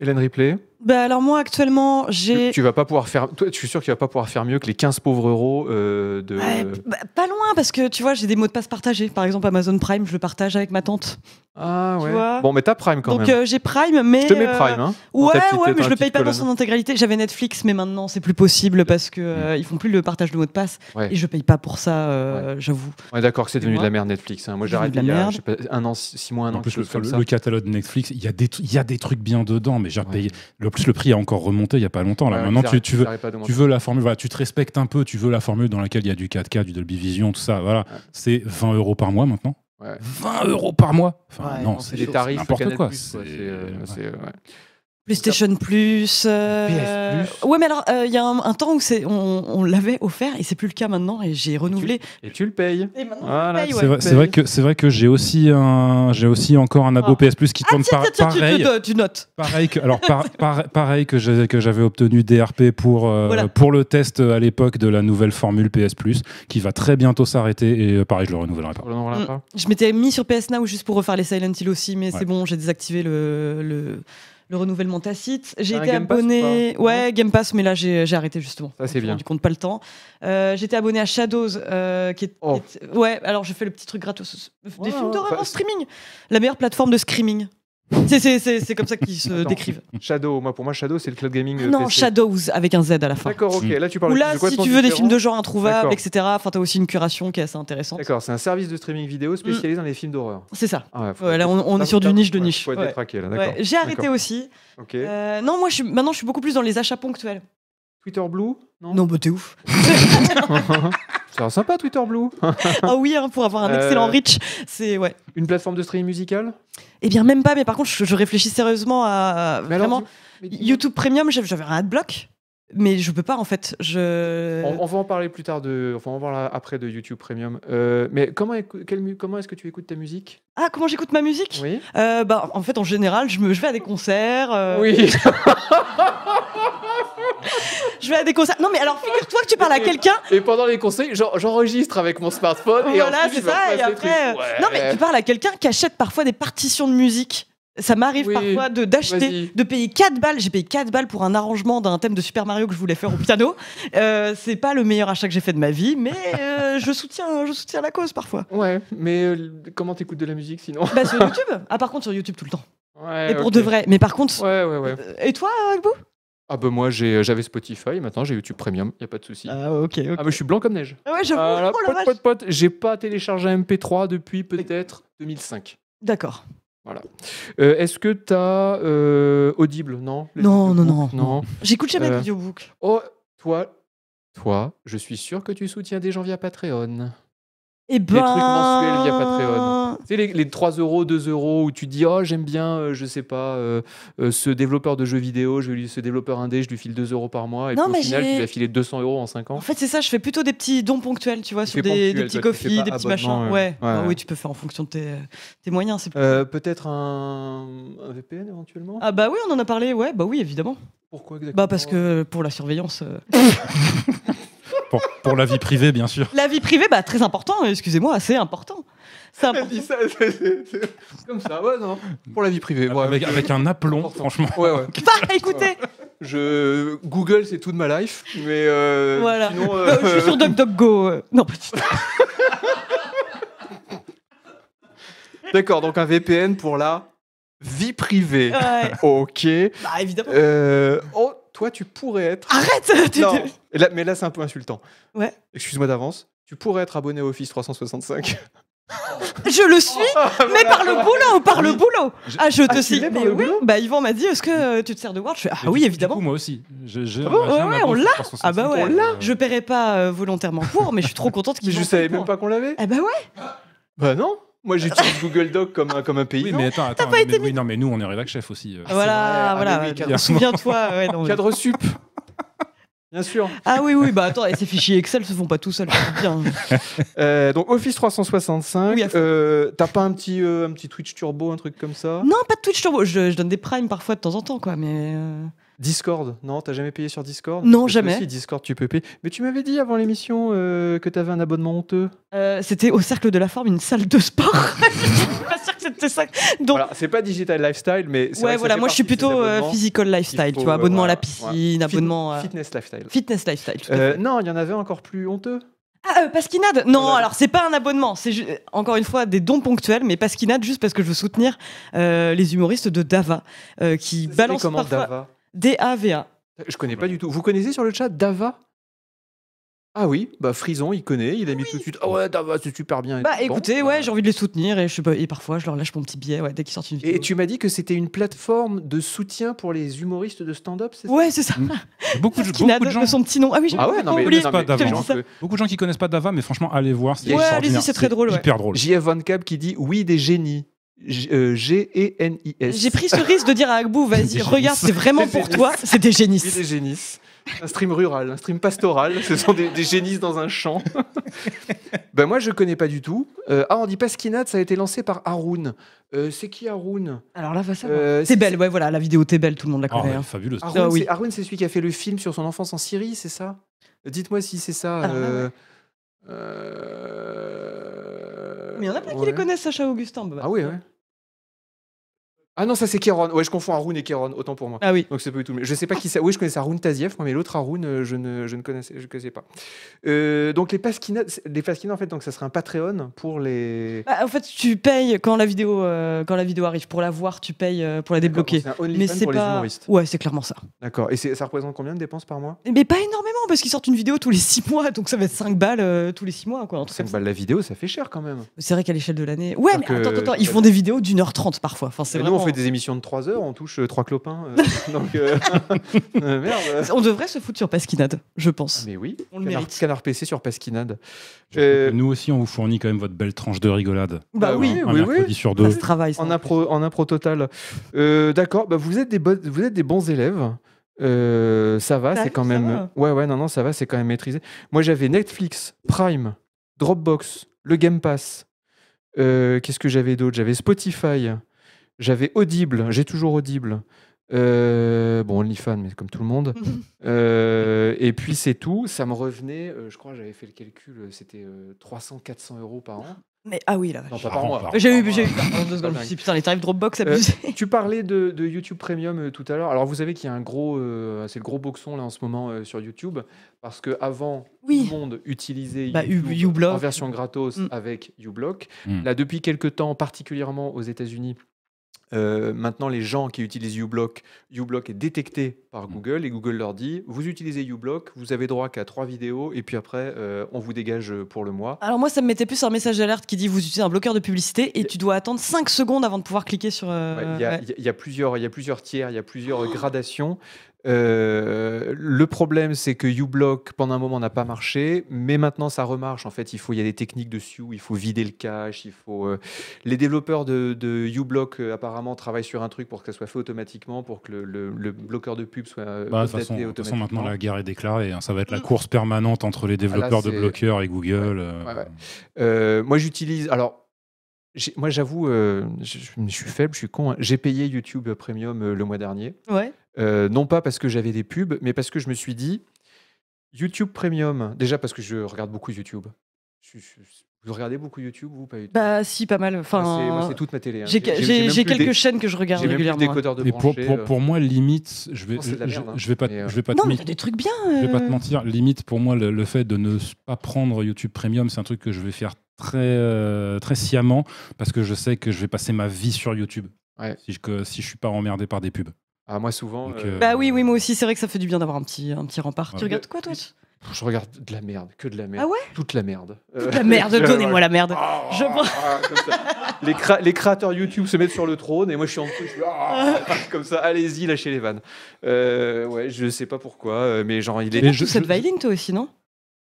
Hélène Ripley, Bah alors moi actuellement j'ai. tu, tu vas pas pouvoir faire. Toi, je suis sûr que tu vas pas pouvoir faire mieux que les 15 pauvres euros euh, de. Ouais, bah, pas loin parce que tu vois j'ai des mots de passe partagés. Par exemple Amazon Prime, je le partage avec ma tante. Ah Tu ouais. vois bon, mais t'as Prime quand Donc même. euh, j'ai Prime, mais je te mets euh, Prime. Hein, dans Ouais, ta petite- ouais, dans mais je le ta paye petite pas dans colonne. Mm. son intégralité. J'avais Netflix, mais maintenant c'est plus possible parce que euh, ils font plus le partage de mots de passe Ouais. et je paye pas pour ça, euh, j'avoue. Ouais, d'accord, que c'est devenu de Moi. la merde Netflix. hein. Moi, C'est j'arrête devenu de il y la a merde. je sais pas, un an, six six mois, un an, En plus, quelque le, chose comme le- ça. le catalogue de Netflix, il y, a des tru- il y a des trucs bien dedans, mais j'ai Ouais. repayé. Le plus, le prix a encore remonté il n'y a pas longtemps. Là. Ouais, Maintenant, ils tu, arrêtent- tu veux, ils arrêtent pas d'augmenter. tu veux la formule, voilà, tu te respectes un peu, tu veux la formule dans laquelle il y a du 4K, du Dolby Vision, tout ça. Voilà, Ouais. c'est 20 euros par mois maintenant. Ouais. 20 euros par mois. Enfin, Ouais, non, non, c'est C'est c'est des chaud, tarifs n'importe Canal+, quoi, C'est c'est- euh, ouais. c'est, euh, ouais. PlayStation Plus. euh, PS+. Ouais, mais alors euh, il y a un, un temps où c'est on, on l'avait offert et c'est plus le cas maintenant et j'ai renouvelé. Et tu le payes. Et maintenant, Voilà. paye, C'est ouais. vrai, c'est Bah vrai que c'est vrai que j'ai aussi un j'ai aussi encore un abo Ah. PS Plus qui Ah, tourne tiens, par- tiens, tiens, tu- pareil tu, tu notes. pareil que alors par- par- pareil que j'ai- que j'avais obtenu DRP pour euh, Voilà. pour le test à l'époque de la nouvelle formule PS Plus qui va très bientôt s'arrêter et euh, pareil je le renouvellerai pas. On en Mm. parlera pas. Je m'étais mis sur PS Now juste pour refaire les Silent Hill aussi, mais Ouais. c'est bon, j'ai désactivé le, le, le renouvellement tacite. J'ai T'as un été Game Pass abonné. ou pas ouais, Game Pass, mais là j'ai j'ai arrêté justement. Ça, c'est bien. Du compte pas le temps. Euh, J'étais abonné à Shadows, euh, qui est. Oh. qui est- Ouais, alors je fais le petit truc gratos. Des Ouais, films ouais, d'horreur bah, en streaming. La meilleure plateforme de streaming. C'est- C'est c'est- c'est comme ça qu'ils se Attends. décrivent. Mm. Shadow, moi, pour moi, Shadow, c'est le cloud gaming. euh, Non, PC. Shadows avec un Z à la fin. D'accord, ok. Mm. Là, tu parles Ou de là, quelque chose si de tu veux des films de genre différent. introuvables, D'accord. etc., enfin, t'as aussi une curation qui est assez intéressante. D'accord, c'est un service de streaming vidéo spécialisé dans les films d'horreur. C'est ça. Ah, ouais, faut- Mm. Ouais, là, on, on est Ah, sur du putain, niche de ouais, niche. Faut être Ouais. détraqué, là, Ouais, d'accord. J'ai arrêté D'accord. aussi. Ok. Euh, non, moi, je suis, maintenant, je suis beaucoup plus dans les achats ponctuels. Twitter Blue Non, bah t'es ouf. C'est un sympa, Twitter Blue. ah oui, hein, pour avoir un excellent Euh. reach, c'est ouais. Une plateforme de streaming musical Eh bien, même pas. Mais par contre, je, je réfléchis sérieusement à Mais alors, vraiment dis- mais dis- YouTube Premium. j'avais- J'avais un adblock, mais je peux pas en fait. Je On, on va en parler plus tard, de, enfin, on va en parler après de YouTube Premium. Euh, mais comment, écou- quelle mu- comment est-ce que tu écoutes ta musique ah comment j'écoute ma musique Oui. Euh, Bah, en fait, en général, je me, je vais à des concerts. euh, Oui. Je vais à des concerts. Non, mais alors, figure-toi que tu parles à quelqu'un Et pendant les conseils, j'en- j'enregistre avec mon smartphone. et Voilà, ensuite, c'est je me ça. repasse Et les après, trucs. euh, Ouais. non mais tu parles à quelqu'un qui achète parfois des partitions de musique. Ça m'arrive Oui, parfois de d'acheter, vas-y. de payer 4 balles. J'ai payé 4 balles pour un arrangement d'un thème de Super Mario que je voulais faire au piano. Euh, c'est pas le meilleur achat que j'ai fait de ma vie, mais euh, je soutiens, je soutiens la cause parfois. Ouais, mais euh, comment t'écoutes de la musique sinon Bah sur YouTube. Ah par contre sur YouTube tout le temps. Ouais, Et pour ok. de vrai. Mais par contre. Ouais, ouais, ouais. euh, Et toi, Agbo Ah bah moi j'ai- j'avais Spotify, maintenant j'ai YouTube Premium, y a pas de souci. Ah ok. ok. Ah bah je suis blanc comme neige. Ah ouais, j'avoue. Ah là, oh la pote, vache. pote, pote, j'ai pas téléchargé un MP3 depuis peut-être 2005. D'accord. Euh, Est-ce que t'as euh, Audible Non Les Non, non, audiobooks, non, Non. J'écoute jamais Euh. l'audiobook. Oh, toi, toi, je suis sûr que tu soutiens des gens via Patreon. Et ben. mensuels via Patreon. Tu sais, les, les 3 euros, 2 euros où tu dis Oh, j'aime bien, euh, je sais pas, euh, euh, ce développeur de jeux vidéo, je, lui- ce développeur indé, je lui file 2 euros par mois. Et Non, puis mais au final, j'ai- tu lui as filé 200 euros en 5 ans. En fait, c'est ça, je fais plutôt des petits dons ponctuels, tu vois, Tu sur fais des, ponctuel, des petits toi, tu fais coffees, pas des petits abonnement, machins. euh, Ouais, Bah ouais. oui, tu peux faire en fonction de tes, tes moyens. c'est- Euh, Peut-être un... un VPN éventuellement Ah bah oui, on en a parlé, ouais, bah oui, évidemment. Pourquoi exactement Bah parce que pour la surveillance. euh, Pour, pour la vie privée, bien sûr. La vie privée, bah très important, excusez-moi, c'est important. C'est Elle important. dit ça, c'est- c'est- c'est comme ça, ouais, non. Pour la vie privée, ouais. Avec, avec un aplomb, franchement. Ouais, ouais. Bah écoutez, Je... Google, c'est tout de ma life, mais euh, voilà. sinon... euh, Bah, je suis sur DuckDuckGo. euh, Non, petit. D'accord, donc un VPN pour la vie privée. Ouais, Ok. bah évidemment. Euh, Oh, toi, tu pourrais être... Arrête tu- Non, tu- Et là- mais là, c'est un peu insultant. Ouais. Excuse-moi d'avance. Tu pourrais être abonné à Office 365. Je le suis, mais par le boulot, par le Ah, Oui. boulot. Ah, je Ah, te tu suis. l'es par Mais le oui, boulot bah Yvan m'a dit, est-ce que euh, tu te sers de Word Je fais, ah oui, évidemment. Du coup, moi aussi. J'ai- j'ai- Ah bon j'ai Ouais, un ouais, abonnement on l'a. sur 365. Ah bah ouais. On l'a. Je paierai pas euh, volontairement pour, mais je suis trop contente qu'ils Mais je m'ont savais fait même pour. pas qu'on l'avait. Eh bah ouais, Bah non. Moi, j'utilise Google Doc comme un, comme un pays. Oui, mais attends, attends. pas mais, été oui, non, mais nous, on est rédac chef aussi. euh. bah voilà, Ah, voilà. mais oui, ouais, cadre- donc, Souviens-toi. ouais, non, mais- Cadre sup. Bien sûr. Ah oui, oui, bah attends, et ces fichiers Excel se font pas tout seuls. c'est Bien. Euh, donc Office 365. Oui, à fond. euh, T'as pas un petit, euh, un petit Twitch Turbo, un truc comme ça Non, pas de Twitch Turbo. Je, je donne des primes parfois de temps en temps, quoi, mais. euh, Discord Non, t'as jamais payé sur Discord Non, Parce que jamais. Si Discord, tu peux payer. Mais tu m'avais dit avant l'émission euh, que t'avais un abonnement honteux. euh, c'était au Cercle de la Forme, une salle de sport. je suis pas sûre que c'était ça. Donc, Voilà, c'est pas digital lifestyle, mais c'est vrai ouais, que ça voilà, fait moi je suis partie de ces plutôt euh, abonnements. physical lifestyle, Il faut, tu vois, euh, abonnement à la voilà, piscine, Fit- abonnement. euh. à- Fitness lifestyle. Fitness lifestyle, tout à Euh, fait. non, il y en avait encore plus honteux. Ah, euh, Pasquinade Non, Voilà. alors c'est pas un abonnement, c'est ju- euh, encore une fois des dons ponctuels, mais Pasquinade juste parce que je veux soutenir euh, les humoristes de Dava euh, qui C'était balancent comment parfois Dava D-A-V-A. Je connais pas du tout. Vous connaissez sur le chat Dava Ah oui, bah Frison, il connaît, il a mis tout de suite. Ah ouais, Dava, c'est super bien. et Bah tout. Bon, écoutez, bah, ouais, j'ai envie de les soutenir et, je sais pas, et parfois je leur lâche mon petit billet ouais, dès qu'ils sortent une vidéo. Et tu m'as dit que c'était une plateforme de soutien pour les humoristes de stand-up, c'est ça Ouais, c'est ça. Beaucoup, de, Pasquinade beaucoup de gens. Mmh, de son petit nom. Ah oui, j'ai Ah ouais, non mais, oublié. non, mais Pas les Dava. gens que- Beaucoup de gens qui connaissent pas Dava, mais franchement, allez voir. C'est Ouais, allez-y, extraordinaire, c'est très drôle, ouais. Hyper drôle. JF Van Cab qui dit oui des génies. G- euh, G-E-N-I-S. J'ai pris ce risque de dire à Agbou, C'est vas-y, des regarde, génisses. c'est vraiment C'est des pour toi, c'est des Oui génisses. des génisses. Un stream rural, un stream pastoral, ce sont des, des génisses dans un champ. ben moi je connais pas du tout. Euh, ah on dit Pasquinade, ça a été lancé par Haroun. Euh, c'est qui Haroun Alors là, va ça. Euh, T'es belle, ouais, voilà, la vidéo T'es belle, tout le monde la Ah, connaît. ouais, hein. fabuleuse. Haroun, Ah oui. c'est, Haroun, c'est celui qui a fait le film sur son enfance en Syrie, c'est ça Euh, Dites-moi si c'est ça. Alors là, euh, euh, Mais il y en a plein qui ouais. euh, Ah les connaissent, Sacha Augustin. bah, bah. Ah oui, ouais. Ah non, ça c'est Kéron. Ouais, je confonds Haroun et Kéron, autant pour moi. Ah oui. Donc c'est pas du tout. le même. Je sais pas qui c'est. Oui, je connaissais Haroun Taziev, moi, mais l'autre Haroun, euh, je ne, je ne connaissais, je connaissais pas. Euh, donc les Pasquina, c'est- les Pasquina, en fait, donc ça serait un Patreon pour les. Bah, en fait, tu payes quand la vidéo, euh, quand la vidéo arrive pour la voir, tu payes euh, pour la débloquer. D'accord, donc, C'est un Mais OnlyFans c'est pour les pas. humoristes. Ouais, c'est clairement ça. D'accord. Et c'est- ça représente combien de dépenses par mois Mais pas énormément parce qu'ils sortent une vidéo tous les 6 mois, donc ça va être 5 balles euh, tous les 6 mois, quoi. un truc comme 5 balles bah, la vidéo, ça fait cher quand même. ça. C'est vrai qu'à l'échelle de l'année. Ouais, Alors mais que- attends, attends, attends, ils font des vidéos d'une heure trente parfois. Enfin, c'est Nous, vraiment. on fait des émissions de 3 heures, on touche 3 clopins. euh, donc euh, euh, merde. On devrait se foutre sur Pasquinade, je pense. Mais oui, On le canard, mérite. canard PC sur Pasquinade. Je trouve Euh, que Nous aussi, on vous fournit quand même votre belle tranche de rigolade. Bah bah oui, oui, un mercredi sur deux. ça se travaille. ça, En en impro, en impro total. Euh, D'accord, bah vous, êtes des bonnes- vous êtes des bons élèves. Euh, ça va, Ça c'est quand va, ça même. Ouais, ouais, non, non, ça va, c'est quand même maîtrisé. Moi, j'avais Netflix, Prime, Dropbox, le Game Pass. Euh, Qu'est-ce que j'avais d'autre J'avais Spotify, j'avais Audible, j'ai toujours Audible. Euh, bon, OnlyFans, mais comme tout le monde. Euh, et puis c'est tout. Ça me revenait, euh, je crois, j'avais fait le calcul, euh, c'était 300-400 euros par an. plus. Mais ah oui, là. Non, pas Euh, Par par an, mois. par an. J'ai Par eu, mois. j'ai eu. Pardon, deux secondes, je me suis dit, putain, les tarifs Dropbox abusés. Tu parlais de, de YouTube Premium euh, tout à l'heure. Alors vous savez qu'il y a un gros, euh, c'est le gros boxon là en ce moment euh, sur YouTube parce que avant oui. tout le monde utilisait Bah, YouTube U- uBlock. en version gratos Mm. avec uBlock. Mm. Là depuis quelques temps, particulièrement aux États-Unis. euh, maintenant, les gens qui utilisent uBlock, uBlock est détecté par Mm. Google et Google leur dit vous utilisez uBlock, vous avez droit qu'à trois vidéos et puis après euh, on vous dégage euh, pour le mois. Alors moi, ça me mettait plus un message d'alerte qui dit vous utilisez un bloqueur de publicité et tu dois attendre 5 secondes avant de pouvoir cliquer sur. euh, Ouais, Il y a- ouais. il y a- il y, a plusieurs- il y a plusieurs tiers, il y a plusieurs gradations. Euh, le problème, c'est que uBlock, pendant un moment, n'a pas marché, mais maintenant, ça remarche. En fait, il, faut, il y a des techniques dessus, où il faut vider le cache, il faut... euh, les développeurs de, de uBlock, euh, apparemment, travaillent sur un truc pour que ça soit fait automatiquement, pour que le, le- le bloqueur de pub soit euh, Bah, de toute updaté façon, de toute façon, automatiquement. Ah maintenant, la guerre est déclarée. hein. Ça va être Mm. la course permanente entre les là, développeurs de c'est- bloqueurs et Google. euh, ouais, ouais. Euh, moi, j'utilise. Alors, j'ai- moi, j'avoue, euh, je, je- je suis faible, je suis con. hein. J'ai payé YouTube Premium euh, le mois dernier. Ouais. Euh, non pas parce que j'avais des pubs, mais parce que je me suis dit YouTube Premium. Déjà parce que je regarde beaucoup YouTube. Je- je- je- vous regardez beaucoup YouTube, vous pas YouTube Bah si, pas mal. Enfin. Moi, c'est- moi, c'est toute ma télé. hein. J'ai même j'ai- j'ai plus quelques des- chaînes que je regarde j'ai même plus de régulièrement. hein. décodeur de Et pour, brancher, pour, euh. pour moi, limite, je vais, Oh, c'est de la je, merde, hein. je vais pas, te- Mais, euh, je vais pas Non, te mais mi- t'as des trucs bien. Je vais pas euh. te mentir, limite pour moi le, le fait de ne s- pas prendre YouTube Premium, c'est un truc que je vais faire très euh, très sciemment parce que je sais que je vais passer ma vie sur YouTube. Ouais. Si je que- si je suis pas emmerdé par des pubs. Ah, moi souvent, Donc, euh, euh, Bah oui, oui, moi aussi, c'est vrai que ça fait du bien d'avoir un petit, un petit rempart. Ouais. Tu regardes quoi, toi tu- je regarde de la merde, que de la merde, Ah ouais toute la merde. Euh, Ah, Toute la merde, donnez-moi la merde. Je vois. les, cra- les créateurs YouTube se mettent sur le trône et moi je suis en dessous, je fais, Ah comme ça, allez-y, lâchez les vannes. Euh, ouais, je sais pas pourquoi, euh, mais genre il est. Et Tout je- cette je- violin, toi aussi, non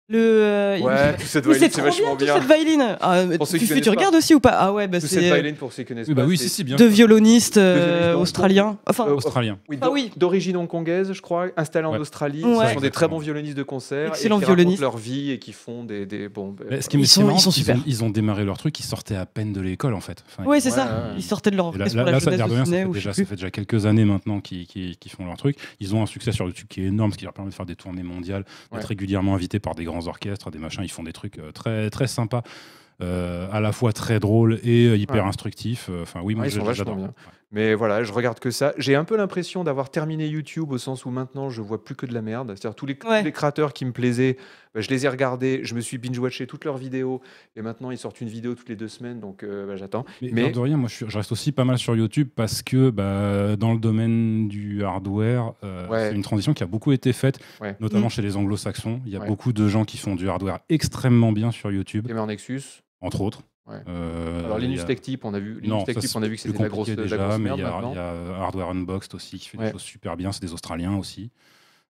Le. euh, Ouais, tout cette Mais c'est violence, c'est trop vachement bien, bien. tout cette violin. Ah, mais Pour ceux tu qui fais- connaissent tu pas. regardes aussi ou pas Ah ouais, bah Tout c'est cette euh, violin pour ceux qui connaissent Oui, bah pas, oui, c'est- si si bien. deux violonistes euh, violonistes hongkongais. australiens. Enfin, Euh, Australien. Oui, Ah d'o- oui. D'origine hongkongaise, je crois, installée en Ouais. Australie. Ouais. Ce sont des Exactement. très bons violonistes de concert. Excellent et qui racontent violoniste. leur vie et qui font des. des bon, ben, Mais ce qui Ils me- ce qui sont- est marrant, ils sont c'est qu'ils super. ont- Ils ont démarré leur truc, ils sortaient à peine de l'école en fait. Enfin, ouais, c'est Ouais, ça. ouais. ils sortaient de leur Et là, orchestre là- pour là, la ça, jeunesse l'air de de rien, ça Sydney fait ou je déjà, sais ça plus. fait déjà quelques années maintenant qu'ils qu'ils- qu'ils font leur truc. Ils ont un succès sur YouTube qui est énorme, ce qui leur permet de faire des tournées mondiales, d'être Ouais. régulièrement invités par des grands orchestres, des machins. Ils font des trucs euh, très, très sympas, euh, à la fois très drôles et euh, hyper Ouais. instructifs. Euh, Enfin, oui, moi, Ouais, ils je- sont vachement j'adore. bien. Ouais. Mais voilà, je regarde que ça. J'ai un peu l'impression d'avoir terminé YouTube au sens où maintenant je vois plus que de la merde. C'est-à-dire tous les, tous Ouais. les créateurs qui me plaisaient, bah, je les ai regardés, je me suis binge-watché toutes leurs vidéos et maintenant ils sortent une vidéo toutes les deux semaines, donc euh, bah, j'attends. Mais, Mais- l'air de rien, moi, je, suis- je reste aussi pas mal sur YouTube parce que bah, dans le domaine du hardware, euh, Ouais. c'est une transition qui a beaucoup été faite, Ouais. notamment Mm. chez les anglo-saxons. Il y a Ouais. beaucoup de gens qui font du hardware extrêmement bien sur YouTube, Gamer Nexus. entre autres. Ouais. Euh, Alors il y a- Linux Tech Tip, on a vu, Non, Linux Tech ça, Tip, c'est on a vu que plus c'était de la grosse, compliqué de la déjà, grosse mais merde il y, a, maintenant. il y a Hardware Unboxed aussi qui fait Ouais. des choses super bien, c'est des Australiens aussi.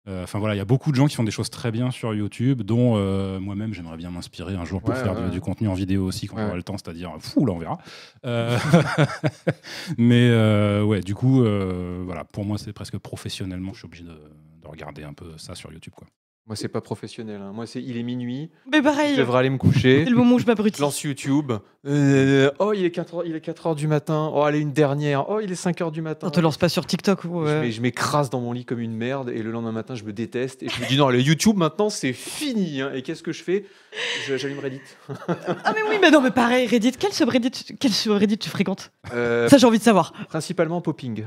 Euh, Enfin voilà, il y a beaucoup de gens qui font des choses très bien sur YouTube, dont euh, moi-même j'aimerais bien m'inspirer un jour pour Ouais, faire ouais. du, du contenu en vidéo aussi quand Ouais. on aura le temps, c'est-à-dire fou là on verra. Euh, mais euh, ouais, du coup euh, voilà, pour moi c'est presque professionnellement, je suis obligé de, de regarder un peu ça sur YouTube quoi. Moi, c'est pas professionnel. hein. Moi, c'est il est minuit. Mais Je pareil, devrais aller me c'est coucher. le moment où je m'abrutis. Je lance YouTube. Euh, oh, il est 4 h du matin. Oh, allez, une dernière. Oh, il est 5 h du matin. On te lance pas sur TikTok ou. Je euh, m'é- Je m'écrase dans mon lit comme une merde et le lendemain matin je me déteste et je me dis non le YouTube maintenant c'est fini hein. et qu'est-ce que je fais Je- J'allume Reddit. Ah, mais oui, mais non, mais pareil, Reddit. Quel subreddit, quel subreddit tu fréquentes Euh, Ça, j'ai envie de savoir. principalement popping.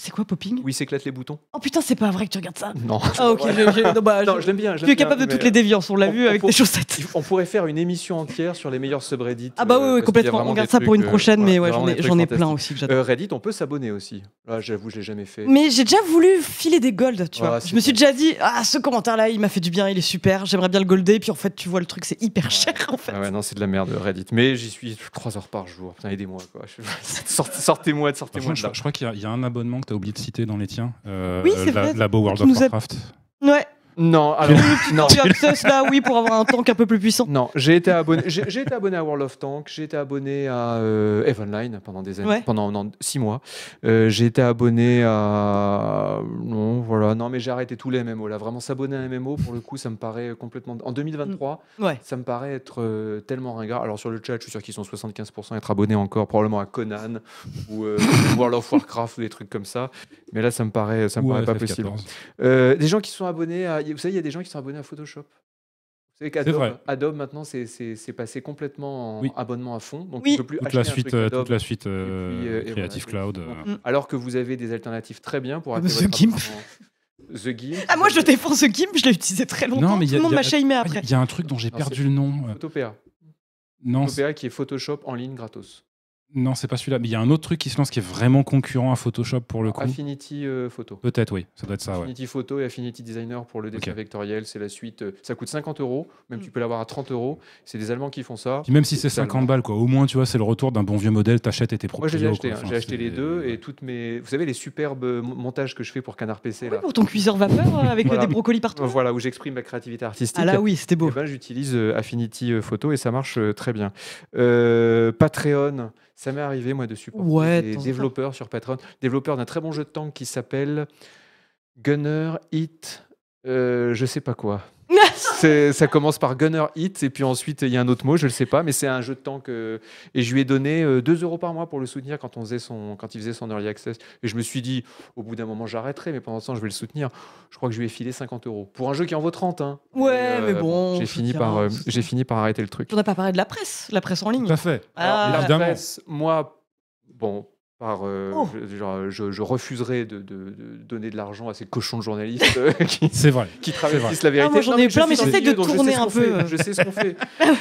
C'est quoi Popping Où il s'éclate les boutons Oh putain, c'est pas vrai que tu regardes ça. Non. Ah, ok, je, je- non, bah, je- Non, je l'aime bien. je tu l'aime es capable bien, de toutes les mais, euh, déviances, on l'a on- vu on avec faut- des chaussettes. euh, On pourrait faire une émission entière sur les meilleurs subreddits. Ah bah euh, oui, oui parce qu'il y a complètement. vraiment On garde des ça pour trucs, une euh, prochaine, voilà, mais ouais, vraiment j'en ai, des j'en ai trucs plein fantastiques. aussi que j'adore. Euh, Reddit, on peut s'abonner aussi. Là, j'avoue, je l'ai jamais fait. Mais j'ai déjà voulu filer des golds, tu vois. Ah, Je c'est me suis cool. déjà dit, ah, ce commentaire-là, il m'a fait du bien, il est super, j'aimerais bien le golder. Puis en fait, tu vois, le truc, c'est hyper cher, en fait. Ah ouais, non, c'est de la merde Reddit. Mais j'y suis 3 heures par jour. Putain, aidez-moi quoi. Je- Sortez- Sortez-moi, de- sortez-moi Franchement, de je, là. je crois qu'il y a- il y, a un abonnement que tu as oublié de citer dans les tiens. euh, Oui, c'est la, vrai. la Beau World Qui of nous a- Warcraft. Ouais, Non, alors non. tu access là, oui, pour avoir un tank un peu plus puissant. Non, j'ai été abonné. J'ai j'ai été abonné à World of Tanks. J'ai été abonné à euh, Eve Online pendant des années, Ouais. pendant non, six mois. Euh, j'ai été abonné à non, voilà, non, mais j'ai arrêté tous les MMO là. Vraiment s'abonner à un MMO pour le coup, ça me paraît complètement. En 2023, Mm, Ouais. ça me paraît être euh, tellement ringard. Alors sur le chat, je suis sûr qu'ils sont 75% à être abonnés encore, probablement à Conan ou euh, World of Warcraft ou des trucs comme ça. Mais là, ça me paraît, ça me Ou paraît pas FF14. possible. Euh, des gens qui sont abonnés à. Vous savez, il y a des gens qui sont abonnés à Photoshop. Vous savez qu'Adobe, vrai. Adobe, maintenant, c'est- c'est c'est passé complètement en Oui. abonnement à fond. Donc, Oui. tu peux plus Toute acheter la, un suite, truc euh, Adobe. toute la suite Et euh, puis, euh, et Creative voilà, Cloud. effectivement. euh, Alors que vous avez des alternatives très bien pour Comme acheter Ah, The votre Gimp. abonnement. The Gimp. Ah, moi, je défends ce Gimp, je l'ai utilisé très longtemps. mais Tout y a- le monde y a- m'a shamé Il après. y a un truc dont j'ai Non, perdu c'est- le nom. euh, Photopea. Non, c'est- Photopea qui est Photoshop en ligne gratos. non, c'est pas celui-là. Mais il y a un autre truc qui se lance qui est vraiment concurrent à Photoshop pour le coup. Affinity euh, Photo. Peut-être, oui. Ça doit être ça, ouais. Affinity Photo et Affinity Designer pour le dessin Ok. vectoriel, c'est la suite. euh, ça coûte 50 euros, même Mm. tu peux l'avoir à 30 euros. C'est des Allemands qui font ça. Puis même si c'est Totalement. 50 balles, quoi, au moins, tu vois, c'est le retour d'un bon vieux modèle, t'achètes et t'es Moi, proprio. j'ai déjà acheté. quoi. hein. Enfin, J'ai acheté c'est- les deux et toutes mes. Vous savez, les superbes euh, mon- montages que je fais pour Canard PC, Oui, là. pour ton cuiseur vapeur euh, avec Voilà. des brocolis partout. Voilà, où j'exprime ma créativité artistique. Ah là, oui, c'était Eh beau. ben, j'utilise euh, Affinity euh, Photo et ça marche euh, très bien. Euh, Patreon, ça m'est arrivé, moi, de supporter Ouais, de temps des en temps. développeurs sur Patreon. Développeur d'un très bon jeu de tank qui s'appelle Gunner Hit. euh, je sais pas quoi. C'est- ça commence par Gunner Hit et puis ensuite il y a un autre mot, je le sais pas, mais c'est un jeu de tank euh, et je lui ai donné euh, 2 euros par mois pour le soutenir quand, on faisait son, quand il faisait son early access. Et je me suis dit, au bout d'un moment, j'arrêterai, mais pendant ce temps, je vais le soutenir. Je crois que je lui ai filé 50 euros pour un jeu qui en vaut 30. hein. Ouais, Et, mais bon, J'ai faut fini, dire, par, euh, hein, c'est- j'ai fini par arrêter le truc. On n'a pas parlé de la presse, la presse en Tout ligne. à fait. Alors, Ah, la évidemment. presse, moi, bon, par, euh, Oh. je, genre, je- je refuserais de, de- de donner de l'argent à ces cochons de journalistes euh, qui, C'est vrai. qui vrai. travertissent la vérité. Ah, moi, j'en Non, ai je plein, suis mais dans le j'essaie de milieu, donc je sais tourner ce un qu'on fait, peu, euh. Je sais ce qu'on fait.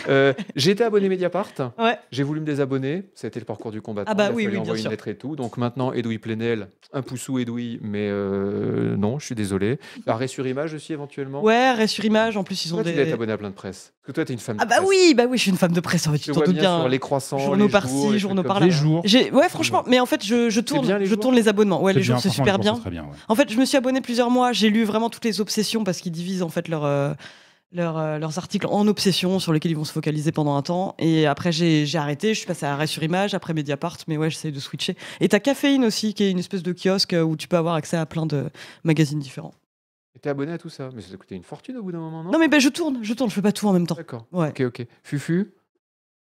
Euh, j'ai été abonné Mediapart. Ouais. J'ai voulu me désabonner. Ça a été le parcours du combattant. Ah bah Il a oui, fallu oui, bien envoyer sûr. une lettre et tout. Donc maintenant, Edoui Plenel, un poussou Edoui, mais euh, non, je suis désolé. Arrêt sur image aussi éventuellement. Ouais, Ré sur image, en plus, ils ont Toi, tu dois être des. abonné à plein de presse. Parce que toi, t'es une femme de Ah bah presse. oui, bah oui, je suis une femme de presse, en fait, Je tu t'en vois doutes bien, bien. hein. sur les croissants, Journaux les par-ci, jours, les journaux trucs par comme là. Les ça. jours. J'ai- Ouais, franchement, mais en fait, je, je tourne, bien, les je jours tourne les abonnements. Ouais, les bien, jours, c'est franchement, super les bien. jours, c'est très bien. ouais. En fait, je me suis abonné plusieurs mois. J'ai lu vraiment toutes les obsessions parce qu'ils divisent en fait leur, euh, leur, euh, leurs articles en obsessions sur lesquelles ils vont se focaliser pendant un temps. Et après, j'ai j'ai arrêté. Je suis passé à Arrêt sur Image, après Mediapart. Mais ouais, j'essaie de switcher. Et t'as Caféine aussi, qui est une espèce de kiosque euh, où tu peux avoir accès à plein de magazines différents. Et T'es abonné à tout ça. Mais ça t'a coûté une fortune au bout d'un moment, non, Non, mais ben, je tourne, je tourne. Je fais pas tout en même temps. D'accord. Ouais. Ok, ok. Fufu,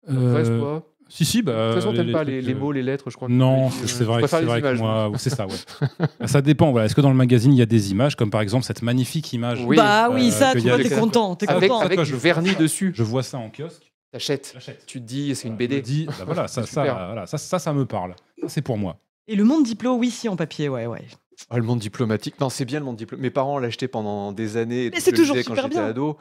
Euh, reste toi. si, si, bah. De toute façon, les- t'aimes pas les, trucs, les euh, mots, les lettres, je crois. que Non, tu- c'est tu vrai, que- préfères c'est les vrai que images, moi, c'est ça, ouais. ça dépend, voilà. Est-ce que dans le magazine, il y a des images, comme par exemple cette magnifique image Oui, bah oui, euh, ça, que tu y a vois, des t'es cartes. content, t'es Avec, content. avec Toi, du je- vernis dessus, Je vois ça en kiosque, t'achètes. j'achète. Tu te dis, c'est une Voilà, BD. je me dis, bah voilà, ça, ça, Super. voilà, ça, ça, ça me parle. Ça, c'est pour moi. Et le monde diplo, oui, si, en papier, ouais, ouais. Ah, le monde diplomatique. Non, c'est bien le monde diplomatique. Mes parents l'achetaient pendant des années. et Mais tout, c'est je le toujours lisais quand super j'étais bien. ado.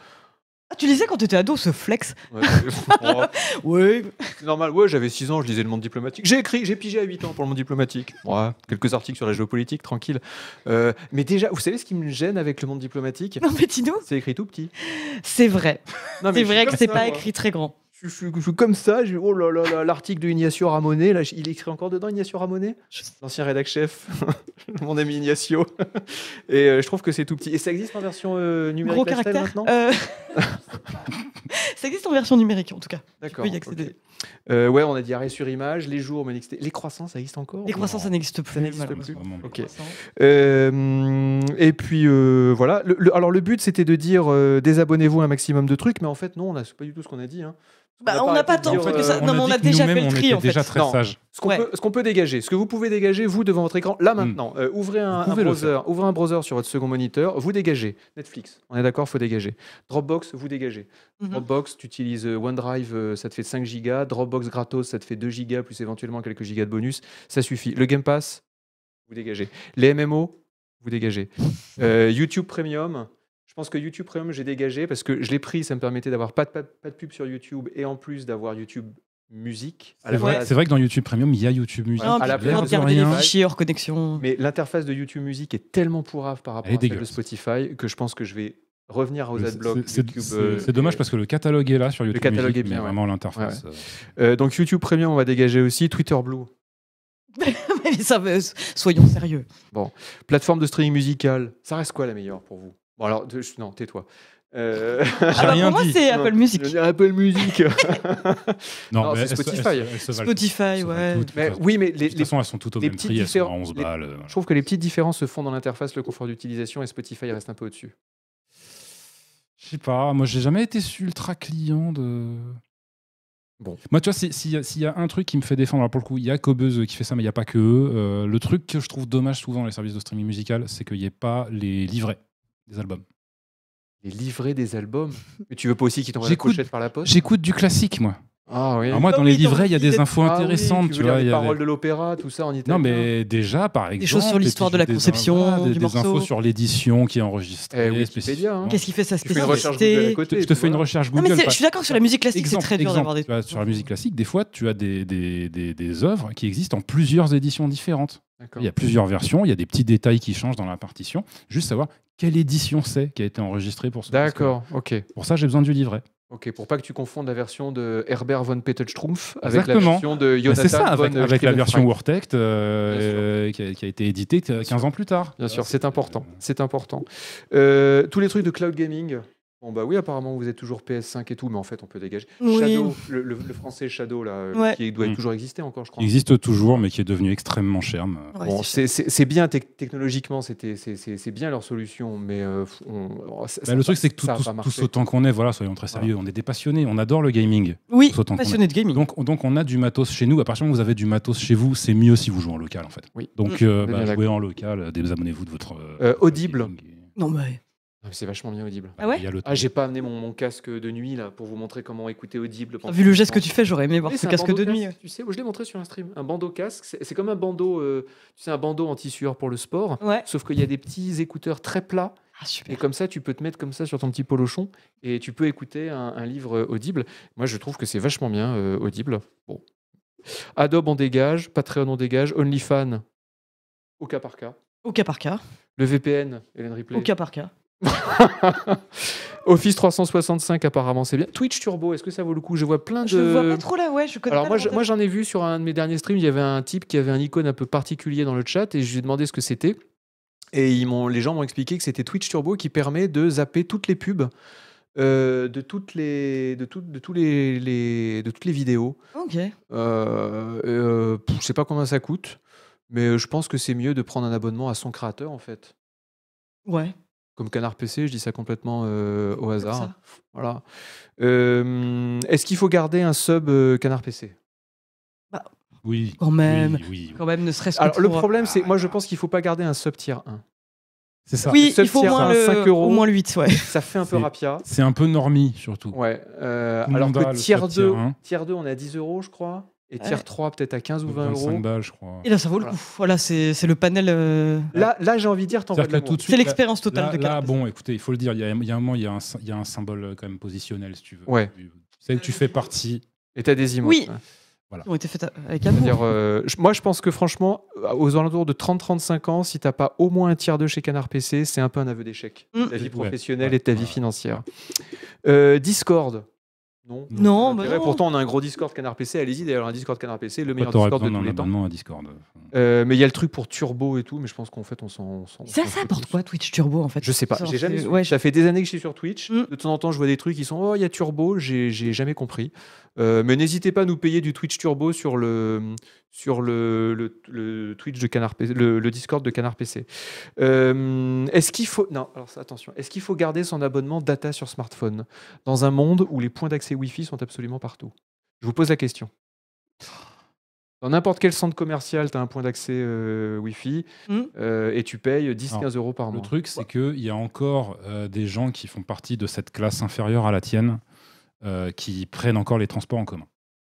Ah, tu lisais quand t'étais ado, ce flex Ouais, bon, Oui. c'est normal. Ouais, j'avais 6 ans, je lisais le monde diplomatique. J'ai écrit, j'ai pigé à 8 ans pour le monde diplomatique. Ouais, quelques articles sur la géopolitique, tranquille. Euh, mais déjà, vous savez ce qui me gêne avec le monde diplomatique Non, mais Tino, C'est écrit tout petit. c'est vrai. Non, mais C'est je suis vrai que comme c'est ça, pas moi. écrit très grand. Je suis, je suis comme ça, je, oh là là là, l'article de Ignacio Ramonet, là, il écrit encore dedans Ignacio Ramonet L'ancien rédac chef, mon ami Ignacio. Et euh, je trouve que c'est tout petit. Et ça existe en version euh, numérique Gros Ah, lifestyle caractère. maintenant Euh, Ça existe en version numérique en tout cas. Tu D'accord. peux y accéder. ok. Euh, ouais, on a dit arrêt sur image, les jours, mais n'existait- les croissants, ça existe encore Les croissants, ça n'existe plus. n'existe malheureusement. plus. Vraiment. Ok. Croissants. Euh, et puis euh, voilà. Le- le- alors le but c'était de dire euh, désabonnez-vous à un maximum de trucs, mais en fait non, on a- c'est pas du tout ce qu'on a dit. hein. Bah, on n'a arrêté pas de tant dire, de trucs que euh, ça. Non, mais on dit a que déjà nous-mêmes, fait le on tri, était en fait. déjà très Non. sage. Ce qu'on Ouais. peut, ce qu'on peut dégager, ce que vous pouvez dégager vous devant votre écran, là maintenant, Euh, ouvrez un, Hmm. Vous un pouvez le browser, ouvrez un browser sur votre second moniteur, vous dégagez. Netflix, on est d'accord, faut dégager. Dropbox, vous dégagez. Mhm. Dropbox, tu utilises euh, OneDrive, euh, ça te fait 5 gigas. Dropbox gratos, ça te fait 2 gigas plus éventuellement quelques gigas de bonus, ça suffit. Le Game Pass, vous dégagez. Les MMO, vous dégagez. Euh, YouTube Premium. Je pense que YouTube Premium, j'ai dégagé parce que je l'ai pris, ça me permettait d'avoir pas de, pas de- pas de pub sur YouTube et en plus d'avoir YouTube Musique. à C'est la vrai, place. c'est vrai que dans YouTube Premium, il y a YouTube Music. Non, à la puis, place de regarder les rien. fichiers hors connexion. Mais l'interface de YouTube Music est tellement pourrave par rapport Elle est à celle de dégueulasse. Spotify que je pense que je vais revenir aux C'est- adblocks c'est- YouTube. c'est- euh, C'est dommage parce que le catalogue est là sur YouTube. catalogue Music, est bien, mais ouais. vraiment l'interface. euh, euh, donc YouTube Premium, on va dégager aussi Twitter Blue, Mais ça veut- Soyons sérieux. plateforme de streaming musical. Ça reste quoi la meilleure pour vous Bon alors, je- non, tais-toi. Euh, Ah bah, rien pour moi, dit. c'est Apple non, Music. je veux dire Apple Music. Non, c'est elles se- elles se- Ah, Spotify. elles se- elles se valent Spotify, toutes, ouais. elles se valent toutes, mais, de toute oui, mais les, façon. De toute les- façon, elles sont toutes au les même petites prix, elles sont à différen- 11 les- balles. euh, je trouve que les petites différences se font dans l'interface, le confort d'utilisation et Spotify reste un peu au-dessus. Je sais pas, moi j'ai jamais été ultra client de. Bon. Moi, tu vois, si- s'il y, a- s'il y a un truc qui me fait défendre, alors pour le coup, il y a Cobuz qui fait ça, mais il n'y a pas que eux. Euh, le truc que je trouve dommage souvent dans les services de streaming musical, c'est qu'il n'y ait pas les livrets des albums. Les livrets des albums. Mais tu veux pas aussi qu'ils t'envoient la J'écoute- pochette par la poste J'écoute du classique, moi. Ah oui. Alors, moi, Ah dans oui, les dans livrets, il y a l'idée des de- infos Ah oui, intéressantes, tu veux lire vois. il les y a des- paroles de l'opéra, tout ça en italien. Non, mais déjà, par exemple. Des choses sur l'histoire de la des- conception, voilà, des, du des morceau. infos sur l'édition qui est enregistrée. Eh, Wikipédia, spécifiquement. hein. Qu'est-ce qui fait sa Tu fais une recherche Google à spécificité côté. Je te fais une recherche Non, Google. mais c'est- pas- je suis d'accord que sur la musique classique, c'est Exemple, très dur exemple, d'avoir des. tu vois, sur la musique classique, des fois, tu as des, des, des- des œuvres qui existent en plusieurs éditions différentes. D'accord. Il y a plusieurs versions, il y a des petits détails qui changent dans la partition. Juste savoir quelle édition c'est qui a été enregistrée pour ce D'accord, ok. disque. Pour ça, j'ai besoin du livret. Ok, pour pas que tu confondes la version de Herbert von Petelstrumpf avec la Exactement. version de Mais C'est Jonathan ça, von avec, avec la Strielenfrank. version WordText Bien sûr. euh, qui, a, qui a été éditée euh, 15 ans plus tard. Bien Euh, sûr, c'est important. C'est important. Euh, tous les trucs de cloud gaming. Bon bah oui, apparemment vous êtes toujours PS5 et tout, mais en fait on peut dégager. Oui. Shadow, le, le- le français Shadow là, euh, Ouais. qui doit Mm. toujours exister encore, je crois. Il existe toujours, mais qui est devenu extrêmement cher. mais- Ouais, Bon, c'est- c'est- c'est c'est bien tec- technologiquement, c'était c'est- c'est c'est bien leur solution, mais euh, on- oh, ça- Bah, ça le va- truc, c'est que tout- ça va tous- pas tous marcher. autant qu'on est, voilà, soyons très sérieux, on est des passionnés, on adore le gaming. Oui, Saute en passionné de gaming. Donc, donc on a du matos chez nous. À partir du moment où vous avez du matos chez vous, c'est mieux si vous jouez en local en fait. Oui. Donc Mmh. euh, On est bah, bien jouez en local, euh, désabonnez-vous de votre euh, Euh, Audible. gaming. Bah, Non, mais. Ah, C'est vachement bien audible. Ah ouais Il y a le- Ah, j'ai pas amené mon, mon casque de nuit là pour vous montrer comment écouter Audible. pendant Ah, Vu le geste que longtemps. tu fais, j'aurais aimé voir Eh, ce c'est un casque bandeau de nuit. casque, Tu sais, je l'ai montré sur un stream. Un bandeau casque, c'est c'est comme un bandeau, euh, tu sais, un bandeau anti sueur pour le sport. Ouais. Sauf qu'il y a des petits écouteurs très plats Ah, et super. comme ça tu peux te mettre comme ça sur ton petit polochon et tu peux écouter un, un livre euh, audible. Moi je trouve que c'est vachement bien euh, audible. Bon. Adobe on dégage, Patreon on dégage, OnlyFans au cas par cas, Au cas par cas. le VPN, Hélène Ripley. Au cas par cas. Office 365 apparemment c'est bien. Twitch Turbo, est-ce que ça vaut le coup Je vois plein de Je vois pas trop là, ouais, je connais Alors pas moi, le je- moi montage. j'en ai vu sur un de mes derniers streams, il y avait un type qui avait un icône un peu particulier dans le chat et je lui ai demandé ce que c'était. Et ils m'ont, les gens m'ont expliqué que c'était Twitch Turbo qui permet de zapper toutes les pubs euh, de toutes les de, tout- de tous les, les- de toutes les vidéos. Ok. Euh, euh, pff, je sais pas combien ça coûte, mais je pense que c'est mieux de prendre un abonnement à son créateur en fait. Ouais. Comme Canard PC, je dis ça complètement euh, au comme hasard. ça. Voilà. Euh, est-ce qu'il faut garder un sub euh, Canard PC Oui. Quand même. Oui, oui, oui. Quand même, ne serait-ce que. Alors, le pour- problème, c'est Ah, moi, je pense qu'il faut pas garder un sub tier 1. C'est ça. Oui, le il seul faut au tiers, moins, c'est un le... 5 euros. au moins le 8, ouais. Ça fait un peu C'est- rapia. C'est un peu normie surtout. Ouais. euh, Tout le alors monde a que le tier sub tier 2, un. tier 2, on est à 10 euros, je crois. Et tier Ouais. 3, peut-être à 15 ou Donc, 20 euros. 25 balles, je crois. Et là, ça vaut le Voilà. coup. Voilà, c'est c'est le panel. euh, Là, là j'ai envie de dire, t'en fais C'est-à-dire de que l'amour. tout de C'est suite. là- l'expérience totale Là, de là, Canard. bon, écoutez, il faut le dire, il y a, il y a un moment, il y, a un sy- il y a un symbole euh, quand même positionnel, si tu veux. Ouais. Tu- Tu sais que tu fais partie. Et t'as des images. Oui. Ils ont été faites avec amour. C'est-à-dire, euh, je- moi, je pense que franchement, euh, aux alentours de 30-35 ans, si t'as pas au moins un tiers 2 chez Canard PC, c'est un peu un aveu d'échec. Mm. de Ta vie Ouais. professionnelle Ouais. et de ta vie Ouais. financière. Euh, Discord. Non. Non, Pas bah d'intérêt. non. Pourtant, on a un gros Discord Canard PC. Allez-y, d'ailleurs, un Discord Canard PC, le meilleur T'aurais Discord de besoin tous d'un les temps. abonnement à Discord. Euh, mais il y a le truc pour turbo et tout, mais je pense qu'en fait, on s'en. on s'en- on Ça, ça s'en fout apporte tous. quoi Twitch Turbo en fait Je sais pas, Genre, j'ai jamais. c'est- su. ouais, je- ça fait des années que je suis sur Twitch. Mm. De temps en temps, je vois des trucs qui sont oh, il y a Turbo, j'ai j'ai jamais compris. Euh, mais n'hésitez pas à nous payer du Twitch Turbo sur le sur le, le, le Twitch de Canard PC, le, le Discord de Canard PC. Euh, est-ce qu'il faut non alors ça, attention, est-ce qu'il faut garder son abonnement data sur smartphone dans un monde où les points d'accès Wi-Fi sont absolument partout Je vous pose la question. Dans n'importe quel centre commercial, tu as un point d'accès euh, Wi-Fi Mm. euh, et tu payes 10-15 euros par Le mois. truc, c'est qu'il y a encore euh, des gens qui font partie de cette classe inférieure à la tienne euh, qui prennent encore les transports en commun.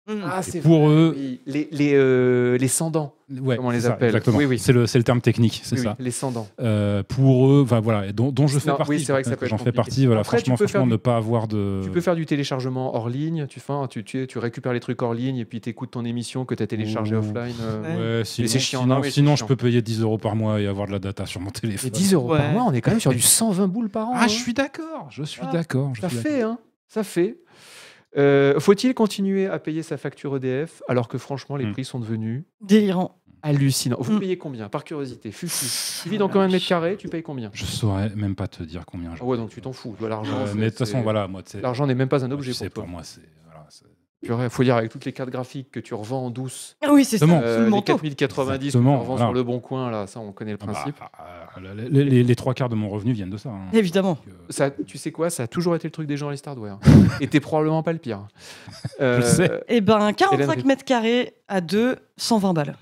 Mm. Ah, Et c'est pour eux, Oui, les, les, euh, les sans-dents. ouais, Comment on les c'est ça, appelle exactement. Oui, oui. C'est le, c'est le terme technique, c'est Oui, ça. oui, les sans-dents. Euh, pour eux, enfin, voilà, et dont, dont je fais Non, oui, partie. c'est vrai que ça peut être J'en fais compliqué. partie. Voilà, Après, tu franchement, peux franchement, faire ne du- pas avoir de. Tu peux faire du téléchargement hors ligne, tu, fin, tu, tu, tu récupères les trucs hors ligne et puis tu écoutes ton émission que tu as téléchargée Ouh. offline. euh. Ouais. Ouais, sinon, c'est chiant, sinon, non, mais c'est sinon, je chiant. peux payer 10 euros par mois et avoir de la data sur mon téléphone. Et 10 euros par Ouais. mois, on est quand même sur du 120 boules par an. Ah, hein. je suis d'accord, je suis Ah, d'accord. je Ça suis fait, hein Ça fait. Euh, Faut-il continuer à payer sa facture EDF alors que franchement les Hmm. prix sont devenus Délirant. hallucinants Vous Hmm. Ah, payez combien Par curiosité, fufu. Tu vis dans combien de mètres carrés Tu payes combien Je saurais même pas te dire combien. je- Ah Ouais, donc tu t'en fous. toi, L'argent. Euh, c'est- mais de toute façon, c'est- voilà, moi, tu sais, L'argent n'est même pas un moi, objet tu sais, pour toi. pour moi, c'est. voilà, c'est- Purée, faut dire avec toutes les cartes graphiques que tu revends en douce. Ah Oui, c'est ça. Exactement. sous euh, le les manteau. 4090 que tu Exactement, revends voilà. sur le bon coin, là, ça on connaît le Ah bah, principe. ah, ah, les, les- les- les trois quarts de mon revenu viennent de ça. hein. Évidemment. Donc, euh, Eh Ça, tu sais quoi, ça a toujours été le truc des gens à l'Istardware. Et t'es probablement pas le pire. Euh, le sais. Eh ben, 45 Rick. mètres carrés à 2, 120 balles.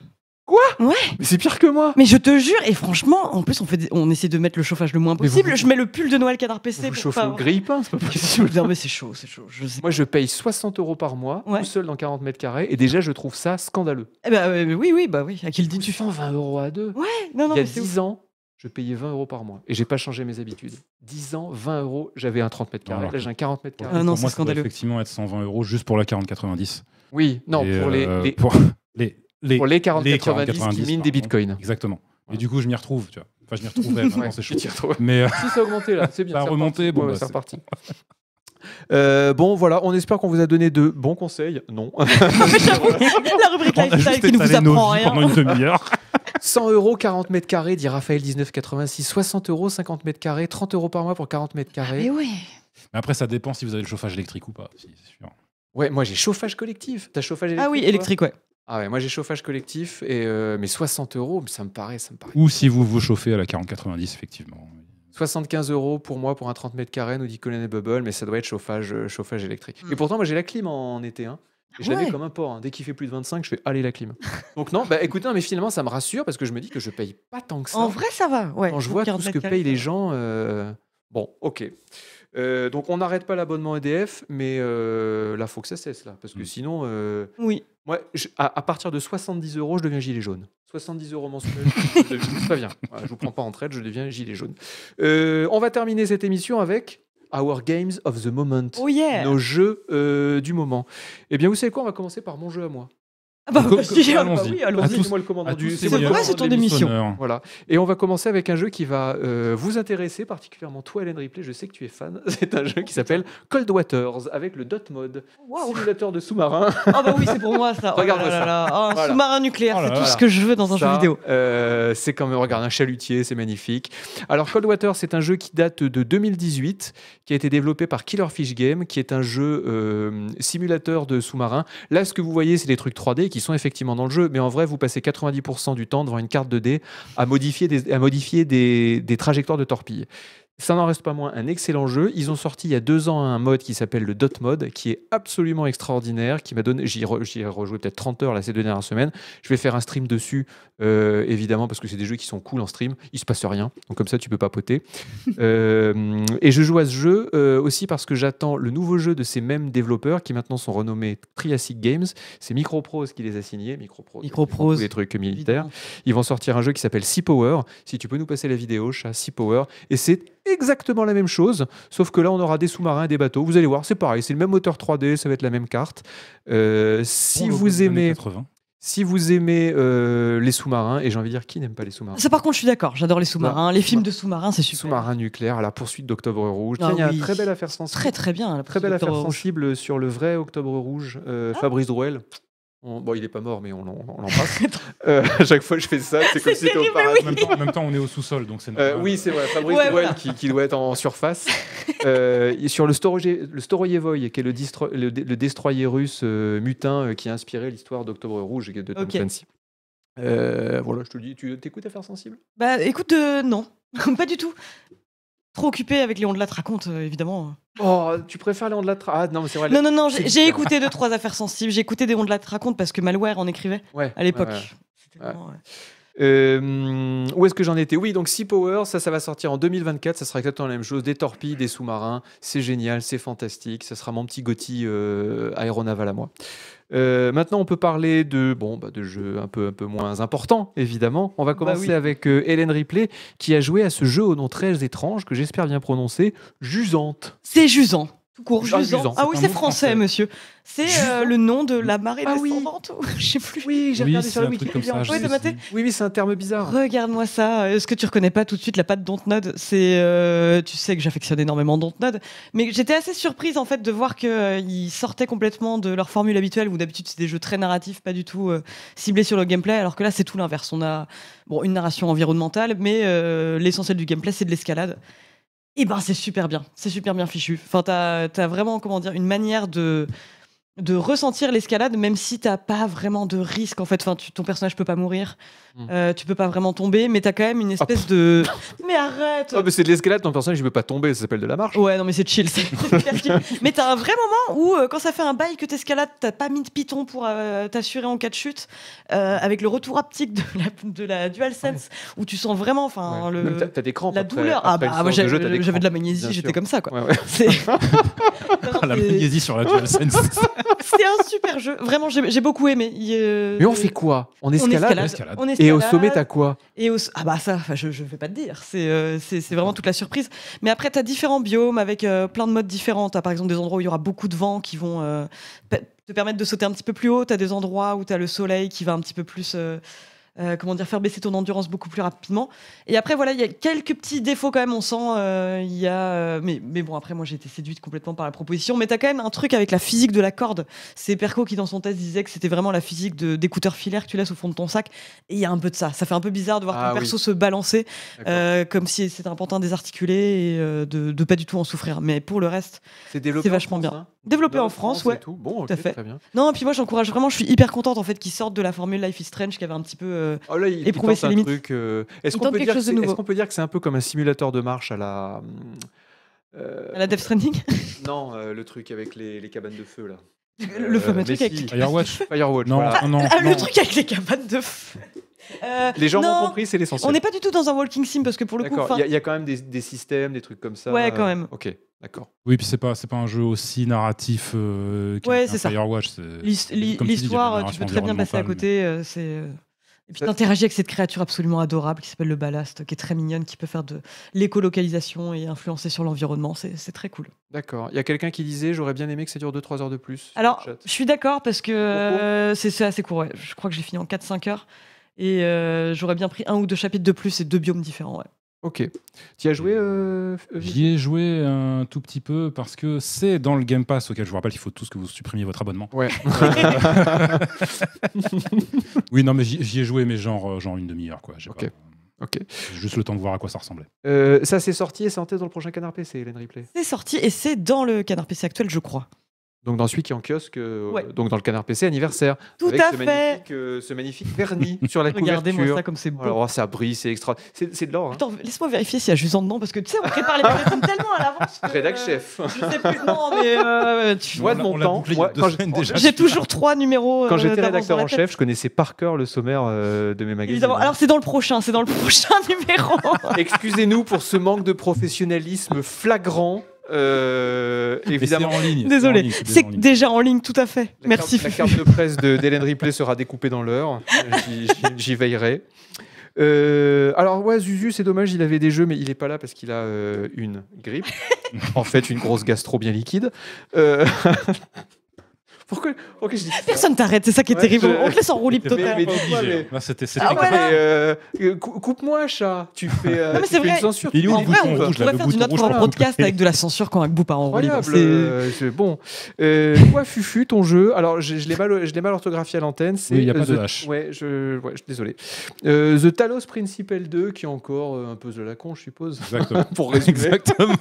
Mais c'est pire que moi Mais je te jure, et franchement, en plus, on, fait des- on essaie de mettre le chauffage le moins Mais vous- possible. Je mets le pull de Noël Canard PC Vous pour chauffez pas. au grille-pain, c'est pas possible. Non, mais c'est chaud, c'est chaud. Je sais. Moi, je paye 60 euros par mois, Ouais. tout seul dans 40 mètres carrés, et déjà, je trouve ça scandaleux. Eh ben, euh, oui, oui, bah oui. À qui le dis-tu 120 euros à deux Non, non, Il y a mais c'est ouf. 10 ans, je payais 20 euros par mois, et j'ai pas changé mes habitudes. 10 ans, 20 euros, j'avais un 30 mètres Non, carrés, alors là, j'ai un 40 mètres pour Ah le carrés. coup, non, pour c'est moi, ça doit scandaleux. effectivement être 120 euros juste pour la 4090. Oui, non, Et, pour, les, euh, les- pour les- les- pour les 40 les 90 qui 40-90, minent des pardon. bitcoins. Exactement. Et Voilà. du coup, je m'y retrouve, tu vois. Enfin, je m'y retrouvais, maintenant, c'est chaud. Tu t'y retrouves. Mais euh, Si ça a augmenté là, c'est bien. Ça a c'est remonté, reparti. bon, Ouais, bah, ouais, c'est c'est- reparti. Euh, bon, voilà, on espère qu'on vous a donné de bons conseils. Non. La rubrique on a lifestyle juste qui ne vous étalé apprend nos vies rien. pendant une demi-heure. 100 euros, 40 mètres carrés, dit Raphaël 1986. 60 euros, 50 mètres carrés, 30 euros par mois pour 40 mètres Ah, Mais carrés. ouais. Mais après, ça dépend si vous avez le chauffage électrique ou pas. si, c'est sûr. Ouais, moi j'ai chauffage collectif. T'as chauffage électrique Ah oui, toi électrique, ouais. Ah ouais, moi j'ai chauffage collectif. Et euh, mais 60 euros, ça me paraît, ça me paraît. Ou si vous vous chauffez à la 4090, effectivement. 75 euros pour moi pour un 30 mètres carrés, nous dit Colin et Bubble, mais ça doit être chauffage, euh, chauffage électrique. Et pourtant, moi j'ai la clim en, en été. Hein. Et je la mets Hmm. Ouais. comme un porc. hein. Dès qu'il fait plus de 25, je fais aller la clim. Donc, non, bah écoutez, non, mais finalement, ça me rassure parce que je me dis que je paye pas tant que ça. En vrai, ça va. Ouais. quand je vois tout 40 ce que mètres carrés. payent les gens. euh, Bon, ok. Euh, donc, on n'arrête pas l'abonnement EDF, mais euh, là, faut que ça cesse, là. Parce que Mm. sinon, euh, Oui. moi, je- à, à partir de 70 euros, je deviens gilet jaune. 70 euros mensuels, je deviens- très bien. Voilà, je vous prends pas en traite, je deviens gilet jaune. Euh, on va terminer cette émission avec Our Games of the Moment. Oh yeah. Nos jeux euh, du moment. Eh bien, vous savez quoi On va commencer par mon jeu à moi. Ah bah, Comme- bah, si, comme- ah bah allons-y. oui, À allons-y. tous- C'est moi le commandant À tous du. ces c'est moi le meilleurs. commandant Ouais, c'est ton de l'émission. émission. Voilà. Et on va commencer avec un jeu qui va euh, vous intéresser, particulièrement toi, Hélène Ripley. Je sais que tu es fan. C'est un jeu qui s'appelle Cold Waters avec le Dot Mode, Waouh. simulateur de sous-marin. Ah bah oui, c'est pour moi ça. Oh là Regarde-moi là ça. là. Ah, un Voilà. sous-marin nucléaire, Oh là c'est tout là. ce que je veux dans un Ça, jeu vidéo. euh, c'est quand même, regarde, un chalutier, c'est magnifique. Alors, Cold Water, c'est un jeu qui date de 2018, qui a été développé par Killer Fish Game, qui est un jeu euh, simulateur de sous-marin. Là, ce que vous voyez, c'est des trucs 3D qui sont effectivement dans le jeu, mais en vrai, vous passez 90% du temps devant une carte 2D à modifier des, à modifier des, des trajectoires de torpilles. Ça n'en reste pas moins un excellent jeu. Ils ont sorti il y a deux ans un mode qui s'appelle le Dot Mode, qui est absolument extraordinaire, qui m'a donné, j'y re- j'y ai rejoué peut-être 30 heures là, ces deux dernières semaines. Je vais faire un stream dessus euh, évidemment, parce que c'est des jeux qui sont cool en stream, il se passe rien, donc comme ça tu peux papoter. Euh, et je joue à ce jeu euh, aussi parce que j'attends le nouveau jeu de ces mêmes développeurs qui maintenant sont renommés Triassic Games. C'est Microprose qui les a signés, Microprose. Microprose. Tous les trucs militaires. Évidemment. Ils vont sortir un jeu qui s'appelle Sea Power. Si tu peux nous passer la vidéo, chat, Sea Power. Et c'est exactement la même chose, sauf que là on aura des sous-marins et des bateaux. Vous allez voir, c'est pareil, c'est le même moteur 3D, ça va être la même carte. Euh, si Bon, vous les années aimez 80. si vous aimez euh, les sous-marins, et j'ai envie de dire qui n'aime pas les sous-marins Ça par contre, je suis d'accord. J'adore les sous-marins. Les films de sous-marins, c'est Ah, super. Sous-marins nucléaires à la poursuite d'Octobre Rouge. Ah Tiens, il y a oui. une très belle affaire sensible, Très très bien. la très belle Docteur affaire Rouge. sensible sur le vrai Octobre Rouge, euh, Fabrice Drouel. On- Bon, il est pas mort, mais on, l'en- on l'embrasse. Euh, à chaque fois, je fais ça. C'est comme si c'était au terrible, mais paradis. En même, temps, en même temps, on est au sous-sol, donc c'est Euh, normal. oui, c'est vrai. Fabrice Ouais, Douel voilà. qui, qui doit être en surface. Euh, et sur le, Storoje- le Storoyevoy, qui est le, distro- le, dé- le destroyer russe euh, mutin euh, qui a inspiré l'histoire d'Octobre Rouge et de Tom Ok. Clancy. Euh, voilà, je te le dis, tu t'écoutes Affaires Sensibles Bah écoute, euh, non, pas du tout. Trop occupé avec Léon de la raconte, euh, évidemment. Oh, tu préfères Léon de la Tra- Ah non, mais c'est vrai. Non, non, non, j'ai c'est j'ai bizarre. écouté deux, trois affaires sensibles. J'ai écouté des Léon de la raconte parce que Malware en écrivait ouais, à l'époque. ouais, ouais. C'était vraiment, ouais. Euh, où est-ce que j'en étais Oui, donc Sea Power, ça, ça va sortir en 2024. Ça sera exactement la même chose. Des torpilles, des sous-marins. C'est génial, c'est fantastique. Ça sera mon petit Gotti euh, aéronaval à moi. Euh, maintenant, on peut parler de bon, bah, de jeux un peu un peu moins importants, évidemment. On va commencer Bah oui. avec euh, Hélène Ripley, qui a joué à ce jeu au nom très étrange que j'espère bien prononcer, Jusante. C'est Jusant. Tout court, Ah, Jusant. Jusant, Ah c'est oui, un c'est mot français, français. monsieur. C'est euh, Jusant. le nom de la marée Ah oui. descendante. ou- Je sais plus. Oui, j'ai Oui, regardé c'est sur le un truc Wikipédia. comme ça, Oui, je de sais, mater. si. oui, oui, c'est un terme bizarre. Regarde-moi ça. Est-ce que tu reconnais pas tout de suite la patte Dontnod C'est, euh, tu sais que j'affectionne énormément Dontnod, mais j'étais assez surprise en fait de voir que euh, ils sortaient complètement de leur formule habituelle où d'habitude c'est des jeux très narratifs, pas du tout euh, ciblés sur le gameplay, alors que là c'est tout l'inverse. On a bon une narration environnementale, mais euh, l'essentiel du gameplay c'est de l'escalade. Et ben c'est super bien, c'est super bien fichu. Enfin t'as as vraiment comment dire une manière de de ressentir l'escalade même si t'as pas vraiment de risque en fait. Enfin tu- ton personnage peut pas mourir. Hmm. Euh, tu peux pas vraiment tomber, mais t'as quand même une espèce de. Mais arrête Oh, mais c'est de l'escalade, ton personnage, il peut pas tomber, ça s'appelle de la marche. Ouais, non, mais c'est chill, c'est c'est hyper chill. Mais t'as un vrai moment où, euh, quand ça fait un bail que t'escalades, t'as pas mis de piton pour euh, t'assurer en cas de chute, euh, avec le retour haptique de la, de la DualSense, où tu sens vraiment enfin, Ouais. Oh, le- Même t'as- T'as des crampes. la après- douleur. Ah après une bah, moi séance de jeu, t'as j'avais des j'avais de la crampes. magnésie, Bien j'étais sûr. comme ça, quoi. Ouais, ouais. C'est. Non, non, Ah, la c'est- magnésie sur la DualSense. c'est un super jeu, vraiment, j'ai j'ai beaucoup aimé. Il, euh, Mais on fait quoi On escalade, On escalade. escalade. on Et au escalade. sommet, t'as quoi Et au- ah bah ça, enfin, je ne vais pas te dire, c'est euh, c'est- c'est vraiment toute la surprise. Mais après, tu as différents biomes avec euh, plein de modes différents. Tu as par exemple des endroits où il y aura beaucoup de vent qui vont euh, pe- te permettre de sauter un petit peu plus haut. Tu as des endroits où tu as le soleil qui va un petit peu plus... euh, euh, comment dire, faire baisser ton endurance beaucoup plus rapidement. Et après, voilà, il y a quelques petits défauts quand même, on sent. euh, Il y a, euh, mais, mais bon, après, moi, j'ai été séduite complètement par la proposition. Mais t'as quand même un truc avec la physique de la corde. C'est Perco qui, dans son test, disait que c'était vraiment la physique de- d'écouteur filaire que tu laisses au fond de ton sac. Et il y a un peu de ça. Ça fait un peu bizarre de voir Ah ton oui. perso se balancer, D'accord. euh, comme si c'était un pantin désarticulé et euh, de, de pas du tout en souffrir. Mais pour le reste, C'est développé c'est en vachement France, bien. hein développé Dans en la France, et ouais. Tout. Bon, Tout à ok, fait. très bien. Non, et puis moi, j'encourage vraiment, je suis hyper contente en fait qu'ils sortent de la formule Life is Strange qui avait un petit peu. euh, Oh là, il, il Éprouver tente ses un limites. truc, euh, Est-ce Il qu'on tente peut, quelque dire que chose de c'est- est-ce nouveau. qu'on peut dire que c'est un peu comme un simulateur de marche à la. hum, euh, à la Death Stranding, non, euh, le truc avec les, les cabanes de feu là. le fameux Euh, mais truc avec si. les Firewatch. Firewatch. Non, voilà. non, non. Ah, le non. truc avec les cabanes de feu. Euh, Les gens non, m'ont compris, c'est l'essentiel. On n'est pas du tout dans un walking sim parce que pour le coup, D'accord. enfin, Il y, a- il y a quand même des, des systèmes, des trucs comme ça. Ouais, euh, quand même. Ok, d'accord. Oui, puis c'est pas, c'est pas un jeu aussi narratif euh, qu'un- Ouais, qu'un c'est ça. Firewatch. c'est- l'his- comme tu dis, il y a l'hi- de la l'histoire, tu narration peux très bien passer à environnementale, côté. euh, c'est euh, Et puis Ça- t'interagis avec cette créature absolument adorable qui s'appelle le ballast, qui est très mignonne, qui peut faire de l'écolocalisation et influencer sur l'environnement. C'est c'est très cool. D'accord. Il y a quelqu'un qui disait j'aurais bien aimé que ça dure 2-3 heures de plus. sur le Alors, chat. je suis d'accord parce que euh, c'est c'est assez court. ouais. Je crois que j'ai fini en 4-5 heures. Et euh, j'aurais bien pris un ou deux chapitres de plus et deux biomes différents. ouais. Ok. Tu as joué euh, euh, J'y ai joué un tout petit peu parce que c'est dans le Game Pass auquel je vous rappelle qu'il faut tous que vous supprimiez votre abonnement. Ouais. Oui, non, mais j'y j'y ai joué, mais genre, euh, genre une demi-heure, quoi. J'ai Ok. pas- Ok. j'ai juste le temps de voir à quoi ça ressemblait. Euh, ça, c'est sorti et c'est en tête dans le prochain Canard PC, Hélène Ripley. C'est sorti et c'est dans le canard PC actuel, je crois. Donc dans celui qui est en kiosque, euh, Ouais. donc dans le Canard PC anniversaire. Tout avec à ce fait. Magnifique, euh, ce magnifique vernis sur la Regardez-moi couverture. ça comme c'est beau. Alors, oh, ça brille, c'est extra. C'est c'est de l'or. Hein. Attends, laisse-moi vérifier s'il y a Jusant dedans parce que tu sais, on prépare les personnes tellement à l'avance. que, Rédac euh, chef. Je sais plus, non, mais. euh, tu- Moi, de On mon l'a- on l'a temps, bouclé il y a moi, deux quand je- semaines déjà. J'ai toujours trois numéros. Quand euh, j'étais d'avance rédacteur dans en la tête. chef, je connaissais par cœur le sommaire euh, de mes magazines. Évidemment. Alors, c'est dans le prochain, c'est dans le prochain numéro. Excusez-nous pour ce manque de professionnalisme flagrant. euh, Mais c'est évidemment, en ligne. c'est en Désolé. ligne, c'est déjà C'est en ligne. déjà en ligne, tout à fait. La Merci. Carte, la Fufu. carte de presse de- d'Hélène Ripley sera découpée dans l'heure. J'y- j'y- J'y veillerai. Euh, alors, ouais, Zuzu, c'est dommage, il avait des jeux, mais il n'est pas là parce qu'il a euh, une grippe. en fait, une grosse gastro bien liquide. Euh, Pourquoi Ok, je dis. ça Personne t'arrête, c'est ça qui est Ouais, terrible. je- On te laisse en roue libre Mais- totale. mais- Pas dis-moi, obligé. mais- Là, c'était c'était Ah Mais, comme ça. voilà. euh, euh, cou- Coupe-moi, chat. Tu fais, euh, Non, mais tu c'est fais vrai. une censure. Il est où En le vrai, bouton on rouge là pourrait Le faire du bouton note rouge pour un pour couper. podcast avec de la censure quand un boupa en roue libre. Incroyable. C'est euh, C'est bon. Euh, toi, Fufu, ton jeu. Alors, je, je l'ai mal, je l'ai mal orthographié à l'antenne. c'est, Oui, il y a euh, pas de The- H. Ouais, je, ouais, je- désolé. Euh, The Talos Principal 2, qui est encore euh, un peu de la con, je suppose. Exactement. Pour résumer. Exactement.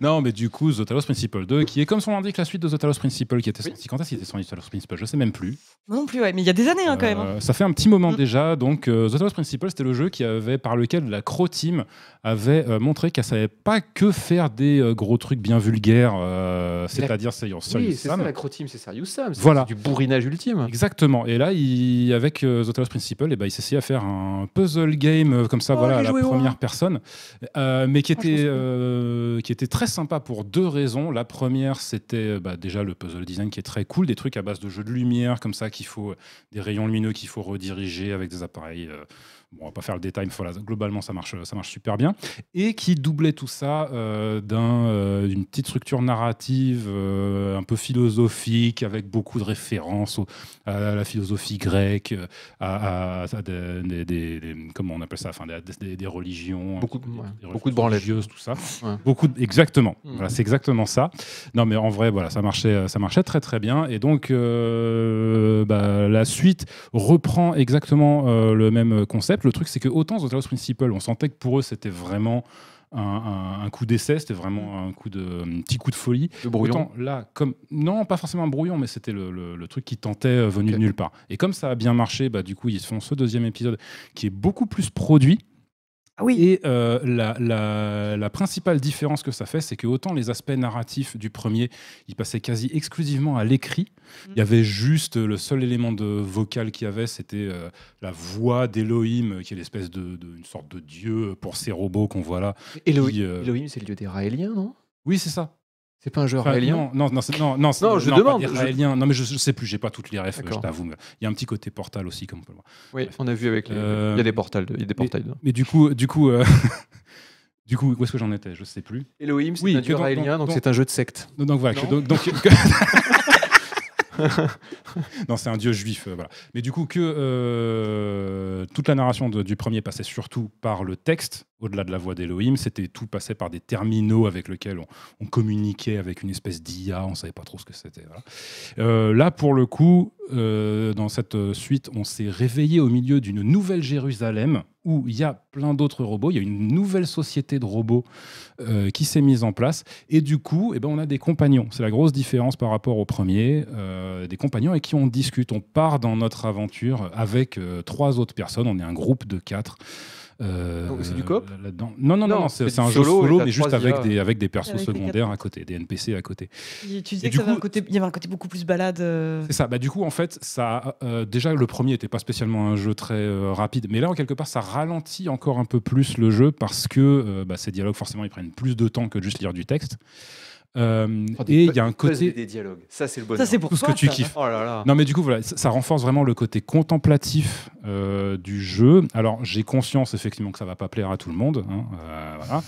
Non, mais du coup, The Talos Principle 2, qui est comme son l'indique la suite de The Talos Principle, qui était Oui. sorti quand est-ce qu'il était sorti The Talos Principle Je sais même plus. Moi non plus, ouais, mais il y a des années hein, quand même. hein. Euh, ça fait un petit moment Mm. déjà. Donc, euh, The Talos Principle, c'était le jeu qui avait, par lequel la Crow Team avait euh, montré qu'elle savait pas que faire des euh, gros trucs bien vulgaires, euh, c'est-à-dire c'est Oui, c'est ça, la Crow Team, c'est Serious Sam. c'est- Voilà. C'est du bourrinage ultime. Exactement. Et là, il- avec euh, The Talos Principle, et ben, il s'essayait à faire un puzzle game euh, comme ça, Oh, voilà, à j'ai la joué au première un. personne, Euh, mais qui Ah, je était, pense que- euh, qui était très sympa pour deux raisons. La première, c'était euh, bah, déjà le puzzle design qui est très cool, des trucs à base de jeux de lumière comme ça qu'il faut, des rayons lumineux qu'il faut rediriger avec des appareils. euh, Bon, on va pas faire le détail, mais voilà, globalement, ça marche, ça marche super bien. Et qui doublait tout ça euh, d'un, euh, d'une petite structure narrative euh, un peu philosophique, avec beaucoup de références au- à la philosophie grecque, euh, à, à- à des, des- des- des- comment on appelle ça, enfin, des, des- des religions, hein, Beaucoup de- des- ouais, des beaucoup de religions branlettes. religieuses, tout ça. Ouais. Beaucoup, de- exactement. Mm. Voilà, c'est exactement ça. Non, mais en vrai, voilà, ça marchait, ça marchait très très bien. Et donc, euh, bah, la suite reprend exactement euh, le même concept. Le truc, c'est que autant The Talos Principle, on sentait que pour eux, c'était vraiment un, un- un coup d'essai, c'était Mm. vraiment un coup de un petit coup de folie. Le brouillon. Autant là, comme non, pas forcément un brouillon, mais c'était le, le- le truc qui tentait euh, venu Ok. de nulle part. Et comme ça a bien marché, bah, du coup, ils font ce deuxième épisode qui est beaucoup plus produit. Ah oui. Et euh, la, la- la principale différence que ça fait, c'est que autant les aspects narratifs du premier, ils passaient quasi exclusivement à l'écrit. Mm. Il y avait juste euh, le seul élément de vocal qu'il y avait, c'était euh, la voix d'Elohim, euh, qui est l'espèce de, de- une sorte de dieu pour ces robots qu'on voit là. Elohim, qui, euh, Elohim, c'est le dieu des Raéliens, non Oui, c'est ça. C'est pas un jeu Enfin, raélien non, non, non, c'est- non, non, c'est- Non, je pas demande, des je- Raéliens. Non, mais je, je sais plus, j'ai pas toutes les refs, D'accord. je t'avoue. mais Il y a un petit côté portal aussi, comme on peut le voir. Oui, Bref. on a vu avec les. Euh, Il y a des portails, de- il y a des mais- portails dedans. Mais du coup, du coup, euh, du coup, où est-ce que j'en étais Je sais plus. Elohim, c'est Oui, un que dieu dans- raélien, dans- donc dans- c'est un jeu de secte. Non, Donc voilà. que- Non. donc, donc- non, c'est un dieu juif. euh, voilà. Mais du coup, que euh, toute la narration de- du premier passait surtout par le texte, au-delà de la voix d'Elohim, c'était tout passait par des terminaux avec lesquels on, on communiquait avec une espèce d'IA, on savait pas trop ce que c'était. voilà. Euh, là, pour le coup, euh, dans cette euh, suite, on s'est réveillé au milieu d'une nouvelle Jérusalem où il y a plein d'autres robots, il y a une nouvelle société de robots euh, qui s'est mise en place. Et du coup, eh ben, on a des compagnons. C'est la grosse différence par rapport au premier. euh, des compagnons avec qui on discute. On part dans notre aventure avec euh, trois autres personnes. On est un groupe de quatre. Euh, Donc, Oh, c'est du coop là-dedans. Non, non, non, Non, non, c'est c'est c'est du un jeu solo et solo, t'as mais juste trois avec IA. des, avec des persos Avec les quatre secondaires à côté, des NPC à côté. Euh, Et Tu Et disais du qu'il coup- y avait un côté beaucoup plus balade. euh, C'est ça. Bah, du coup, en fait, ça, euh, déjà, le premier n'était pas spécialement un jeu très euh, rapide. Mais là, en quelque part, ça ralentit encore un peu plus le jeu parce que euh, bah, ces dialogues, forcément, ils prennent plus de temps que de juste lire du texte. Euh, Oh, des et il pu- y a un des puzzles côté. et des dialogues. Ça, c'est le Ça, bonheur. c'est pour Tout ce toi, que tu ça. kiffes. Oh là là. Non, mais du coup, voilà, ça, ça renforce vraiment le côté contemplatif euh, du jeu. Alors, j'ai conscience effectivement que ça va pas plaire à tout le monde, hein, euh, voilà.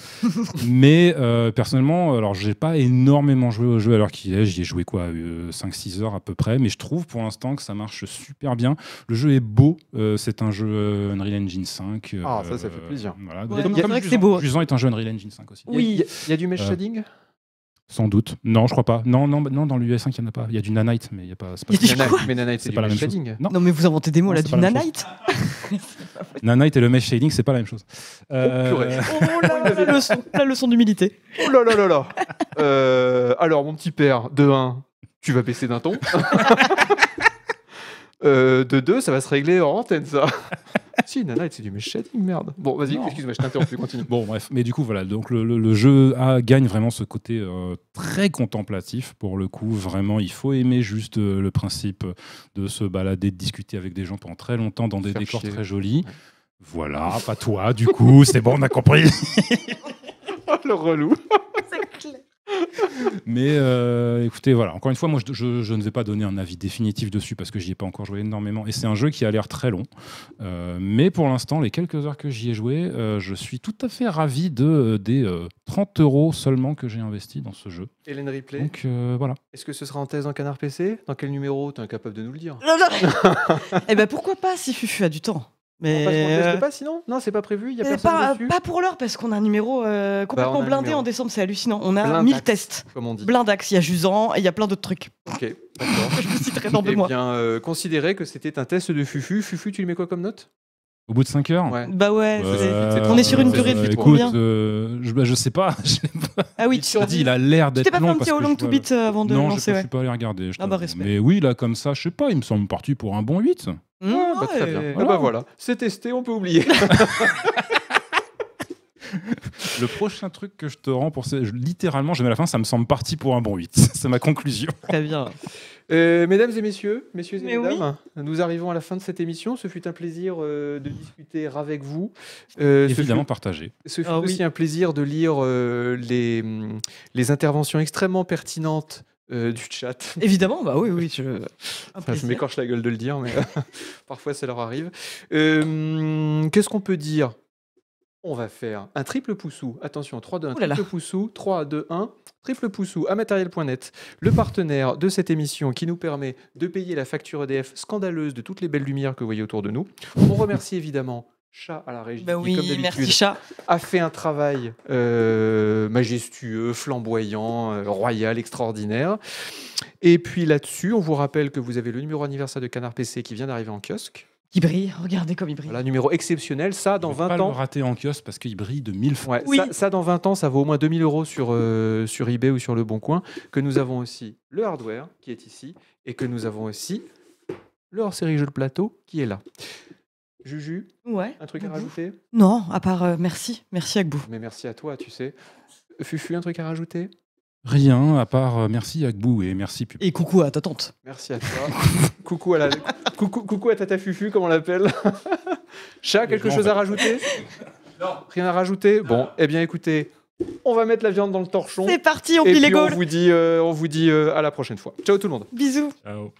mais euh, personnellement, alors j'ai pas énormément joué au jeu alors qu'il est. J'y ai joué quoi, 5-6 heures à peu près, mais je trouve pour l'instant que ça marche super bien. Le jeu est beau. euh, c'est un jeu euh, Unreal Engine 5. euh, Ah, ça, ça fait plaisir. Voilà. Ouais, c'est vrai que Jusant- c'est beau. Jusant est un jeu Unreal Engine 5 aussi. Il y a- Oui. Il y, a- il y a du mesh Euh, shading Sans doute. Non, je crois pas. Non, non, non, dans l'US5 il y en a pas. Il y a du Nanite, mais il y a pas. c'est pas- Il y a du Nanite- quoi Mais Nanite, c'est C'est du pas la mesh même chose. shading. Non. Non, mais vous inventez des mots Non, là, c'est du pas la même chose. nanite. Nanite et le mesh shading, c'est pas la même chose. Euh, purée. Oh là là, la leçon, la leçon d'humilité. Oh là là là là Euh, Alors, mon petit père, de 1, tu vas baisser d'un ton. Euh, de 2, ça va se régler en antenne, ça. si, Nanite, c'est du mesh shading, merde. Bon, vas-y, Non. excuse-moi, je t'interromps, tu continues. Bon, bref, mais du coup, voilà, donc le, le- le jeu a- gagne vraiment ce côté euh, très contemplatif. Pour le coup, vraiment, il faut aimer juste euh, le principe de se balader, de discuter avec des gens pendant très longtemps dans des Faire décors chier. très jolis. Ouais. Voilà, pas toi, du coup, c'est bon, on a compris. Oh, le relou. Mais euh, écoutez, voilà, encore une fois, moi je, je- je ne vais pas donner un avis définitif dessus parce que j'y ai pas encore joué énormément. Et c'est un jeu qui a l'air très long. Euh, mais pour l'instant, les quelques heures que j'y ai joué, euh, je suis tout à fait ravi de, euh, des euh, 30 euros seulement que j'ai investi dans ce jeu. Hélène Ripley, Donc euh, voilà. est-ce que ce sera en thèse dans Canard PC Dans quel numéro T'es incapable de nous le dire. Non, non. Eh ben pourquoi pas si Fufu a du temps. On passe- on Mais teste euh, pas sinon Non, c'est pas prévu, il y a mais personne Euh, pas, dessus. pas pour l'heure parce qu'on a un numéro euh, Bah, on complètement a un blindé numéro. en décembre, c'est hallucinant. On a Blindax. 1000 tests, Comme on dit. blindax, il y a Jusant, et il y a plein d'autres trucs. Ok, d'accord. Je vous citerai dans deux Eh mois. bien, euh, considérez que c'était un test de Fufu. Fufu, tu lui mets quoi comme note Au bout de 5 heures. Ouais. Bah ouais, euh, c'est- c'est- on est sur une c'est- durée de vie de écoute, combien euh, je, bah, je sais pas. Je l'ai Ah oui, il tu sort t'es dit, il a l'air tu t'es d'être pas fait long un petit parce que How Long je- to Beat euh, avant de non, j'ai lancer, pas- je ouais. suis pas allé regarder. je Ah bah, t'avoue. respect. Mais oui, là, comme ça, je sais pas, il me semble parti pour un bon 8. Mmh, bah, Très ouais. bien. Ah Voilà. bah voilà, c'est testé, on peut oublier. Le prochain truc que je te rends pour ce... je- littéralement, je mets la fin, ça me semble parti pour un bon 8. C'est ma conclusion. Très bien. Euh, mesdames et messieurs, messieurs et Mais mesdames, nous arrivons à la fin de cette émission. Ce fut un plaisir euh, de discuter avec vous. Euh, ce fut- Évidemment partagé. Ce fut Ah oui. aussi un plaisir de lire euh, les, hum, les interventions extrêmement pertinentes euh, du chat. Évidemment, bah oui, oui. Je... un Enfin, je plaisir. m'écorche la gueule de le dire, mais euh, parfois ça leur arrive. Euh, Qu'est-ce qu'on peut dire On va faire un triple poussou. Attention, 3, 2, 1, Ouh là là. triple poussou. 3, 2, 1, triple poussou à matériel.net, le partenaire de cette émission qui nous permet de payer la facture EDF scandaleuse de toutes les belles lumières que vous voyez autour de nous. On remercie évidemment Chat à la régie, Bah qui, comme oui, d'habitude, merci chat. a fait un travail euh, majestueux, flamboyant, euh, royal, extraordinaire. Et puis là-dessus, on vous rappelle que vous avez le numéro anniversaire de Canard PC qui vient d'arriver en kiosque. Qui brille, regardez comme il brille. Voilà, numéro exceptionnel. Ça, dans Je 20 vais pas le ans. rater en kiosque parce qu'il brille de mille fois. Ouais, Oui. ça, ça, dans 20 ans, ça vaut au moins 2000 euros sur, euh, sur eBay ou sur Le Bon Coin. Que nous avons aussi le hardware qui est ici et que nous avons aussi le hors-série jeu de plateau qui est là. Juju, Ouais. un truc à Boubou. rajouter Non, à part euh, merci, merci Agbou. Mais merci à toi, tu sais. Fufu, un truc à rajouter Rien, à part euh, merci Agbou et merci Pup. Et coucou à ta tante. Merci à toi. coucou, à la... coucou, coucou à Tata Fufu, comme on l'appelle. Chat, quelque gens, chose en à rajouter Non. Rien à rajouter Bon, eh bien écoutez, on va mettre la viande dans le torchon. C'est parti, on Et plie les puis on gaules. vous dit, euh, on vous dit euh, à la prochaine fois. Ciao tout le monde. Bisous. Ciao.